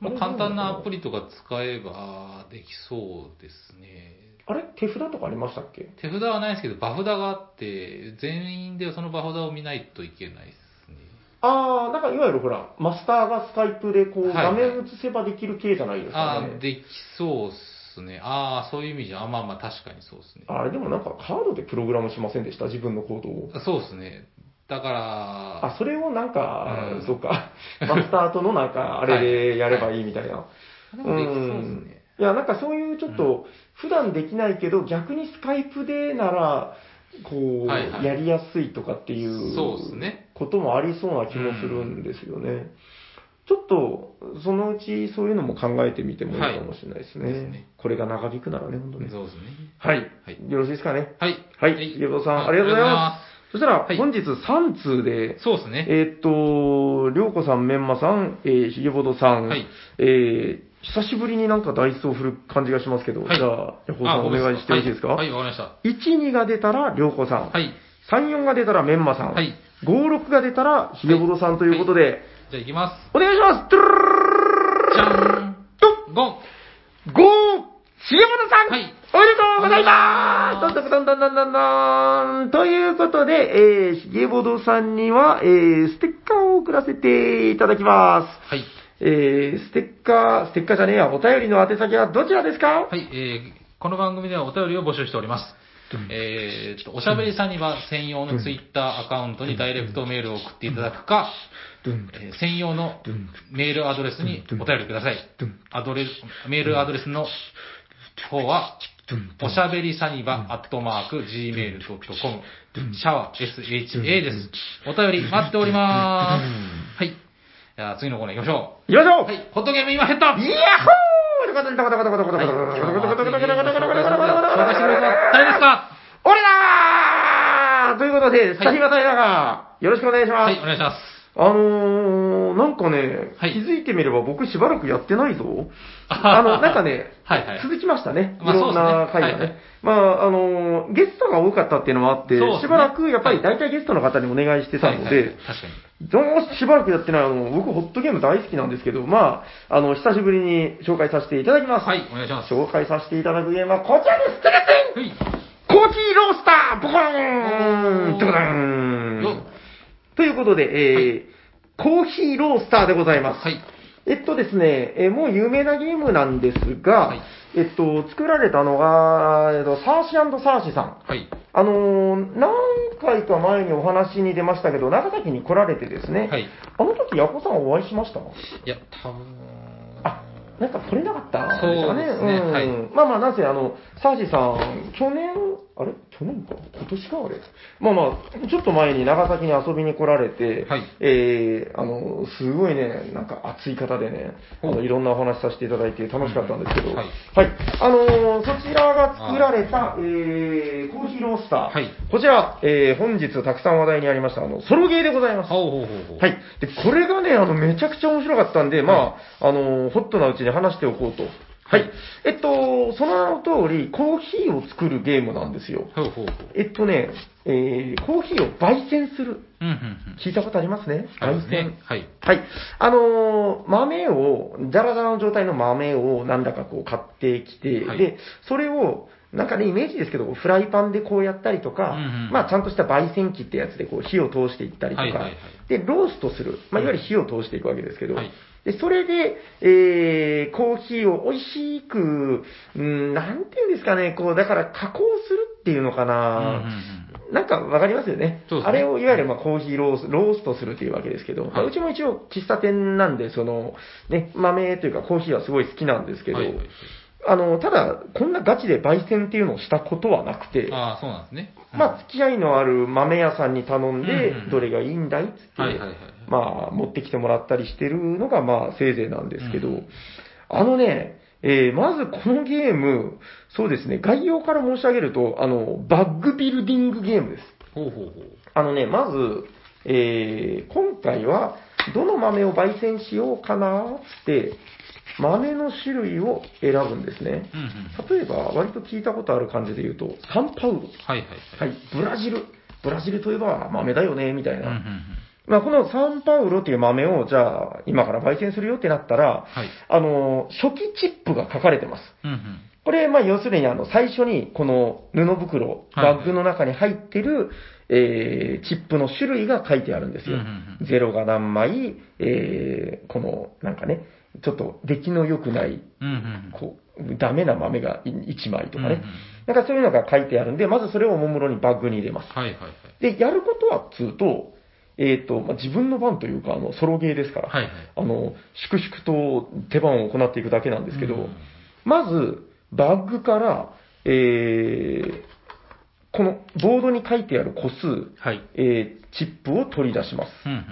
[SPEAKER 1] まあ
[SPEAKER 2] あれ
[SPEAKER 1] 簡単なアプリとか使えばできそうですね。
[SPEAKER 2] あれ手札とかありましたっけ
[SPEAKER 1] 手札はないですけど、場札があって、全員でその場札を見ないといけないですね。
[SPEAKER 2] あー、なんかいわゆるほら、マスターがスカイプでこう、
[SPEAKER 1] はい
[SPEAKER 2] 画面映せばできる系じゃないですか
[SPEAKER 1] ああ、
[SPEAKER 2] ね。
[SPEAKER 1] できそうっすね。ああ、そういう意味じゃ、あまあまあ確かにそうですね。
[SPEAKER 2] あれでもなんかカードでプログラムしませんでした自分の行動を。
[SPEAKER 1] そうですね。だから、
[SPEAKER 2] あ、それをなんか、
[SPEAKER 1] うん
[SPEAKER 2] そ っか、マスターとのなんか、あれでやればいいみたいな。
[SPEAKER 1] でもできそうですね。
[SPEAKER 2] いや、なんかそういうちょっと、普段できないけど、逆にスカイプでなら、こ
[SPEAKER 1] はいは
[SPEAKER 2] う、
[SPEAKER 1] い
[SPEAKER 2] やりやすいとかっていう、
[SPEAKER 1] そうっすね
[SPEAKER 2] こともありそうな気もするんですよね。ちょっと、そのうちそういうのも考えてみてもいいかもしれないですね。
[SPEAKER 1] はいですね
[SPEAKER 2] これが長引くならね、本当ね。
[SPEAKER 1] そうですね。
[SPEAKER 2] はい。
[SPEAKER 1] はい。
[SPEAKER 2] よろしいですかね。
[SPEAKER 1] はい。
[SPEAKER 2] はい。
[SPEAKER 1] はい
[SPEAKER 2] ゆうこさん、ありがとうござい
[SPEAKER 1] ありがとうござい
[SPEAKER 2] ま。
[SPEAKER 1] ます
[SPEAKER 2] そしたら、
[SPEAKER 1] はい
[SPEAKER 2] 本日3通で、
[SPEAKER 1] そうですね。
[SPEAKER 2] えーっと、りょうこさん、メンマさん、えー、ひげぼどさん、
[SPEAKER 1] はい
[SPEAKER 2] えー久しぶりになんかダイスを振る感じがしますけど、
[SPEAKER 1] はい
[SPEAKER 2] じゃあ、ヤホーさんお
[SPEAKER 1] 僕
[SPEAKER 2] 願いしてよろしいですか、
[SPEAKER 1] はい、はいわ、か
[SPEAKER 2] 1、2が出たら、りょうこさん、
[SPEAKER 1] りまし
[SPEAKER 2] 3、4が出たら、メンマさ
[SPEAKER 1] た。
[SPEAKER 2] ん、
[SPEAKER 1] はい。はい。
[SPEAKER 2] 5、6が出たら、ひげぼどさんということで、
[SPEAKER 1] じゃあ行きます。
[SPEAKER 2] お願いしますトゥルルルルルル
[SPEAKER 1] じゃーん。
[SPEAKER 2] と
[SPEAKER 1] ゴン。
[SPEAKER 2] !5! ひげぼどさん、
[SPEAKER 1] はい
[SPEAKER 2] おめでとうございますどんどんどんどんどんどんということで、えー、ひげぼどさんには、えー、ステッカーを送らせていただきます。
[SPEAKER 1] はい。
[SPEAKER 2] えー、ステッカー、ステッカーじゃねえや、お便りの宛先はどちらですか
[SPEAKER 1] はい、えー、この番組ではお便りを募集しております。えー、とおしゃべりサニバ専用のツイッターアカウントにダイレクトメールを送っていただくか、えー専用のメールアドレスにお便りください。アドレス、メールアドレスの方は、おしゃべりサニバアットマーク gmail.com シャワー SHA です。お便り待っております。はい。じゃあ次のコーナー行きましょ
[SPEAKER 2] きましょう、
[SPEAKER 1] う。はい、ホットゲーム今減った
[SPEAKER 2] イヤッホーとかとかとかとかとかとか
[SPEAKER 1] はい
[SPEAKER 2] と
[SPEAKER 1] 今
[SPEAKER 2] か
[SPEAKER 1] 日は熱いゲームを紹介するの
[SPEAKER 2] とかとかと
[SPEAKER 1] で紹
[SPEAKER 2] か
[SPEAKER 1] 介してくれるのは誰ですか
[SPEAKER 2] 俺だーということで、スタヒバタイラが、よろしくお願いしま
[SPEAKER 1] は
[SPEAKER 2] す。
[SPEAKER 1] い、お願いします。
[SPEAKER 2] あのー、なんかね、
[SPEAKER 1] はい
[SPEAKER 2] 気づいてみれば僕しばらくやってないぞ。
[SPEAKER 1] あ、
[SPEAKER 2] あの、なんかね
[SPEAKER 1] はいはい
[SPEAKER 2] 続きましたね。い
[SPEAKER 1] まあそうで
[SPEAKER 2] ろん
[SPEAKER 1] すね
[SPEAKER 2] な回がね。
[SPEAKER 1] はいはい
[SPEAKER 2] まあ、あのーゲストが多かったっていうのもあって、
[SPEAKER 1] そうですね
[SPEAKER 2] しばらくやっぱり
[SPEAKER 1] はい
[SPEAKER 2] 大体ゲストの方にお願いしてたので、
[SPEAKER 1] はいはい、確かに。
[SPEAKER 2] どうもしばらくやってない、あの、僕ホットゲーム大好きなんですけど、まあ、あの、久しぶりに紹介させていただきます。
[SPEAKER 1] はい、お願いします。
[SPEAKER 2] 紹介させていただくゲームはこちらです。テレセン
[SPEAKER 1] はい。
[SPEAKER 2] コーヒーロースターボコ
[SPEAKER 1] お
[SPEAKER 2] ー
[SPEAKER 1] ー
[SPEAKER 2] ンドコ
[SPEAKER 1] よ
[SPEAKER 2] ーンということで、えーコーヒーロースターでございます。
[SPEAKER 1] はい。
[SPEAKER 2] えっとですね、えーもう有名なゲームなんですが、
[SPEAKER 1] はい
[SPEAKER 2] えっと、作られたのが、えっと、サーシサーシさん。
[SPEAKER 1] はい。
[SPEAKER 2] あのー何回か前にお話に出ましたけど、長崎に来られてですね、
[SPEAKER 1] はい
[SPEAKER 2] あの時、ヤコさんお会いしました
[SPEAKER 1] いや、多分
[SPEAKER 2] あなんか来れなかったんですか
[SPEAKER 1] そ
[SPEAKER 2] ね。
[SPEAKER 1] うですね
[SPEAKER 2] ん
[SPEAKER 1] はい
[SPEAKER 2] まあまあ、なんせ、あの、サーシさん、去年、あれ去年か今年かあれまあまあ、ちょっと前に長崎に遊びに来られて、
[SPEAKER 1] はい
[SPEAKER 2] えー、あの、すごいね、なんか熱い方でね、あ
[SPEAKER 1] ほ
[SPEAKER 2] の、
[SPEAKER 1] う
[SPEAKER 2] いろんなお話させていただいて楽しかったんですけど、
[SPEAKER 1] うんはい
[SPEAKER 2] あのーそちらが作られた、えー、コーヒーロースター。
[SPEAKER 1] はい
[SPEAKER 2] こちら、えー、本日たくさん話題にありました、あの、ソロゲーでございます。
[SPEAKER 1] ほうほうほうほう。
[SPEAKER 2] はい。で、これがね、あの、めちゃくちゃ面白かったんで、まあ、あのー、ホットなうちに話しておこうと。はい。えっと、その名の通り、コーヒーを作るゲームなんですよ。
[SPEAKER 1] ほうほうほう。
[SPEAKER 2] えっとね、えー、コーヒーを焙煎する。
[SPEAKER 1] うんうんうん。
[SPEAKER 2] 聞いたことありますね
[SPEAKER 1] ありま
[SPEAKER 2] 焙
[SPEAKER 1] す
[SPEAKER 2] 煎
[SPEAKER 1] ね。。はい。
[SPEAKER 2] はい。あのー豆を、ザラザラの状態の豆をなんだかこう買ってきて、
[SPEAKER 1] はい
[SPEAKER 2] で、それを、なんかね、イメージですけど、フライパンでこうやったりとか、
[SPEAKER 1] うんうん
[SPEAKER 2] まあ、ちゃんとした焙煎機ってやつでこう火を通していったりとか、
[SPEAKER 1] はいはいはい
[SPEAKER 2] で、ローストする、まあ、いわゆる火を通していくわけですけど、
[SPEAKER 1] はい
[SPEAKER 2] で、それで、えー、コーヒーを美味しく、うん、なんていうんですかね、こう、だから加工するっていうのか
[SPEAKER 1] うんうんう
[SPEAKER 2] な、
[SPEAKER 1] ん。
[SPEAKER 2] なんかわかりますよね。
[SPEAKER 1] そうですね
[SPEAKER 2] あれをいわゆるまあコーヒーロースローストするというわけですけど、まあ
[SPEAKER 1] はいう
[SPEAKER 2] ちも一応喫茶店なんで、その、ね、豆というかコーヒーはすごい好きなんですけど、
[SPEAKER 1] はいはいはい
[SPEAKER 2] あの、ただ、こんなガチで焙煎っていうのをしたことはなくて、
[SPEAKER 1] ああ、そうなんですね。
[SPEAKER 2] まあ、付き合いのある豆屋さんに頼んで
[SPEAKER 1] うんうん、
[SPEAKER 2] どれがいいんだいっつって、
[SPEAKER 1] はいはいはい。
[SPEAKER 2] まあ、持ってきてもらったりしてるのが、まあ、せいぜいなんですけど、
[SPEAKER 1] うん
[SPEAKER 2] あのね、えーまずこのゲーム、そうですね、概要から申し上げると、あの、バッグビルディングゲームです。
[SPEAKER 1] ほうほうほう。
[SPEAKER 2] あのね、まず、えー今回は、どの豆を焙煎しようかなーって、豆の種類を選ぶんですね。
[SPEAKER 1] うんうん。
[SPEAKER 2] 例えば、割と聞いたことある感じで言うと、サンパウロ。
[SPEAKER 1] はいはい
[SPEAKER 2] は
[SPEAKER 1] はい。
[SPEAKER 2] い、ブラジル。ブラジルといえば豆だよね、みたい
[SPEAKER 1] うん
[SPEAKER 2] な。
[SPEAKER 1] うんうん。
[SPEAKER 2] まあ、このサンパウロっていう豆を、じゃあ、今から焙煎するよってなったら、
[SPEAKER 1] はい。
[SPEAKER 2] あのー、初期チップが書かれてます。
[SPEAKER 1] うんうん。
[SPEAKER 2] これ、まあ、要するに、あの、最初に、この布袋、
[SPEAKER 1] はいはい
[SPEAKER 2] バッグの中に入ってる、えーチップの種類が書いてあるんですよ。
[SPEAKER 1] うんうんうん
[SPEAKER 2] ゼロが何枚、えーこの、なんかね、ちょっと出来の良くない、
[SPEAKER 1] うんうん
[SPEAKER 2] こう、ダメな豆が1枚と
[SPEAKER 1] うん。う
[SPEAKER 2] か
[SPEAKER 1] んう
[SPEAKER 2] ね
[SPEAKER 1] ん。
[SPEAKER 2] なんかそういうのが書いてあるんで、まずそれをおもむろにバッグに入れます。
[SPEAKER 1] はいはいはい。
[SPEAKER 2] で、やることはっつうと、えっ、と、まあ、自分の番というか、あの、ソロゲーですから、
[SPEAKER 1] はいはい。
[SPEAKER 2] あの、粛々と手番を行っていくだけなんですけど、
[SPEAKER 1] うんうん
[SPEAKER 2] まず、バッグから、えーこのボードに書いてある個数、
[SPEAKER 1] はい。
[SPEAKER 2] えーチップを取り出します。
[SPEAKER 1] うんうん。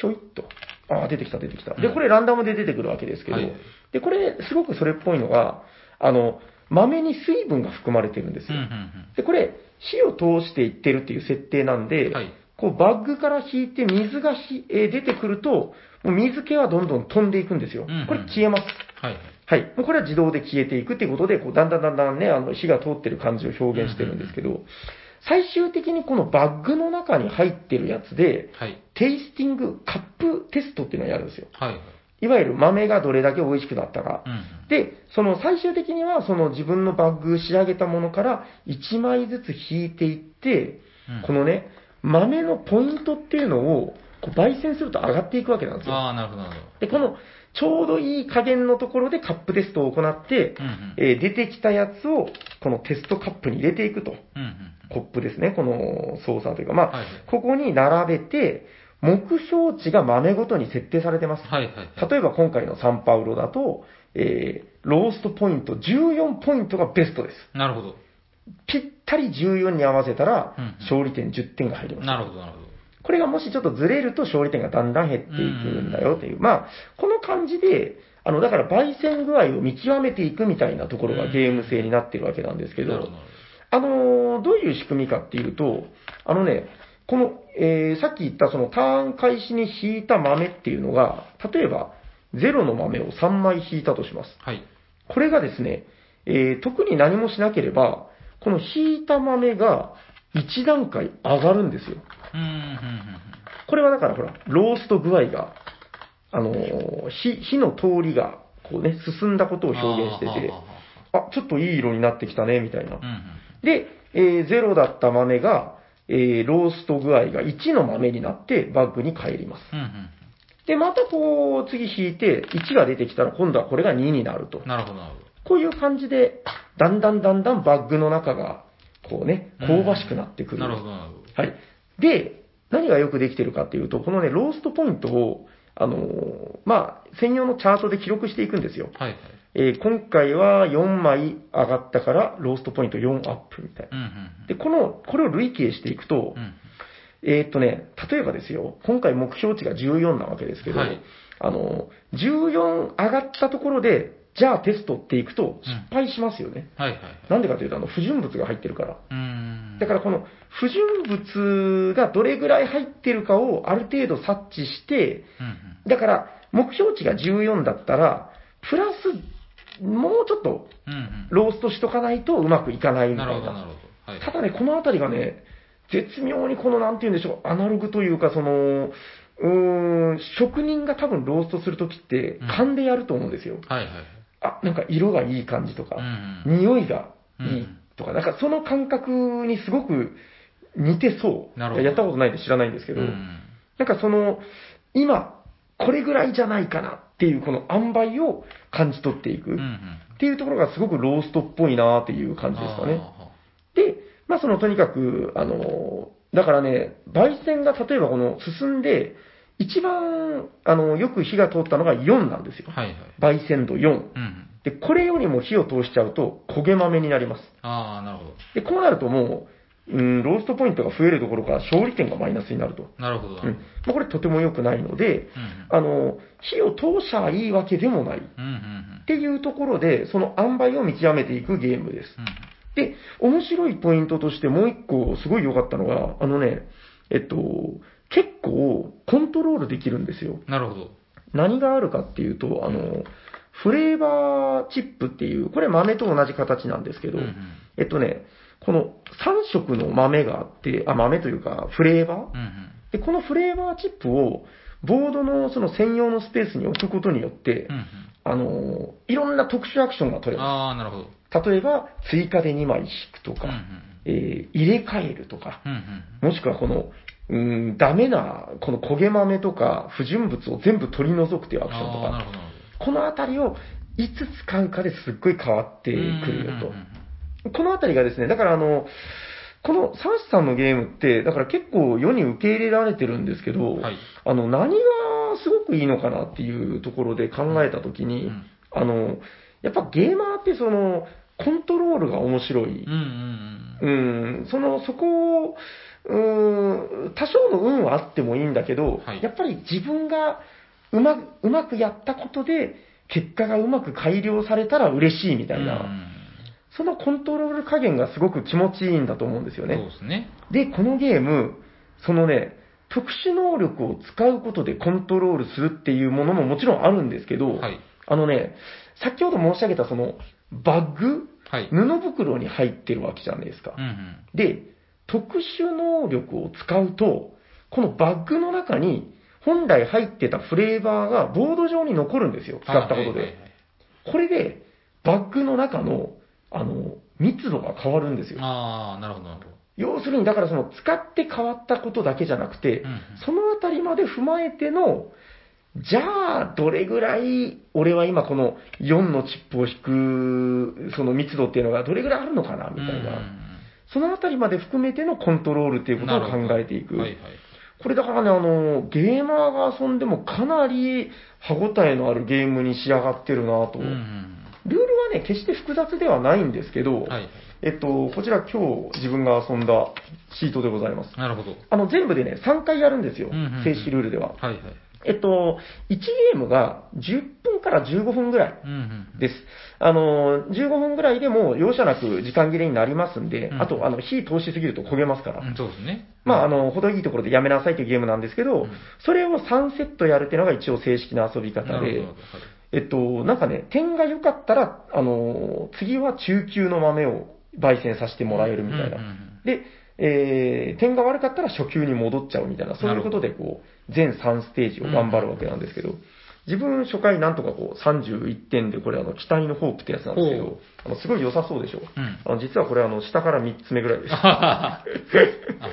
[SPEAKER 2] ひょいっと。あー、出てきた、出てきた。で、
[SPEAKER 1] うん
[SPEAKER 2] これランダムで出てくるわけですけど、
[SPEAKER 1] はい
[SPEAKER 2] で、これ、すごくそれっぽいのが、あの、豆に水分が含まれてるんです
[SPEAKER 1] うん
[SPEAKER 2] よ。
[SPEAKER 1] うんうん。
[SPEAKER 2] で、これ、火を通していってるっていう設定なんで、
[SPEAKER 1] はい
[SPEAKER 2] こうバッグから引いて水がひ、えー出てくると、もう水気はどんどん飛んでいくんですよ。
[SPEAKER 1] うんうん
[SPEAKER 2] これ消えます。
[SPEAKER 1] はいはい。
[SPEAKER 2] はい。もうこれは自動で消えていくっていうことで、こうだんだんだんだんね、あの火が通ってる感じを表現してるんですけど、最終的にこのバッグの中に入ってるやつで、
[SPEAKER 1] はい。
[SPEAKER 2] テイスティング、カップテストっていうのをやるんですよ。
[SPEAKER 1] はいはい。
[SPEAKER 2] いわゆる豆がどれだけ美味しくなったか
[SPEAKER 1] うんうん。
[SPEAKER 2] で、その最終的には、その自分のバッグ仕上げたものから1枚ずつ引いていって、
[SPEAKER 1] うん
[SPEAKER 2] このね、豆のポイントっていうのを、こう焙煎すると上がっていくわけなんですよ。
[SPEAKER 1] ああ、なるほどなるほ
[SPEAKER 2] で、この、ちょうどいい加減のところでカップテストを行って
[SPEAKER 1] ど。、うんうん。
[SPEAKER 2] えー出てきたやつを、このテストカップに入れていくと。
[SPEAKER 1] うんうん。
[SPEAKER 2] コップですね、この操作というか、まあ、
[SPEAKER 1] はいはい
[SPEAKER 2] ここに並べて、目標値が豆ごとに設定されてます。
[SPEAKER 1] はいはいはい。
[SPEAKER 2] 例えば今回のサンパウロだと、えーローストポイント14ポイントがベストです。
[SPEAKER 1] なるほど。
[SPEAKER 2] ぴったり14に合わせたら
[SPEAKER 1] うんうん、
[SPEAKER 2] 勝利点10点が入ります。
[SPEAKER 1] なるほどなるほど。
[SPEAKER 2] これがもしちょっとずれると勝利点がだんだん減っていくんだよという。まあ、この感じで、あの、だから焙煎具合を見極めていくみたいなところがゲーム性になってるわけなんですけ
[SPEAKER 1] なるほ
[SPEAKER 2] ど
[SPEAKER 1] ど、なる
[SPEAKER 2] あのーどういう仕組みかっていうと、あのね、この、えーさっき言ったそのターン開始に引いた豆っていうのが、例えば、0の豆を3枚引いたとします。
[SPEAKER 1] ほどはい。
[SPEAKER 2] これがですね、えー特に何もしなければ、この引いた豆が1段階上がるんですよ。
[SPEAKER 1] うん、うん、うん
[SPEAKER 2] これはだからほら、ロースト具合が、あのー火、火の通りが、こうね、進んだことを
[SPEAKER 1] うん。
[SPEAKER 2] 表現してて
[SPEAKER 1] あ、
[SPEAKER 2] あ、ちょっといい色になってきたね、みたいな
[SPEAKER 1] ー。はーはーはー
[SPEAKER 2] で、えーゼロだった豆が、えーロースト具合が1の豆になってバッグに帰ります。
[SPEAKER 1] うん、うん。うん、
[SPEAKER 2] で、またこう、次引いて、1が出てきたら今度はこれが2になると
[SPEAKER 1] うん。。なるほど、なるほど。
[SPEAKER 2] こういう感じで、だんだんだんだんバッグの中が、こうね、香ばしくなってくる。
[SPEAKER 1] なるほど、なるほど。
[SPEAKER 2] はい。で、何がよくできてるかっていうと、このね、ローストポイントを、あのーまあ、専用のチャートで記録していくんですよ。
[SPEAKER 1] はい、はい。
[SPEAKER 2] えー今回は4枚上がったから、ローストポイント4アップみたいな。
[SPEAKER 1] うん、
[SPEAKER 2] で、この、これを累計していくと
[SPEAKER 1] うん。う、ん。
[SPEAKER 2] えーっとね、例えばですよ、今回目標値が14なわけですけど、
[SPEAKER 1] はい
[SPEAKER 2] あのー、14上がったところで、じゃあテストっていくと失敗しますよね。
[SPEAKER 1] はい、はい、はい。
[SPEAKER 2] なんでかというと、あの、不純物が入ってるから。
[SPEAKER 1] うーん。
[SPEAKER 2] だからこの不純物がどれぐらい入ってるかをある程度察知して、
[SPEAKER 1] うん、
[SPEAKER 2] だから目標値が14だったら、プラスもうちょっと
[SPEAKER 1] うん。うん、
[SPEAKER 2] ローストしとかないとうまくいかない
[SPEAKER 1] うん。
[SPEAKER 2] みた
[SPEAKER 1] ないる
[SPEAKER 2] な。
[SPEAKER 1] ほど、なるほど。はい。
[SPEAKER 2] ただね、このあたりがね、絶妙にこの、なんて言うんでしょう、アナログというか、その、うーん、職人が多分ローストするときって
[SPEAKER 1] うん、
[SPEAKER 2] 勘でやると思うんですよ。
[SPEAKER 1] はい、はい。
[SPEAKER 2] あ、なんか色がいい感じと
[SPEAKER 1] うん、う
[SPEAKER 2] か、
[SPEAKER 1] ん。
[SPEAKER 2] 匂いがいい
[SPEAKER 1] うん
[SPEAKER 2] とか、なんかその感覚にすごく似てそう。
[SPEAKER 1] なるほど
[SPEAKER 2] やったことないんで知らないんですけど、
[SPEAKER 1] うん
[SPEAKER 2] なんかその、今、これぐらいじゃないかなっていう、この塩梅を感じ取っていく。
[SPEAKER 1] うん、う
[SPEAKER 2] っ
[SPEAKER 1] ん。
[SPEAKER 2] ていうところがすごくローストっぽいなっていう感じですかね。
[SPEAKER 1] あ
[SPEAKER 2] で、まあ、そのとにかく、あの、だからね、焙煎が例えばこの進んで、一番、あの、よく火が通ったのが4なんですよ
[SPEAKER 1] ー。はいはい。
[SPEAKER 2] 焙煎度4。
[SPEAKER 1] うんうん。
[SPEAKER 2] で、これよりも火を通しちゃうと焦げ豆になります。
[SPEAKER 1] ああ、なるほど。
[SPEAKER 2] で、こうなるともう、うん、ローストポイントが増えるどころか、勝利点がマイナスになると。
[SPEAKER 1] なるほど。な
[SPEAKER 2] うん。
[SPEAKER 1] る
[SPEAKER 2] まあ、これとても良くないので、
[SPEAKER 1] ほどうん
[SPEAKER 2] あの、火を通しゃいいわけでもない。っ
[SPEAKER 1] うん。うんうん
[SPEAKER 2] ていうところで、その塩梅を見極めていくゲームです。
[SPEAKER 1] うん。
[SPEAKER 2] で、面白いポイントとしてもう一個すごい良かったのが、あのね、えっと、結構コントロールできるんですよ。
[SPEAKER 1] うんなるほど。
[SPEAKER 2] 何があるかっていうと、あの、フレーバーチップっていう、これ豆と同じ形なんですけど、
[SPEAKER 1] うんうん
[SPEAKER 2] えっとね、この3色の豆があって、あ、豆というかフレーバ
[SPEAKER 1] うんうん
[SPEAKER 2] ーで、このフレーバーチップをボードのその専用のスペースに置くことによって
[SPEAKER 1] う、ん
[SPEAKER 2] あの、いろんな特殊アクションが取
[SPEAKER 1] うん
[SPEAKER 2] れま
[SPEAKER 1] ああ、なるほど。
[SPEAKER 2] す。例えば、追加で2枚引くと
[SPEAKER 1] うん
[SPEAKER 2] か
[SPEAKER 1] うん、
[SPEAKER 2] えー入れ替えるとか、
[SPEAKER 1] うん
[SPEAKER 2] もしくはこの、うーん、ダメな、この焦げ豆とか、不純物を全部取り除くという
[SPEAKER 1] う
[SPEAKER 2] ア
[SPEAKER 1] ん。
[SPEAKER 2] クションと
[SPEAKER 1] ああ、なる
[SPEAKER 2] か、
[SPEAKER 1] ほど。なる
[SPEAKER 2] このあたりをいつ使うかですっごい変わってく
[SPEAKER 1] ほど
[SPEAKER 2] る
[SPEAKER 1] うんう
[SPEAKER 2] よ
[SPEAKER 1] んうん
[SPEAKER 2] と。このあたりがですね、だからあの、このサウスさんのゲームって、だから結構世に受け入れられてるんですけど、
[SPEAKER 1] うんはい。
[SPEAKER 2] あの、何がすごくいいのかなっていうところで考えたとき
[SPEAKER 1] う
[SPEAKER 2] に、
[SPEAKER 1] ん
[SPEAKER 2] あの、やっぱゲーマーってその、コントロールが面白い
[SPEAKER 1] うんうん
[SPEAKER 2] うん、その、そこを、うん、多少の運はあってもいいんだけど、
[SPEAKER 1] はい
[SPEAKER 2] やっぱり自分がうまうまくやったことで、結果がうまく改良されたら嬉しいみ
[SPEAKER 1] う
[SPEAKER 2] た
[SPEAKER 1] ん。
[SPEAKER 2] いな、
[SPEAKER 1] うん
[SPEAKER 2] そのコントロール加減がすごく気持ちいいんだと思うんですよ
[SPEAKER 1] そう
[SPEAKER 2] ね。
[SPEAKER 1] ですね。
[SPEAKER 2] で、このゲーム、そのね、特殊能力を使うことでコントロールするっていうものももちろんあるんですけど、
[SPEAKER 1] はい。
[SPEAKER 2] あのね、先ほど申し上げたその、バッグ、
[SPEAKER 1] はい。
[SPEAKER 2] 布袋に入ってるわけじゃないですか。
[SPEAKER 1] うんうん。
[SPEAKER 2] で、特殊能力を使うと、このバッグの中に本来入ってたフレーバーがボード上に残るんですよ。使ったこと
[SPEAKER 1] はいはい
[SPEAKER 2] で。これで、バッグの中の、あの、密度が変わるんです
[SPEAKER 1] はい
[SPEAKER 2] よ。
[SPEAKER 1] ああ、なるほど、なるほど。
[SPEAKER 2] 要するに、だからその使って変わったことだけじゃなくて
[SPEAKER 1] うんうん、
[SPEAKER 2] そのあたりまで踏まえての、じゃあ、どれぐらい、俺は今この4のチップを引く、その密度っていうのがどれぐらいあるのかな、みたいな。そのあたりまで含めてのコントロールっていうことを考えてい
[SPEAKER 1] う
[SPEAKER 2] く。
[SPEAKER 1] んうんはいはい。
[SPEAKER 2] これだからね、あの、ゲーマーが遊んでもかなり歯応えのあるゲームに仕上がってるなと。
[SPEAKER 1] うんうん
[SPEAKER 2] ルールははね、決して複雑ではないんですけど、
[SPEAKER 1] はい。
[SPEAKER 2] えっと、こちら今日自分が遊んだシートでございます。
[SPEAKER 1] なるほど。
[SPEAKER 2] あの、全部でね、3回やるんですよ
[SPEAKER 1] うんうんうん。
[SPEAKER 2] 静止ルールでは。
[SPEAKER 1] はいはい。
[SPEAKER 2] えっと、1ゲームが10分から15分ぐらい
[SPEAKER 1] うんうんうん。
[SPEAKER 2] です。あの、15分ぐらいでもう容赦なく時間切れになりますんで
[SPEAKER 1] う、ん
[SPEAKER 2] あと、あの、火通しすぎると焦げますから。
[SPEAKER 1] うんそうですね。
[SPEAKER 2] まあ、あの、程いいところでやめなさいというゲームなんですけど、
[SPEAKER 1] うん
[SPEAKER 2] それを3セットやるっていうのが一応正式な遊び
[SPEAKER 1] な
[SPEAKER 2] 方
[SPEAKER 1] る
[SPEAKER 2] で
[SPEAKER 1] ほど。、はい
[SPEAKER 2] えっと、なんかね、点が良かったら、あの、次は中級の豆を焙煎させてもらえるみたいな。
[SPEAKER 1] うんうんうん
[SPEAKER 2] で、えー点が悪かったら初級に戻っちゃうみたいな、そういうことでこう、全3ステージを頑張るわけなんですけど、自分初回なんとかこう31点で、これあの、期待のホープってやつなんですけ
[SPEAKER 1] ほ
[SPEAKER 2] ど、あのすごい良さそうでしょ。
[SPEAKER 1] うん
[SPEAKER 2] あの実はこれあの、下から3つ目ぐらいです。
[SPEAKER 1] あ
[SPEAKER 2] ま
[SPEAKER 1] はははあ、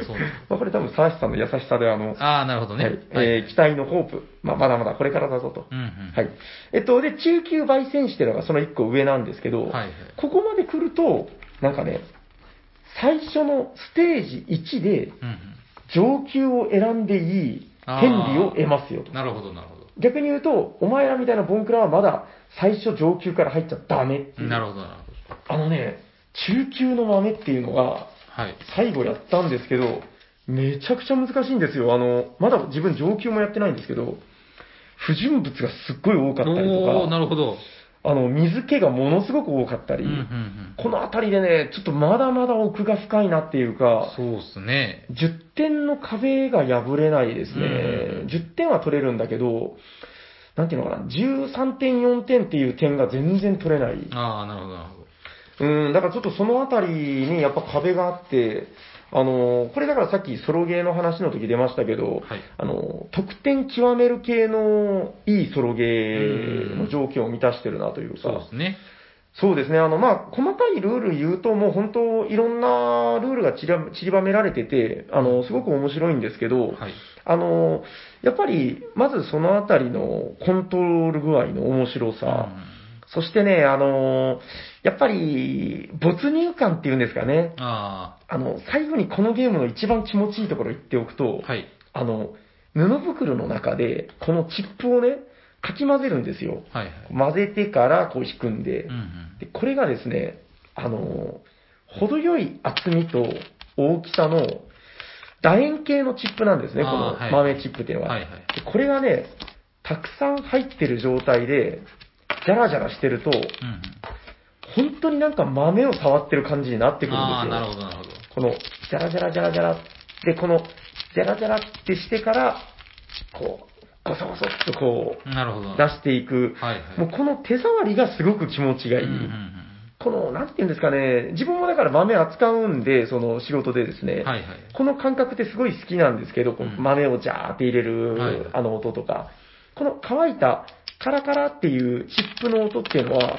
[SPEAKER 1] そうです
[SPEAKER 2] あこれ多分、サーシさんの優しさであの、
[SPEAKER 1] ああ、なるほどね。
[SPEAKER 2] はいえー期待のホープ、まあ、まだまだこれからだぞと。
[SPEAKER 1] うんうん。
[SPEAKER 2] はい。えっと、で、中級焙煎士っていうのがその1個上なんですけど、
[SPEAKER 1] はいはい
[SPEAKER 2] ここまで来ると、なんかね、最初のステージ1で
[SPEAKER 1] うん
[SPEAKER 2] 上級を選んでいい権利を得ますよ
[SPEAKER 1] う
[SPEAKER 2] と
[SPEAKER 1] ん。。なるほど、なるほど。
[SPEAKER 2] 逆に言うと、お前らみたいなボンクラはまだ最初上級から入っちゃダメっていう。
[SPEAKER 1] なるほど、なるほど。
[SPEAKER 2] あのね、中級の豆っていうのが、
[SPEAKER 1] はい。
[SPEAKER 2] 最後やったんですけど、めちゃくちゃ難しいんですよ。あの、まだ自分上級もやってないんですけど、不純物がすっごい多かったりと
[SPEAKER 1] お
[SPEAKER 2] か
[SPEAKER 1] おー、なるほど。
[SPEAKER 2] あの、水気がものすごく多かった
[SPEAKER 1] う
[SPEAKER 2] り、
[SPEAKER 1] んうんうん。
[SPEAKER 2] この辺りでね、ちょっとまだまだ奥が深いなっていうか、
[SPEAKER 1] そうですね。
[SPEAKER 2] 10点の壁が破れないです
[SPEAKER 1] うん
[SPEAKER 2] ね。10点は取れるんだけど、なんていうのかな、13点、4点っていう点が全然取れない。
[SPEAKER 1] ああ、なるほど、なるほど。
[SPEAKER 2] うん、だからちょっとその辺りにやっぱ壁があって、あの、これだからさっきソロゲーの話の時出ましたけど、
[SPEAKER 1] はい
[SPEAKER 2] あの、得点極める系のいいソロゲーの条件を満たしてるなというか、
[SPEAKER 1] そうですね。
[SPEAKER 2] そうですね。あの、まあ、細かいルール言うと、もう本当、いろんなルールが散ら散りばめられてて、あの、すごく面白いんですけど、
[SPEAKER 1] はい。
[SPEAKER 2] あの、やっぱり、まずそのあたりのコントロール具合の面白さ、そしてね、あの、やっぱり、没入感っていうんですかね、
[SPEAKER 1] あ
[SPEAKER 2] あの、最後にこのゲームの一番気持ちいいところ言っておくと、
[SPEAKER 1] あ、はい。
[SPEAKER 2] あの、布袋の中で、このチップをね、かき混ぜるんですよ。
[SPEAKER 1] はいはい。
[SPEAKER 2] 混ぜてから、こう引くんで、
[SPEAKER 1] うんうん。
[SPEAKER 2] で、これがですね、あのー程よい厚みと大きさの楕円形のチップなんですね、
[SPEAKER 1] あ
[SPEAKER 2] こ
[SPEAKER 1] ー
[SPEAKER 2] の
[SPEAKER 1] はい
[SPEAKER 2] 豆チップっていうのは。
[SPEAKER 1] はいはい。
[SPEAKER 2] でこれがね、たくさん入ってる状態で、ジャラジャラしてると、
[SPEAKER 1] うんうん。
[SPEAKER 2] 本当になんか豆を触ってる感じになってくるん
[SPEAKER 1] ああ、
[SPEAKER 2] です
[SPEAKER 1] なる
[SPEAKER 2] よ。
[SPEAKER 1] ほど、なるほど。
[SPEAKER 2] この、ジャラジャラジャラジャラで、この、ジャラジャラってしてから、こう、ゴソゴソっとこう、
[SPEAKER 1] なるほど。
[SPEAKER 2] 出していく。
[SPEAKER 1] はいはい。
[SPEAKER 2] もうこの手触りがすごく気持ちがいい。
[SPEAKER 1] うんうん
[SPEAKER 2] この、なんて言うんですかね、自分もだから豆扱うんで、その仕事でです
[SPEAKER 1] う
[SPEAKER 2] ね、
[SPEAKER 1] んはいはい。
[SPEAKER 2] この感覚ってすごい好きなんですけど、こう
[SPEAKER 1] うん
[SPEAKER 2] 豆をジャーって入れる、
[SPEAKER 1] はい
[SPEAKER 2] あの音とか、この乾いたカラカラっていうチップの音っていうのは、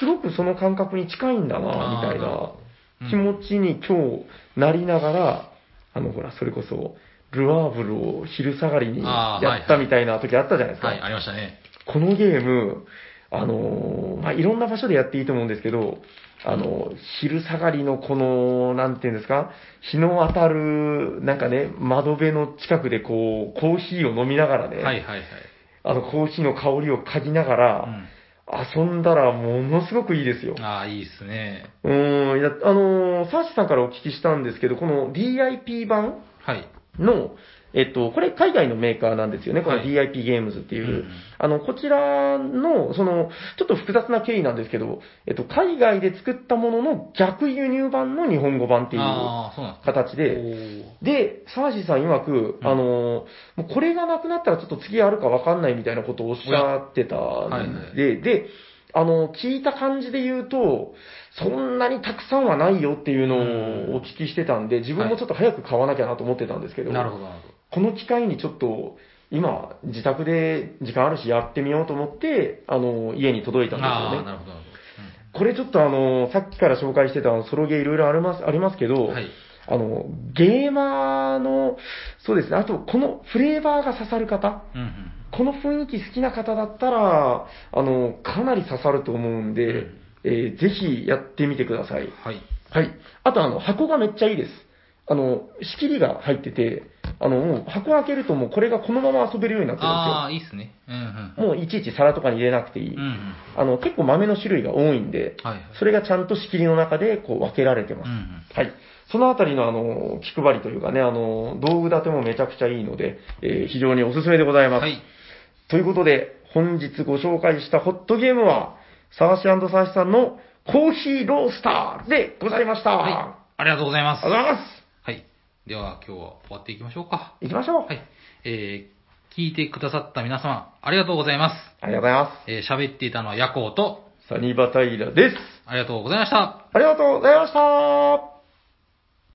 [SPEAKER 2] すごくその感覚に近いんだな、みたいな
[SPEAKER 1] うん
[SPEAKER 2] 気持ちに今日なりながら、あの、ほら、それこそ、ルアーブルを昼下がりに
[SPEAKER 1] あーはい
[SPEAKER 2] やったみたいな時あったじゃないですか。
[SPEAKER 1] はい、ありましたね。
[SPEAKER 2] このゲーム、あのーまあ、いろんな場所でやっていいと思うんですけど、あの、昼下がりのこの、なんていうんですか、日の当たる、なんかね、窓辺の近くでこう、コーヒーを飲みながら
[SPEAKER 1] は
[SPEAKER 2] ね、
[SPEAKER 1] いはいはい。
[SPEAKER 2] あの、コーヒーの香りを嗅ぎながら、遊んだらものすごくいいですよ
[SPEAKER 1] うん。ああ、いいですね。
[SPEAKER 2] うーん、いや、あのーサーシさんからお聞きしたんですけど、この DIP 版
[SPEAKER 1] はい。
[SPEAKER 2] の、えっと、これ海外のメーカーなんですよね、この
[SPEAKER 1] はい
[SPEAKER 2] DIP ゲームズっていう。
[SPEAKER 1] うん
[SPEAKER 2] あの、こちらの、その、ちょっと複雑な経緯なんですけど、えっと、海外で作ったものの逆輸入版の日本語版っていう
[SPEAKER 1] ああ、そうなんですか。
[SPEAKER 2] 形
[SPEAKER 1] お
[SPEAKER 2] で、
[SPEAKER 1] ー
[SPEAKER 2] で、サーシーさん曰く、
[SPEAKER 1] うん
[SPEAKER 2] あのー、もうこれがなくなったらちょっと次あるかわかんないみたいなことをおっしゃってた
[SPEAKER 1] おやはい
[SPEAKER 2] ん
[SPEAKER 1] は
[SPEAKER 2] で、で、あの、聞いた感じで言うと、そんなにたくさんはないよっていうのをお聞きしてたんで、自分もちょっと早く買わなきゃなと思ってたんですけど、
[SPEAKER 1] なるほど、なるほど。
[SPEAKER 2] この機会にちょっと、今、自宅で時間あるしやってみようと思って、あの、家に届いたん
[SPEAKER 1] あ
[SPEAKER 2] です
[SPEAKER 1] あ、
[SPEAKER 2] よね。
[SPEAKER 1] なるほど、なるほ
[SPEAKER 2] これちょっとあの、さっきから紹介してたあのソロゲーいろいろあります、ありますけど、
[SPEAKER 1] ど。うんはい。
[SPEAKER 2] あの、ゲーマーの、そうですね、あとこのフレーバーが刺さる方、
[SPEAKER 1] うんうん。
[SPEAKER 2] この雰囲気好きな方だったら、あの、かなり刺さると思うんで、
[SPEAKER 1] うん
[SPEAKER 2] えーぜひやってみてください。
[SPEAKER 1] はい。
[SPEAKER 2] はい。あと、あの、箱がめっちゃいいです。あの、仕切りが入ってて、あの、もう箱開けるともうこれがこのまま遊べるようになってる
[SPEAKER 1] ああ、
[SPEAKER 2] ん
[SPEAKER 1] いいっすね。うんうん
[SPEAKER 2] です。よ。もういちいち皿とかに入れなくていい。
[SPEAKER 1] うんうん。
[SPEAKER 2] あの、結構豆の種類が多いんで、
[SPEAKER 1] はいはい。
[SPEAKER 2] それがちゃんと仕切りの中でこう分けられてます。
[SPEAKER 1] うんうん。
[SPEAKER 2] はい。そのあたりの、あの、気配りというかね、あの、道具立てもめちゃくちゃいいので、えー非常におすすめでございます。
[SPEAKER 1] はい。
[SPEAKER 2] ということで、本日ご紹介したホットゲームは、サーシサーシさんのコーヒーロースターでございました。
[SPEAKER 1] はい
[SPEAKER 2] あ。
[SPEAKER 1] ありがとうございま
[SPEAKER 2] り
[SPEAKER 1] す。
[SPEAKER 2] がとうございます。
[SPEAKER 1] はい。では、今日は終わっていきましょうか。
[SPEAKER 2] 行きましょう。
[SPEAKER 1] はい。えー、聞いてくださった皆様、ありがとうございます。
[SPEAKER 2] ありがとうございま
[SPEAKER 1] えー、喋っていたのはヤコウと、
[SPEAKER 2] す。サニバタイラです。
[SPEAKER 1] ありがとうございました。
[SPEAKER 2] ありがとうございました。